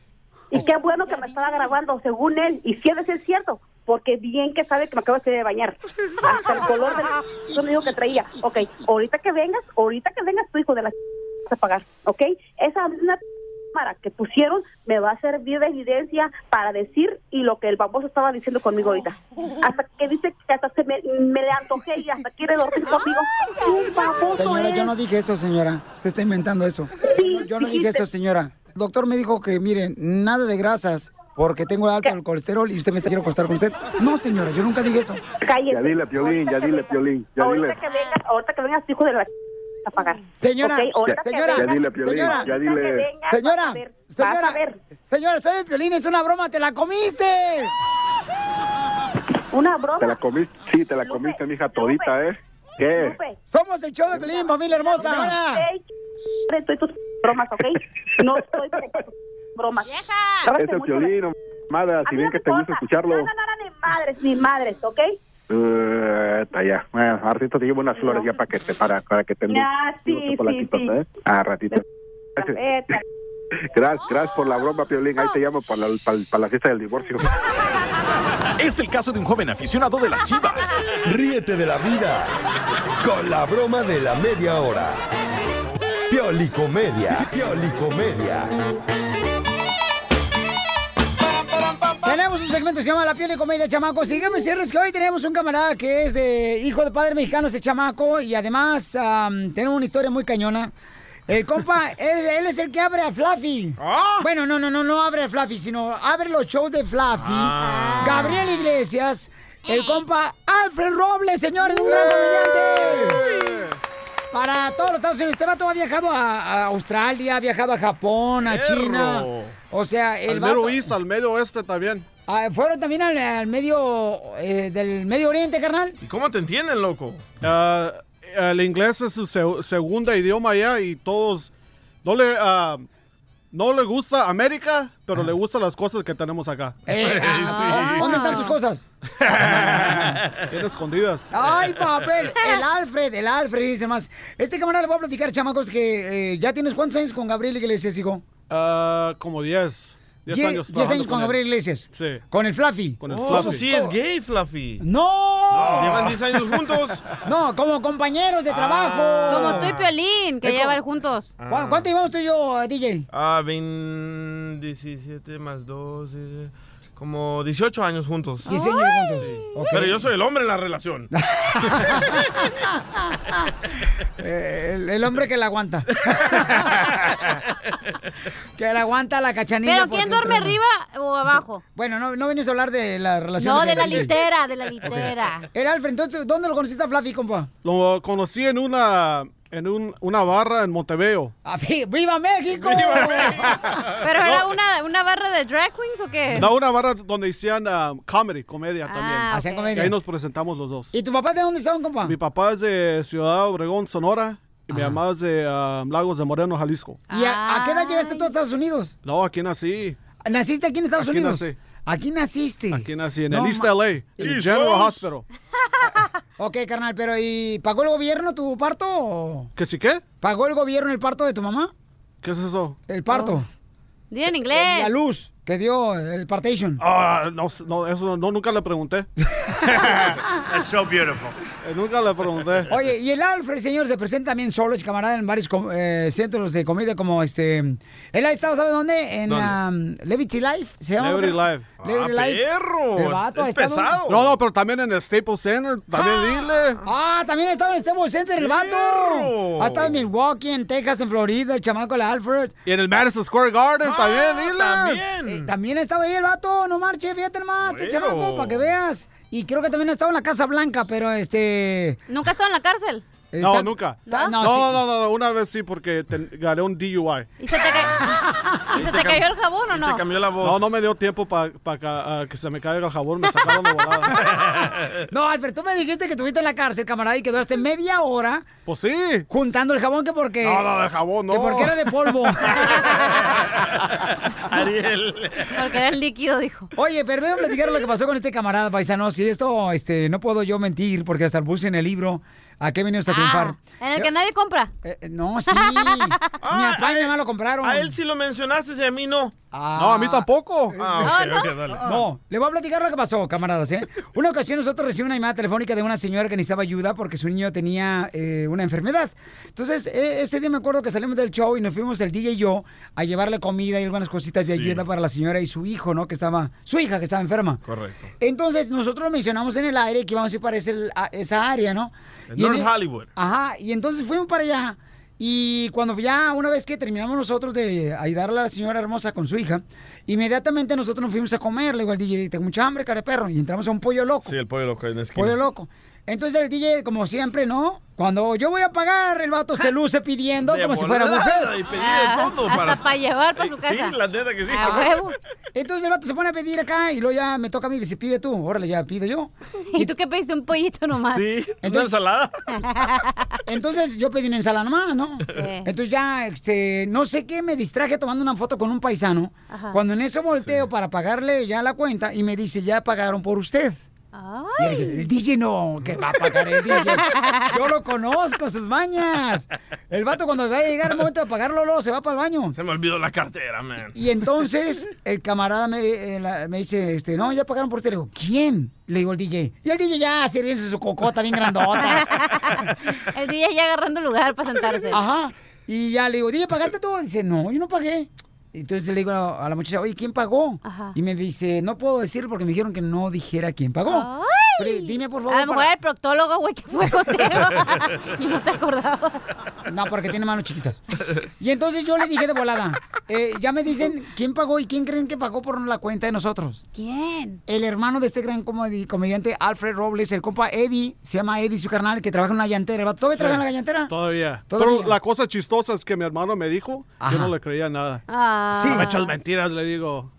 [SPEAKER 16] Y qué bueno que me estaba grabando, según él. Y si es cierto, porque bien que sabe que me acabas de bañar. Hasta el color del yo le digo que traía. Ok, ahorita que vengas, ahorita que vengas tu hijo de la p- vas a pagar, ¿ok? Esa una p- cámara que pusieron me va a servir de evidencia para decir y lo que el baboso estaba diciendo conmigo ahorita. Hasta que dice que hasta se me, me le antojé y hasta quiere dormir conmigo. Un baboso
[SPEAKER 1] Señora, yo
[SPEAKER 16] eres.
[SPEAKER 1] no dije eso, señora. Usted está inventando eso. Yo- yo no dije
[SPEAKER 16] dijiste.
[SPEAKER 1] eso, señora. El doctor me dijo que, miren, nada de grasas porque tengo alto el colesterol y usted me está quiero acostar con usted. No, señora, yo nunca dije eso.
[SPEAKER 16] Cállese.
[SPEAKER 21] Ya dile, Piolín, ya dile, Piolín, ya
[SPEAKER 16] ahorita
[SPEAKER 21] dile.
[SPEAKER 16] que vengas, ahorita que vengas, hijo de la a pagar.
[SPEAKER 1] Señora,
[SPEAKER 16] Ok, ahorita que
[SPEAKER 1] señora,
[SPEAKER 21] Ya
[SPEAKER 16] vengas-
[SPEAKER 21] dile, Piolín,
[SPEAKER 1] señora,
[SPEAKER 21] ya dile.
[SPEAKER 1] señora,
[SPEAKER 16] vas a ver, vas
[SPEAKER 1] señora,
[SPEAKER 16] a ver.
[SPEAKER 1] señora, soy el Piolín, es una broma, te la comiste.
[SPEAKER 16] Una broma.
[SPEAKER 21] Te la comiste, sí, te la comiste, mija, todita, ¿eh? ¿Qué?
[SPEAKER 16] Lupe,
[SPEAKER 1] Somos el show de Piolín, familia hermosa.
[SPEAKER 16] Señora. Estoy tus bromas, ¿ok? No estoy para tus bromas.
[SPEAKER 21] Es el Piolín, madre, si bien que te gusta
[SPEAKER 16] No,
[SPEAKER 21] escucharlo.
[SPEAKER 16] no, no, no, ni madres, ni madres, ¿ok?
[SPEAKER 21] Eh, está ya. Bueno, al ratito te llevo unas flores ya para que te para, para que te
[SPEAKER 16] Ah, sí,
[SPEAKER 21] luces por la
[SPEAKER 16] sí,
[SPEAKER 21] quitota,
[SPEAKER 16] sí. eh,
[SPEAKER 21] ¿eh? Ah, ratito. Gracias,
[SPEAKER 16] Vete.
[SPEAKER 21] gracias, gracias por la broma, Piolín. Ahí te llamo para la, para- para la fiesta del divorcio.
[SPEAKER 8] Es el caso de un joven aficionado de las chivas. Ríete de la vida con la broma de la media hora. Piolicomedia. Piolicomedia.
[SPEAKER 1] Tenemos tenemos un segmento que se llama La piel de comedia, chamaco. Sígueme, cierres, que hoy tenemos un camarada que es de hijo de padre mexicano, ese chamaco, y además am, tenemos una historia muy cañona. El compa, él, él es el que abre a Fluffy. Bueno, no, no, no, no abre a Fluffy, sino abre los shows de Fluffy. Gabriel Iglesias, el compa Alfred Robles, señores, un gran comediante. Para todos los Estados Unidos, este vato ha viajado a, a Australia, ha viajado a Japón, a China. O sea, el
[SPEAKER 7] al mero
[SPEAKER 1] vato-
[SPEAKER 7] East, al medio oeste también.
[SPEAKER 1] Ah, ¿Fueron también al, al medio eh, del Medio Oriente, carnal?
[SPEAKER 7] ¿Y cómo te entienden, loco? Ah, el inglés es su se- segundo idioma allá y todos no le ah, no le gusta América, pero le gustan las cosas que tenemos acá.
[SPEAKER 1] Eh, ah,
[SPEAKER 7] Sí.
[SPEAKER 1] ¿Dónde están tus cosas?
[SPEAKER 7] Bien escondidas.
[SPEAKER 1] ¡Ay, papel! El Alfred, el Alfred dice más. Este camarada le voy a platicar, chamacos, que eh, ya tienes cuántos años con Gabriel Iglesias, hijo.
[SPEAKER 7] Ah, como 10. 10
[SPEAKER 1] Die- 10 años
[SPEAKER 7] años. trabajando
[SPEAKER 1] con
[SPEAKER 7] él.
[SPEAKER 1] Gabriel Iglesias.
[SPEAKER 7] Sí.
[SPEAKER 1] Con el Fluffy.
[SPEAKER 7] Con el
[SPEAKER 1] Oh,
[SPEAKER 7] Fluffy.
[SPEAKER 1] eso
[SPEAKER 2] Sí, es gay, Fluffy.
[SPEAKER 1] ¡No!
[SPEAKER 2] Llevan 10 años juntos.
[SPEAKER 1] No, como compañeros
[SPEAKER 7] Ah.
[SPEAKER 1] de trabajo.
[SPEAKER 3] Como tú y Piolín, que
[SPEAKER 1] Eh, co-
[SPEAKER 3] llevan juntos.
[SPEAKER 1] ¿Cu- ¿Cuánto llevamos tú y yo, eh, DJ?
[SPEAKER 2] Ah, 20, 17 más 2, eh, como 18 años juntos.
[SPEAKER 1] 18 años juntos.
[SPEAKER 2] Sí.
[SPEAKER 1] Ok.
[SPEAKER 2] Pero yo soy el hombre en la relación.
[SPEAKER 1] Eh, el, el hombre que la aguanta. que la aguanta la cachanilla.
[SPEAKER 3] ¿Pero quién
[SPEAKER 1] porque
[SPEAKER 3] duerme
[SPEAKER 1] entró-
[SPEAKER 3] arriba o abajo?
[SPEAKER 1] Bueno, no, no venimos a hablar de la relación.
[SPEAKER 3] No, de la litera, de la litera.
[SPEAKER 1] El Alfred, entonces, ¿dónde lo conociste a Fluffy, compa?
[SPEAKER 7] Lo conocí en una en un- una barra en Montevideo.
[SPEAKER 1] Ah, sí, ¡Viva México!
[SPEAKER 3] ¿Pero era una, una barra de drag queens o qué?
[SPEAKER 7] No, una barra donde hacían ah, comedy, comedia también.
[SPEAKER 3] Ah, Hacían ok. comedia.
[SPEAKER 7] Y ahí nos presentamos los dos.
[SPEAKER 1] ¿Y tu papá de dónde son, compa?
[SPEAKER 7] Mi papá es de Ciudad Obregón, Sonora, y mi mamá es de ah, Lagos de Moreno, Jalisco.
[SPEAKER 1] ¿Y a, a qué edad llegaste tú a Estados Unidos?
[SPEAKER 7] No, aquí nací.
[SPEAKER 1] ¿Naciste aquí en Estados
[SPEAKER 7] Aquí
[SPEAKER 1] Unidos?
[SPEAKER 7] nací.
[SPEAKER 1] Aquí naciste.
[SPEAKER 7] Aquí nací, en
[SPEAKER 1] No
[SPEAKER 7] el East
[SPEAKER 1] ma-
[SPEAKER 7] LA, en
[SPEAKER 1] Jesus.
[SPEAKER 7] General Hospital.
[SPEAKER 1] Ok, carnal, pero ¿y pagó el gobierno tu parto? o-
[SPEAKER 7] ¿Que sí qué?
[SPEAKER 1] ¿Pagó el gobierno el parto de tu mamá?
[SPEAKER 7] ¿Qué es eso?
[SPEAKER 1] El parto.
[SPEAKER 3] Dile en
[SPEAKER 1] Y
[SPEAKER 3] inglés.
[SPEAKER 1] La luz que dio el partation.
[SPEAKER 7] Ah, no, s- no, eso no, nunca le pregunté. That's so beautiful. nunca le pregunté.
[SPEAKER 1] Oye, y el Alfred, señor, se presenta también solo, camarada, en varios com- eh, centros de comida como este... Él ha estado, ¿sabes dónde? En
[SPEAKER 7] ¿Dónde?
[SPEAKER 1] la Levity Life, ¿se llama?
[SPEAKER 7] Liberty Ah,
[SPEAKER 1] creo?
[SPEAKER 7] Live.
[SPEAKER 1] Liberty Life. El vato ha estado-
[SPEAKER 7] No, no, pero también en el Staples Center, también dile.
[SPEAKER 1] Ah, también estaba en el Staples Center el vato. Ha estado en Milwaukee, en Texas, en Florida, el chamaco, el Alfred.
[SPEAKER 7] Y en el Madison Square Garden, también dile.
[SPEAKER 1] Eh, también ha estado ahí el vato, no marche, fíjate nomás, este
[SPEAKER 7] Bueno.
[SPEAKER 1] chamaco, para que veas. Y creo que también ha estado en la Casa Blanca, pero este...
[SPEAKER 3] ¿Nunca estaba en la cárcel?
[SPEAKER 1] eh,
[SPEAKER 7] No,
[SPEAKER 1] ta-
[SPEAKER 7] nunca.
[SPEAKER 1] ta-
[SPEAKER 7] No, no,
[SPEAKER 1] sí.
[SPEAKER 7] no, no, no, una vez sí, porque te- gané un DUI.
[SPEAKER 3] ¿Y se te, ca- y Ah, se te cayó el jabón o no?
[SPEAKER 7] No, no me dio tiempo para que se me caiga el jabón, me sacaron de volada.
[SPEAKER 1] No, Alfred, tú me dijiste que estuviste en la cárcel, camarada, y que duraste media hora.
[SPEAKER 7] Pues sí.
[SPEAKER 1] Juntando el jabón que porque.
[SPEAKER 7] No, no, el jabón, no.
[SPEAKER 1] Que porque era de polvo.
[SPEAKER 2] Ariel.
[SPEAKER 3] Porque era el líquido, dijo.
[SPEAKER 1] Oye, pero déjame platicar lo que pasó con este camarada, paisanos. Y esto, este, no puedo yo mentir, porque hasta puse en el libro a qué venido hasta triunfar.
[SPEAKER 3] En el que nadie compra.
[SPEAKER 7] Eh,
[SPEAKER 1] no, sí. Mi papá y mi mamá lo compraron.
[SPEAKER 2] Ah, A él sí lo mencionaste y a mí no.
[SPEAKER 7] No, a mí tampoco.
[SPEAKER 2] Ah,
[SPEAKER 3] ¿Oh,
[SPEAKER 2] ok, ok, dale.
[SPEAKER 1] No, le voy a platicar lo que pasó, camaradas, ¿eh? Una ocasión nosotros recibimos una llamada telefónica de una señora que necesitaba ayuda porque su niño tenía eh, una enfermedad. Entonces, eh, ese día me acuerdo que salimos del show y nos fuimos el DJ y yo a llevarle comida y algunas cositas de ayuda para la señora y su hijo, ¿no? Que estaba, su hija que estaba enferma.
[SPEAKER 2] Correcto.
[SPEAKER 1] Entonces, nosotros mencionamos en el aire que íbamos a ir para ese- a esa área, ¿no?
[SPEAKER 2] En
[SPEAKER 1] Y en
[SPEAKER 2] North
[SPEAKER 1] el-
[SPEAKER 2] Hollywood.
[SPEAKER 1] Ajá, y entonces fuimos para allá. Y cuando ya, una vez que terminamos nosotros de ayudar a la señora hermosa con su hija, inmediatamente nosotros nos fuimos a comer. Le digo al DJ, tengo mucha hambre, cara de perro. Y entramos a un pollo loco.
[SPEAKER 2] Sí, el pollo loco en la esquina.
[SPEAKER 1] Pollo loco. Entonces el DJ, como siempre, ¿no? Cuando yo voy a pagar, el vato se luce pidiendo
[SPEAKER 2] De
[SPEAKER 1] como si fuera
[SPEAKER 2] volada,
[SPEAKER 1] buffet.
[SPEAKER 2] y pedía de todo
[SPEAKER 3] hasta
[SPEAKER 2] para-
[SPEAKER 3] para llevar para
[SPEAKER 2] Eh,
[SPEAKER 3] su casa.
[SPEAKER 2] Sí, la neta que sí.
[SPEAKER 3] A huevo.
[SPEAKER 1] Entonces el vato se pone a pedir acá y luego ya me toca a mí y dice, pide tú. Órale, ya pido yo.
[SPEAKER 3] ¿Y tú qué pediste? Un pollito nomás.
[SPEAKER 2] Sí, una ensalada.
[SPEAKER 1] Entonces yo pedí una ensalada nomás, ¿no?
[SPEAKER 3] Sí.
[SPEAKER 1] Entonces ya, este, no sé qué, me distraje tomando una foto con un paisano.
[SPEAKER 3] Ajá.
[SPEAKER 1] Cuando en eso volteo para pagarle ya la cuenta y me dice, ya pagaron por usted. Y yo le dije, el DJ no, que va a pagar el DJ. Yo lo conozco, sus mañas. El vato cuando va a llegar el momento de pagarlo, luego se va para el baño.
[SPEAKER 2] Se me olvidó la cartera, man.
[SPEAKER 1] Y entonces el camarada me, eh, la- me dice, este, no, ya pagaron por usted. Le digo, ¿quién? Le digo el DJ. Y el DJ ya sirviéndose su cocota bien grandota.
[SPEAKER 3] El DJ ya agarrando lugar para sentarse.
[SPEAKER 1] Ajá. Y ya le digo, DJ, ¿pagaste tú? Dice, no, yo no pagué. Entonces le digo a la muchacha, oye, ¿quién pagó?
[SPEAKER 3] Ajá.
[SPEAKER 1] Y me dice, no puedo decir porque me dijeron que no dijera quién pagó.
[SPEAKER 3] Ay.
[SPEAKER 1] Pero dime, por
[SPEAKER 3] A
[SPEAKER 1] favor,
[SPEAKER 3] lo mejor
[SPEAKER 1] para-
[SPEAKER 3] era el proctólogo, güey, que fue contigo. y no te acordabas.
[SPEAKER 1] No, porque tiene manos chiquitas. Y entonces yo le dije de volada, eh, ya me dicen quién pagó y quién creen que pagó por la cuenta de nosotros.
[SPEAKER 3] ¿Quién?
[SPEAKER 1] El hermano de este gran comedi- comediante Alfred Robles, el compa Eddie, se llama Eddie su carnal, que trabaja en una llantera. El vato todavía trabaja en la llantera.
[SPEAKER 7] Todavía.
[SPEAKER 1] Todavía.
[SPEAKER 7] Pero la cosa chistosa es que mi hermano me dijo, yo no le creía nada.
[SPEAKER 3] Ah.
[SPEAKER 7] Sí. Muchas mentiras, le digo.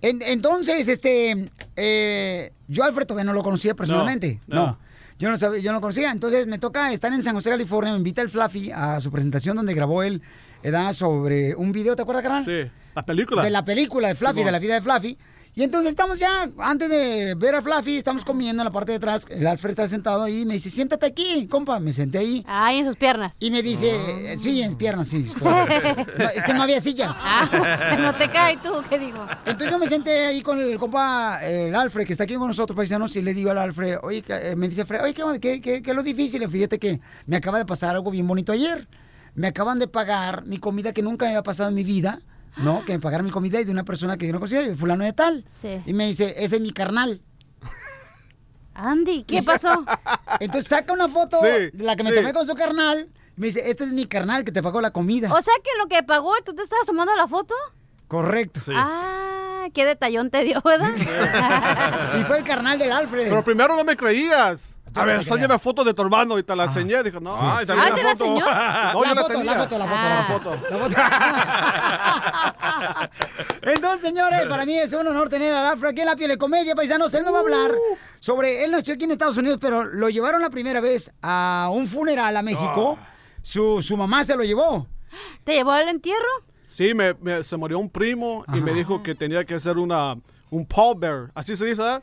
[SPEAKER 1] En- entonces, este, eh, yo a Alfred todavía no lo conocía personalmente. No.
[SPEAKER 7] no.
[SPEAKER 1] Yo no sabía, yo no lo conocía. Entonces me toca estar en San José, California. Me invita el Fluffy a su presentación donde grabó él, edad sobre un video, ¿te acuerdas, carnal?
[SPEAKER 7] Sí, la película.
[SPEAKER 1] De la película de Fluffy,
[SPEAKER 7] Simón.
[SPEAKER 1] de la vida de Fluffy. Y entonces estamos ya, antes de ver a Fluffy, estamos comiendo en la parte de atrás. El Alfred está sentado ahí y me dice, siéntate aquí, compa. Me senté ahí.
[SPEAKER 3] Ahí en sus piernas.
[SPEAKER 1] Y me dice,
[SPEAKER 7] Ah.
[SPEAKER 1] sí, en piernas, sí. claro". No, es que no había sillas.
[SPEAKER 3] Ah, no te caes tú, ¿qué digo?
[SPEAKER 1] Entonces yo me senté ahí con el compa, eh, el Alfred, que está aquí con nosotros, paisanos, y le digo al Alfred, oye, ca- eh, me dice Alfred, oye, ¿qué, onda? ¿Qué- qué- qué es lo difícil? Fíjate que me acaba de pasar algo bien bonito ayer. Me acaban de pagar mi comida que nunca me había pasado en mi vida, ¿no? Que me pagaron mi comida y de una persona que yo no conocía, y fulano de tal.
[SPEAKER 3] Sí.
[SPEAKER 1] Y me dice, ese es mi carnal.
[SPEAKER 3] Andy, ¿qué pasó?
[SPEAKER 1] Entonces saca una foto,
[SPEAKER 3] Sí,
[SPEAKER 1] la que me
[SPEAKER 3] sí.
[SPEAKER 1] tomé con su carnal, me dice, este es mi carnal que te pagó la comida.
[SPEAKER 3] O sea que lo que pagó, ¿tú te estabas tomando la foto?
[SPEAKER 1] Correcto.
[SPEAKER 3] Ah, qué detallón te dio, ¿verdad?
[SPEAKER 1] y fue el carnal del Alfred.
[SPEAKER 7] Pero primero no me creías. A ver,
[SPEAKER 1] no te
[SPEAKER 7] enséñame foto de tu hermano y te la enseñé. Dije, no, ay,
[SPEAKER 3] sí.
[SPEAKER 7] también
[SPEAKER 3] Ah, ¿te la
[SPEAKER 7] foto.
[SPEAKER 3] enseñó?
[SPEAKER 7] No,
[SPEAKER 1] la,
[SPEAKER 7] yo la
[SPEAKER 1] foto,
[SPEAKER 7] tenía.
[SPEAKER 1] la foto, la foto,
[SPEAKER 3] Ah.
[SPEAKER 1] la foto, la foto. Entonces, señores, para mí es un honor tener a Alfred aquí en la piel de comedia, paisanos. Él no va a hablar
[SPEAKER 7] Uh.
[SPEAKER 1] sobre. Él nació aquí en Estados Unidos, pero lo llevaron la primera vez a un funeral a México.
[SPEAKER 7] Ah.
[SPEAKER 1] Su, su mamá se lo llevó.
[SPEAKER 3] ¿Te llevó al entierro?
[SPEAKER 7] Sí, me, me- se murió un primo y me dijo que tenía que hacer una, un pallbearer. ¿Así se dice? ¿eh?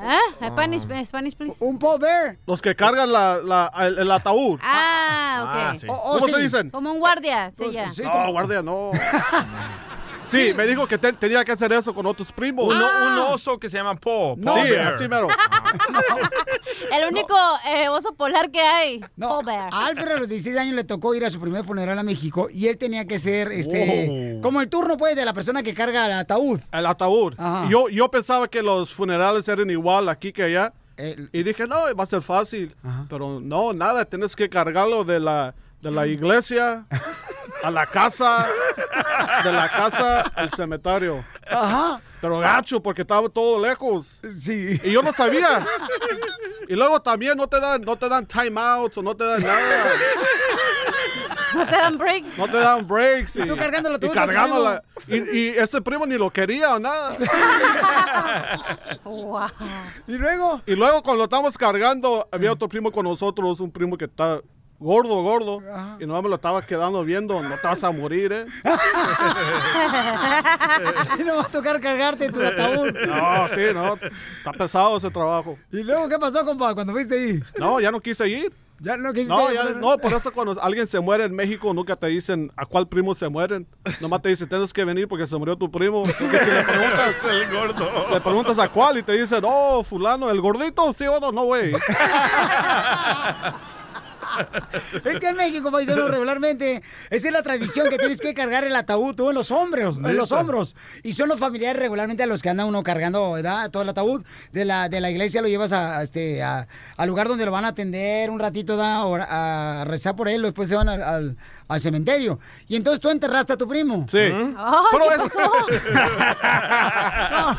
[SPEAKER 3] ¿Eh? Spanish, Spanish, please.
[SPEAKER 1] Un poder.
[SPEAKER 7] Los que cargan la, la- el, el ataúd.
[SPEAKER 3] Ah, ok.
[SPEAKER 7] Ah,
[SPEAKER 1] Oh,
[SPEAKER 7] sí. O- o ¿Cómo se sí. dicen?
[SPEAKER 3] Como un guardia,
[SPEAKER 1] Pues,
[SPEAKER 3] sí, ya.
[SPEAKER 7] no, guardia, no. sí, me dijo que te- tenía que hacer eso con otros primos.
[SPEAKER 2] Un,
[SPEAKER 3] Ah.
[SPEAKER 2] un oso que se llama Po.
[SPEAKER 7] No,
[SPEAKER 2] Paul
[SPEAKER 7] sí,
[SPEAKER 2] Bear.
[SPEAKER 7] así mero.
[SPEAKER 3] El único eh, oso polar que hay.
[SPEAKER 1] No, Ah. a Alfred a los 16 años le tocó ir a su primer funeral a México y él tenía que ser este
[SPEAKER 7] Wow.
[SPEAKER 1] como el turno pues de la persona que carga el ataúd.
[SPEAKER 7] El ataúd. Y Yo, yo pensaba que los funerales eran igual aquí que allá. y dije, no, va a ser fácil. Pero no, nada, tienes que cargarlo de la, de la iglesia a la casa, de la casa al cementerio.
[SPEAKER 1] Ajá.
[SPEAKER 7] Pero gacho, porque estaba todo lejos.
[SPEAKER 1] Sí.
[SPEAKER 7] Y yo no sabía. Y luego también no te dan, no te dan timeouts o no te dan nada.
[SPEAKER 3] No te dan breaks.
[SPEAKER 7] No te dan breaks.
[SPEAKER 12] Y tú cargándola
[SPEAKER 7] y
[SPEAKER 12] tú,
[SPEAKER 7] cargándola. Y, y ese primo ni lo quería o nada.
[SPEAKER 3] Wow.
[SPEAKER 1] Y luego.
[SPEAKER 7] Y luego cuando lo estábamos cargando, había otro primo con nosotros, un primo que está gordo, gordo. Y no me lo estaba quedando viendo, no te vas a morir, ¿eh?
[SPEAKER 1] Sí, no va a tocar cargarte tu ataúd.
[SPEAKER 7] No, sí, no. Está pesado ese trabajo.
[SPEAKER 1] ¿Y luego qué pasó, compa, cuando fuiste ahí?
[SPEAKER 7] No, ya no quise ir.
[SPEAKER 1] Ya no quisiste
[SPEAKER 7] No,
[SPEAKER 1] ir,
[SPEAKER 7] ya-
[SPEAKER 1] pero-
[SPEAKER 7] no, por eso cuando alguien se muere en México nunca te dicen a cuál primo se mueren. Nomás te dicen, tienes que venir porque se murió tu primo. Porque si le preguntas,
[SPEAKER 2] El gordo.
[SPEAKER 7] le preguntas a cuál y te dicen, oh, fulano, el gordito, sí o no, no, güey.
[SPEAKER 1] Es que en México, paisano, regularmente, esa es la tradición que tienes que cargar el ataúd tú en los hombros, en los
[SPEAKER 12] Neta.
[SPEAKER 1] hombros. Y son los familiares regularmente a los que anda uno cargando, ¿verdad? Todo el ataúd de la, de la iglesia lo llevas a, a este, a- al lugar donde lo van a atender un ratito, ¿da? O a rezar por él, después se van al, al- al cementerio. Y entonces tú enterraste a tu primo.
[SPEAKER 7] Sí.
[SPEAKER 2] Pero
[SPEAKER 1] es...
[SPEAKER 2] es-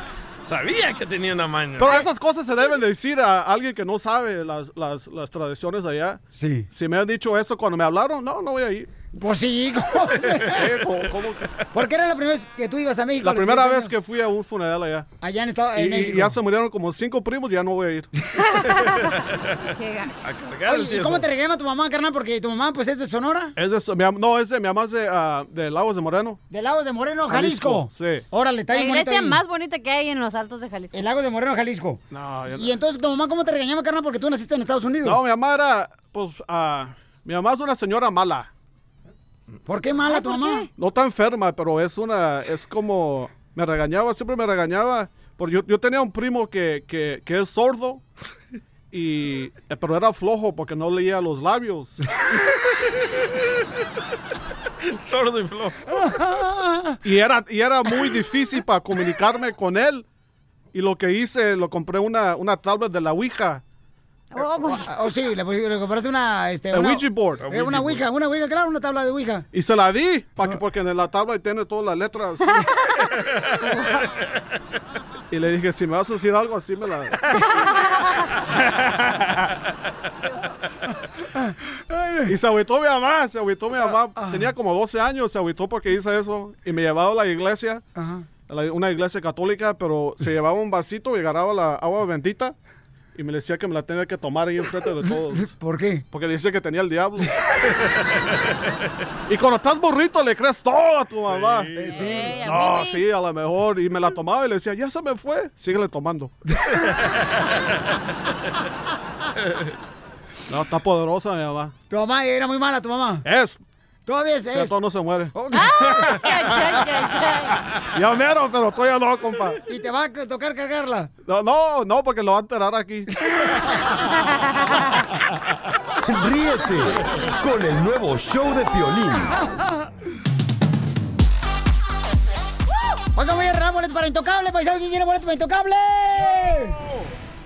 [SPEAKER 2] Sabía que tenía una maña.
[SPEAKER 7] Pero esas cosas se deben decir a alguien que no sabe las, las, las tradiciones allá.
[SPEAKER 1] Sí.
[SPEAKER 7] Si me han dicho eso cuando me hablaron, no, no voy a ir.
[SPEAKER 1] Pues sí, ¿cómo?
[SPEAKER 7] Sí, ¿cómo- cómo?
[SPEAKER 1] Porque era la primera vez que tú ibas a México.
[SPEAKER 7] La
[SPEAKER 1] a los
[SPEAKER 7] primera
[SPEAKER 1] 16
[SPEAKER 7] vez
[SPEAKER 1] años.
[SPEAKER 7] que fui a un funeral allá.
[SPEAKER 1] Allá en, Estados- Ah, en
[SPEAKER 7] Y, y
[SPEAKER 1] México.
[SPEAKER 7] ya se murieron como cinco primos, ya no voy a ir.
[SPEAKER 3] Qué
[SPEAKER 1] Oye, ¿y cómo te reclama tu mamá, carnal? Porque tu mamá, pues, es de Sonora,
[SPEAKER 7] Es de, mi, am- no, es de mi mamá es de, ah, de Lagos de Moreno.
[SPEAKER 1] del lago de Moreno, Jalisco.
[SPEAKER 7] Sí.
[SPEAKER 1] Órale, está
[SPEAKER 3] La
[SPEAKER 1] bien bonito
[SPEAKER 3] iglesia
[SPEAKER 1] ahí.
[SPEAKER 3] más bonita que hay en los altos de Jalisco.
[SPEAKER 1] El lago de Moreno, Jalisco.
[SPEAKER 7] No, yo no-
[SPEAKER 1] Y entonces, tu mamá, ¿cómo te regañaba, carnal? Porque tú naciste en Estados Unidos.
[SPEAKER 7] No, mi mamá era, pues, ah, mi mamá es una señora mala.
[SPEAKER 1] ¿Por qué mala tu mamá?
[SPEAKER 7] No está enferma, pero es una, es como, me regañaba, siempre me regañaba. Porque yo, yo tenía un primo que, que, que es sordo, y, eh, pero era flojo porque no leía los labios.
[SPEAKER 2] Sordo y flojo.
[SPEAKER 7] Y era, y era muy difícil para comunicarme con él. Y lo que hice, lo compré una, una tablet de la Ouija.
[SPEAKER 1] Oh, my- oh, sí, le, le compraste una... Este,
[SPEAKER 7] El
[SPEAKER 1] una
[SPEAKER 7] Ouija board.
[SPEAKER 1] Eh, una Ouija, Ah. una Ouija, claro, una tabla de Ouija.
[SPEAKER 7] Y se la di, para que, porque en la tabla tiene todas las letras. y le dije, si me vas a decir algo, así me la... y se agüitó mi mamá, se agüitó mi mamá. Tenía como 12 años, se agüitó porque hice eso. Y me llevaba a la iglesia, a la- una iglesia católica, pero se llevaba un vasito y agarraba la agua bendita. Y me decía que me la tenía que tomar ahí enfrente de todos.
[SPEAKER 1] ¿Por qué?
[SPEAKER 7] Porque dice que tenía el diablo. y cuando estás burrito le crees todo a tu mamá.
[SPEAKER 12] Sí,
[SPEAKER 7] No, sí, a lo mejor. Y me la tomaba y le decía, ya se me fue. Síguele tomando. No, está poderosa mi mamá.
[SPEAKER 1] Tu mamá era muy mala, tu mamá.
[SPEAKER 7] Es.
[SPEAKER 1] Todavía es.
[SPEAKER 7] Ya
[SPEAKER 1] es.
[SPEAKER 7] todo no se muere.
[SPEAKER 1] Ah,
[SPEAKER 7] Ya mero, pero todavía no, compa.
[SPEAKER 1] y te va a tocar cargarla.
[SPEAKER 7] No, no, no, porque lo va a enterar aquí.
[SPEAKER 8] Ríete con el nuevo show de Piolín.
[SPEAKER 1] Oiga, voy a regalar boletos para Intocable, paisano. ¿Quién quiere boletos para Intocable?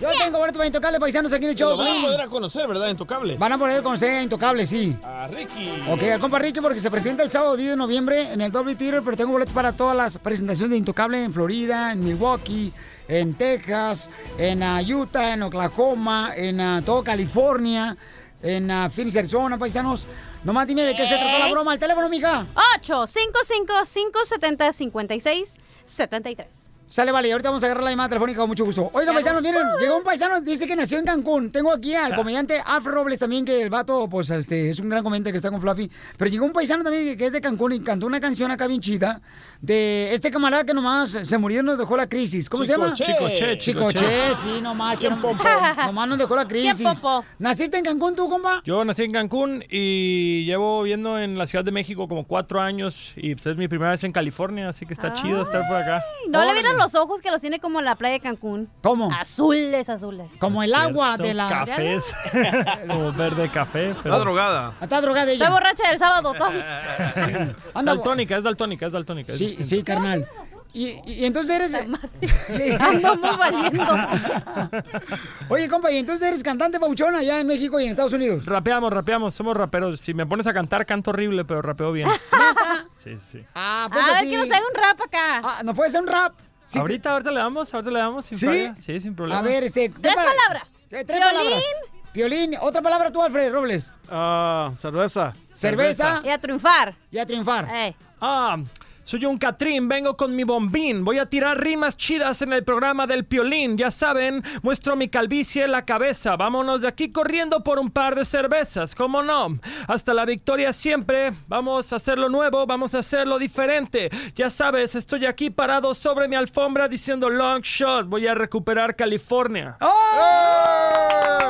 [SPEAKER 1] Yo tengo boletos para Intocable, paisanos, aquí en el show.
[SPEAKER 2] Lo van a poder a conocer, ¿verdad? Intocable.
[SPEAKER 1] Van a poder conocer a Intocable, sí.
[SPEAKER 2] A Ricky.
[SPEAKER 1] Ok, al compa Ricky, porque se presenta el sábado 10 de noviembre en el Doble Theater, pero tengo boletos para todas las presentaciones de Intocable en Florida, en Milwaukee, en Texas, en ah, Utah, en Oklahoma, en ah, todo California, en ah, Phoenix, Arizona, paisanos. Nomás dime de qué se
[SPEAKER 3] ¿Eh?
[SPEAKER 1] trató la broma. El teléfono, mija.
[SPEAKER 3] 855-570-5673.
[SPEAKER 1] Sale, vale, y ahorita vamos a agarrar la llamada telefónica con mucho gusto. Oiga,
[SPEAKER 3] Ya
[SPEAKER 1] paisanos,
[SPEAKER 3] lo
[SPEAKER 1] miren,
[SPEAKER 3] sabe.
[SPEAKER 1] llegó un paisano, dice que nació en Cancún. Tengo aquí al
[SPEAKER 3] Ah.
[SPEAKER 1] comediante Alfred Robles también, que el vato, pues, este, es un gran comediante que está con Fluffy. Pero llegó un paisano también que, que es de Cancún y cantó una canción acá bien chida de este camarada que nomás se murió y nos dejó la crisis. ¿Cómo se llama?
[SPEAKER 12] Chicoche. Chicoche,
[SPEAKER 1] Chicoche,
[SPEAKER 12] Chicoche.
[SPEAKER 1] sí, nomás.
[SPEAKER 12] Bien
[SPEAKER 1] no-
[SPEAKER 12] popo.
[SPEAKER 1] Nomás nos dejó la crisis. ¿Naciste en Cancún tú, compa?
[SPEAKER 10] Yo nací en Cancún y llevo viviendo en la Ciudad de México como cuatro años y pues, es mi primera vez en California, así que está chido estar por acá. Oh,
[SPEAKER 3] No le vieron los ojos que los tiene como la playa de Cancún.
[SPEAKER 1] ¿Cómo?
[SPEAKER 3] Azules, azules.
[SPEAKER 1] Como el agua
[SPEAKER 10] Cierto,
[SPEAKER 1] de la...
[SPEAKER 10] Cafés. como verde café. Pero...
[SPEAKER 2] Está drogada.
[SPEAKER 1] Está drogada ella.
[SPEAKER 3] Estoy borracha del sábado, Tommy.
[SPEAKER 1] Anda,
[SPEAKER 10] daltónica, es daltónica, es daltónica. es
[SPEAKER 1] Sí,
[SPEAKER 10] distinto.
[SPEAKER 1] sí, carnal. Y, y entonces eres...
[SPEAKER 10] Ando muy valiendo.
[SPEAKER 1] Oye, compa, y entonces eres cantante pauchón allá en México y en Estados Unidos.
[SPEAKER 10] Rapeamos, rapeamos, somos raperos. Si me pones a cantar, canto horrible, pero rapeo bien. Sí, sí.
[SPEAKER 1] Ah,
[SPEAKER 3] A ver, que nos haga un rap acá.
[SPEAKER 1] Ah, ¿no puede ser un rap?
[SPEAKER 10] ahorita, ahorita le damos, ahorita le damos sin
[SPEAKER 1] ¿Sí?
[SPEAKER 10] falla. Sí, sin problema.
[SPEAKER 1] A ver, este... ¿qué
[SPEAKER 3] Tres
[SPEAKER 1] pala-
[SPEAKER 3] palabras.
[SPEAKER 1] Eh, tres palabras. Violín. Otra palabra tú, Alfred Robles.
[SPEAKER 7] Ah, cerveza.
[SPEAKER 1] Cerveza.
[SPEAKER 3] Y a triunfar.
[SPEAKER 1] Y a triunfar.
[SPEAKER 10] Ah, soy un Catrín, vengo con mi bombín. Voy a tirar rimas chidas en el programa del piolín. Ya saben, muestro mi calvicie en la cabeza. Vámonos de aquí corriendo por un par de cervezas, ¿cómo no? Hasta la victoria siempre. Vamos a hacerlo nuevo, vamos a hacerlo diferente. Ya sabes, estoy aquí parado sobre mi alfombra diciendo long shot. Voy a recuperar California.
[SPEAKER 1] ¡Oh!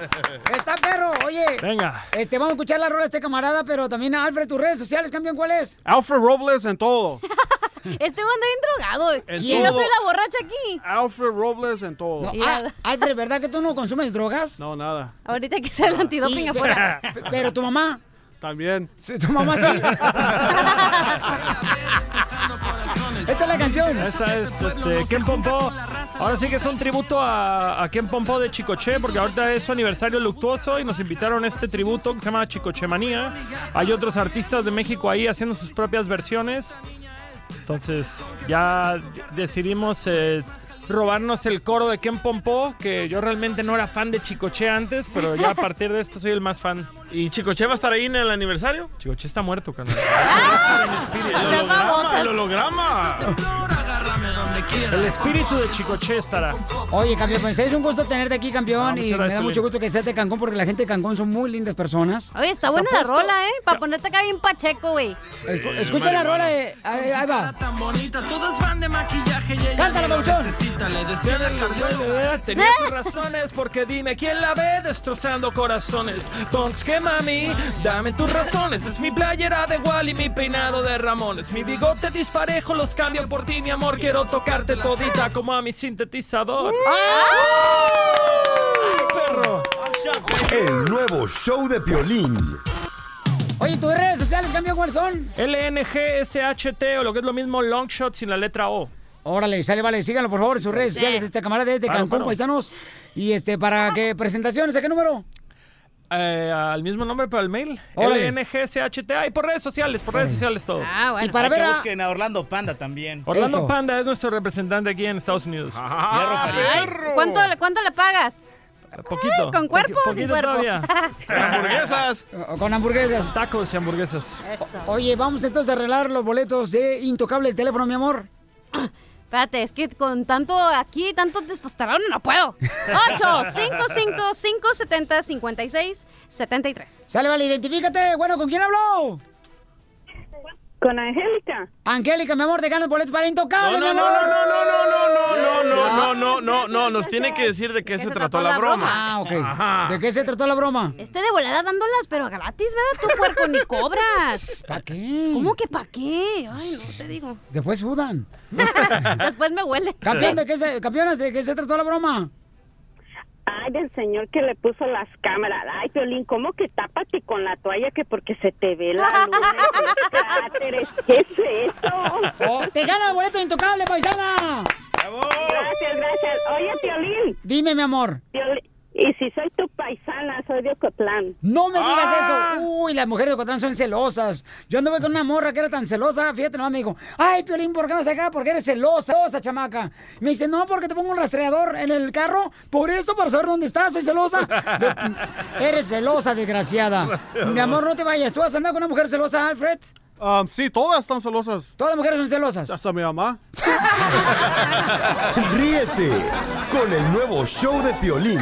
[SPEAKER 7] ¡Eh!
[SPEAKER 1] Está perro, oye.
[SPEAKER 10] Venga.
[SPEAKER 1] Este, vamos a escuchar la rola de este camarada, pero también Alfred, tus redes sociales, campeón, ¿cuál es?
[SPEAKER 7] Alfred Robles en todo.
[SPEAKER 3] Este güey anda bien drogado.
[SPEAKER 7] En
[SPEAKER 3] Y yo
[SPEAKER 7] todo.
[SPEAKER 3] soy la borracha aquí.
[SPEAKER 7] Alfred Robles en todo.
[SPEAKER 1] No, Al- Alfred, ¿verdad que tú no consumes drogas?
[SPEAKER 7] No, nada.
[SPEAKER 3] Ahorita hay que sea el antidoping
[SPEAKER 1] Y-
[SPEAKER 3] afuera.
[SPEAKER 1] pe- Pero tu mamá.
[SPEAKER 7] También.
[SPEAKER 1] tu mamá sí. Esta es la canción.
[SPEAKER 10] Esta es este, Ken Pompó. Ahora sí que es un tributo a, a Ken Pompó de Chicoche, porque ahorita es su aniversario luctuoso y nos invitaron a este tributo que se llama Chicoche Manía. Hay otros artistas de México ahí haciendo sus propias versiones. Entonces ya decidimos eh, robarnos el coro de Ken Pompó, que yo realmente no era fan de Chicoche antes, pero ya a partir de esto soy el más fan.
[SPEAKER 2] ¿Y Chicoche va a estar ahí en el aniversario? Ah.
[SPEAKER 10] Chicoche está muerto, carnal.
[SPEAKER 2] El holograma, el holograma.
[SPEAKER 10] El espíritu de Chicoche estará.
[SPEAKER 1] Oye, campeón, pues es un gusto tenerte aquí, campeón.
[SPEAKER 10] Ah, muchas
[SPEAKER 1] y
[SPEAKER 10] gracias,
[SPEAKER 1] me da mucho
[SPEAKER 10] Piolín.
[SPEAKER 1] gusto que seas de Cancún, porque la gente de Cancún son muy lindas personas.
[SPEAKER 3] Oye, está buena la rola, ¿eh? Para ponerte acá bien pacheco, güey.
[SPEAKER 1] Escu- escucha la rola de. Eh, Ahí, ahí va.
[SPEAKER 12] Tan bonita, todas van de maquillaje.
[SPEAKER 1] Cántala, Pauchón. Eh.
[SPEAKER 10] Tenía sus razones, porque dime quién la ve destrozando corazones. Entonces, que mami, dame tus razones. Es mi playera de Wally, mi peinado de Ramones. Mi bigote disparejo, los cambio por ti, mi amor. Quiero tocarte todita como a mi sintetizador.
[SPEAKER 1] ¡Ah!
[SPEAKER 8] El nuevo show de Piolín.
[SPEAKER 1] Oye, ¿tus redes sociales, cambio, cuáles son?
[SPEAKER 10] LNGSHT o lo que es lo mismo long shot sin la letra O.
[SPEAKER 1] Órale, sale, vale, síganlo por favor en sus redes
[SPEAKER 10] Sí.
[SPEAKER 1] sociales, este camarada desde
[SPEAKER 10] Claro,
[SPEAKER 1] Cancún,
[SPEAKER 10] claro.
[SPEAKER 1] paisanos. Y este, para que presentaciones, ¿a qué número?
[SPEAKER 10] Eh, al mismo nombre pero al mail.
[SPEAKER 1] Órale.
[SPEAKER 10] LNGSHT. Ah, y por redes sociales, por redes sociales todo.
[SPEAKER 1] Ah, bueno. Y para Hay que ver a- busquen
[SPEAKER 10] a Orlando Panda también. Orlando
[SPEAKER 1] Eso.
[SPEAKER 10] Panda es nuestro representante aquí en Estados Unidos.
[SPEAKER 3] ah, pues, Ay, ¿cuánto, ¿Cuánto le pagas?
[SPEAKER 10] Poquito.
[SPEAKER 3] ¿Con cuerpo o sin cuerpo?
[SPEAKER 10] poquito todavía. hamburguesas.
[SPEAKER 1] Con hamburguesas.
[SPEAKER 10] Tacos y hamburguesas.
[SPEAKER 1] Oye, vamos entonces a arreglar los boletos de Intocable el teléfono, mi amor.
[SPEAKER 3] Espérate, es que con tanto aquí, tanto testosterona, no puedo. 8 5 5 70 56 73.
[SPEAKER 1] Sale, vale, identifícate. Bueno, ¿con quién habló?
[SPEAKER 9] Con Angélica.
[SPEAKER 1] Angélica, mi amor, te gana el boleto para Intocable,
[SPEAKER 10] No, no,
[SPEAKER 1] mi
[SPEAKER 10] no,
[SPEAKER 1] amor.
[SPEAKER 10] no, no, no, No, no, no, no, no, no, nos tiene que decir de qué se trató la broma.
[SPEAKER 1] Ah, ok. ¿De qué se trató la broma?
[SPEAKER 3] Este de volada dándolas, pero gratis, ¿verdad? Tu cuerpo ni cobras.
[SPEAKER 1] ¿Para qué?
[SPEAKER 3] ¿Cómo que para qué? Ay, no te digo.
[SPEAKER 1] Después sudan.
[SPEAKER 3] Después me huele.
[SPEAKER 1] Campeón, ¿de qué se, campeonas, ¿de qué se trató la broma?
[SPEAKER 9] Ay, del señor que le puso las cámaras. Ay, Piolín, ¿cómo que tápate con la toalla que porque se te ve la luna? y los cráteres? ¿Qué es eso?
[SPEAKER 1] Oh, ¡Te gana el boleto de Intocable, paisana!
[SPEAKER 9] Gracias, gracias. Oye, Piolín.
[SPEAKER 1] Dime, mi amor.
[SPEAKER 9] Piolín, Y si soy tu paisana, soy de Ocotlán.
[SPEAKER 1] No me digas eso. Uy, las mujeres de Cotlán son celosas. Yo anduve con una morra que era tan celosa. Fíjate, nomás me dijo, ay, Piolín, ¿por qué no se acaba? Porque eres celosa, celosa, chamaca. Me dice, no, porque te pongo un rastreador en el carro. Por eso, para saber dónde estás, soy celosa. Yo, eres celosa, desgraciada. Mi amor, no te vayas. ¿Tú has andado con una mujer celosa, Alfred?
[SPEAKER 7] sí, todas están celosas.
[SPEAKER 1] Todas las mujeres son celosas.
[SPEAKER 7] Hasta mi mamá.
[SPEAKER 8] Ríete con el nuevo show de Piolín.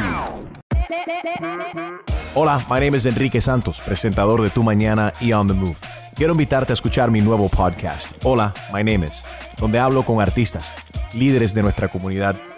[SPEAKER 22] Hola, my name is Enrique Santos, presentador de Tu Mañana y On the Move. Quiero invitarte a escuchar mi nuevo podcast, Hola, my name is, donde hablo con artistas, líderes de nuestra comunidad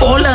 [SPEAKER 23] Hola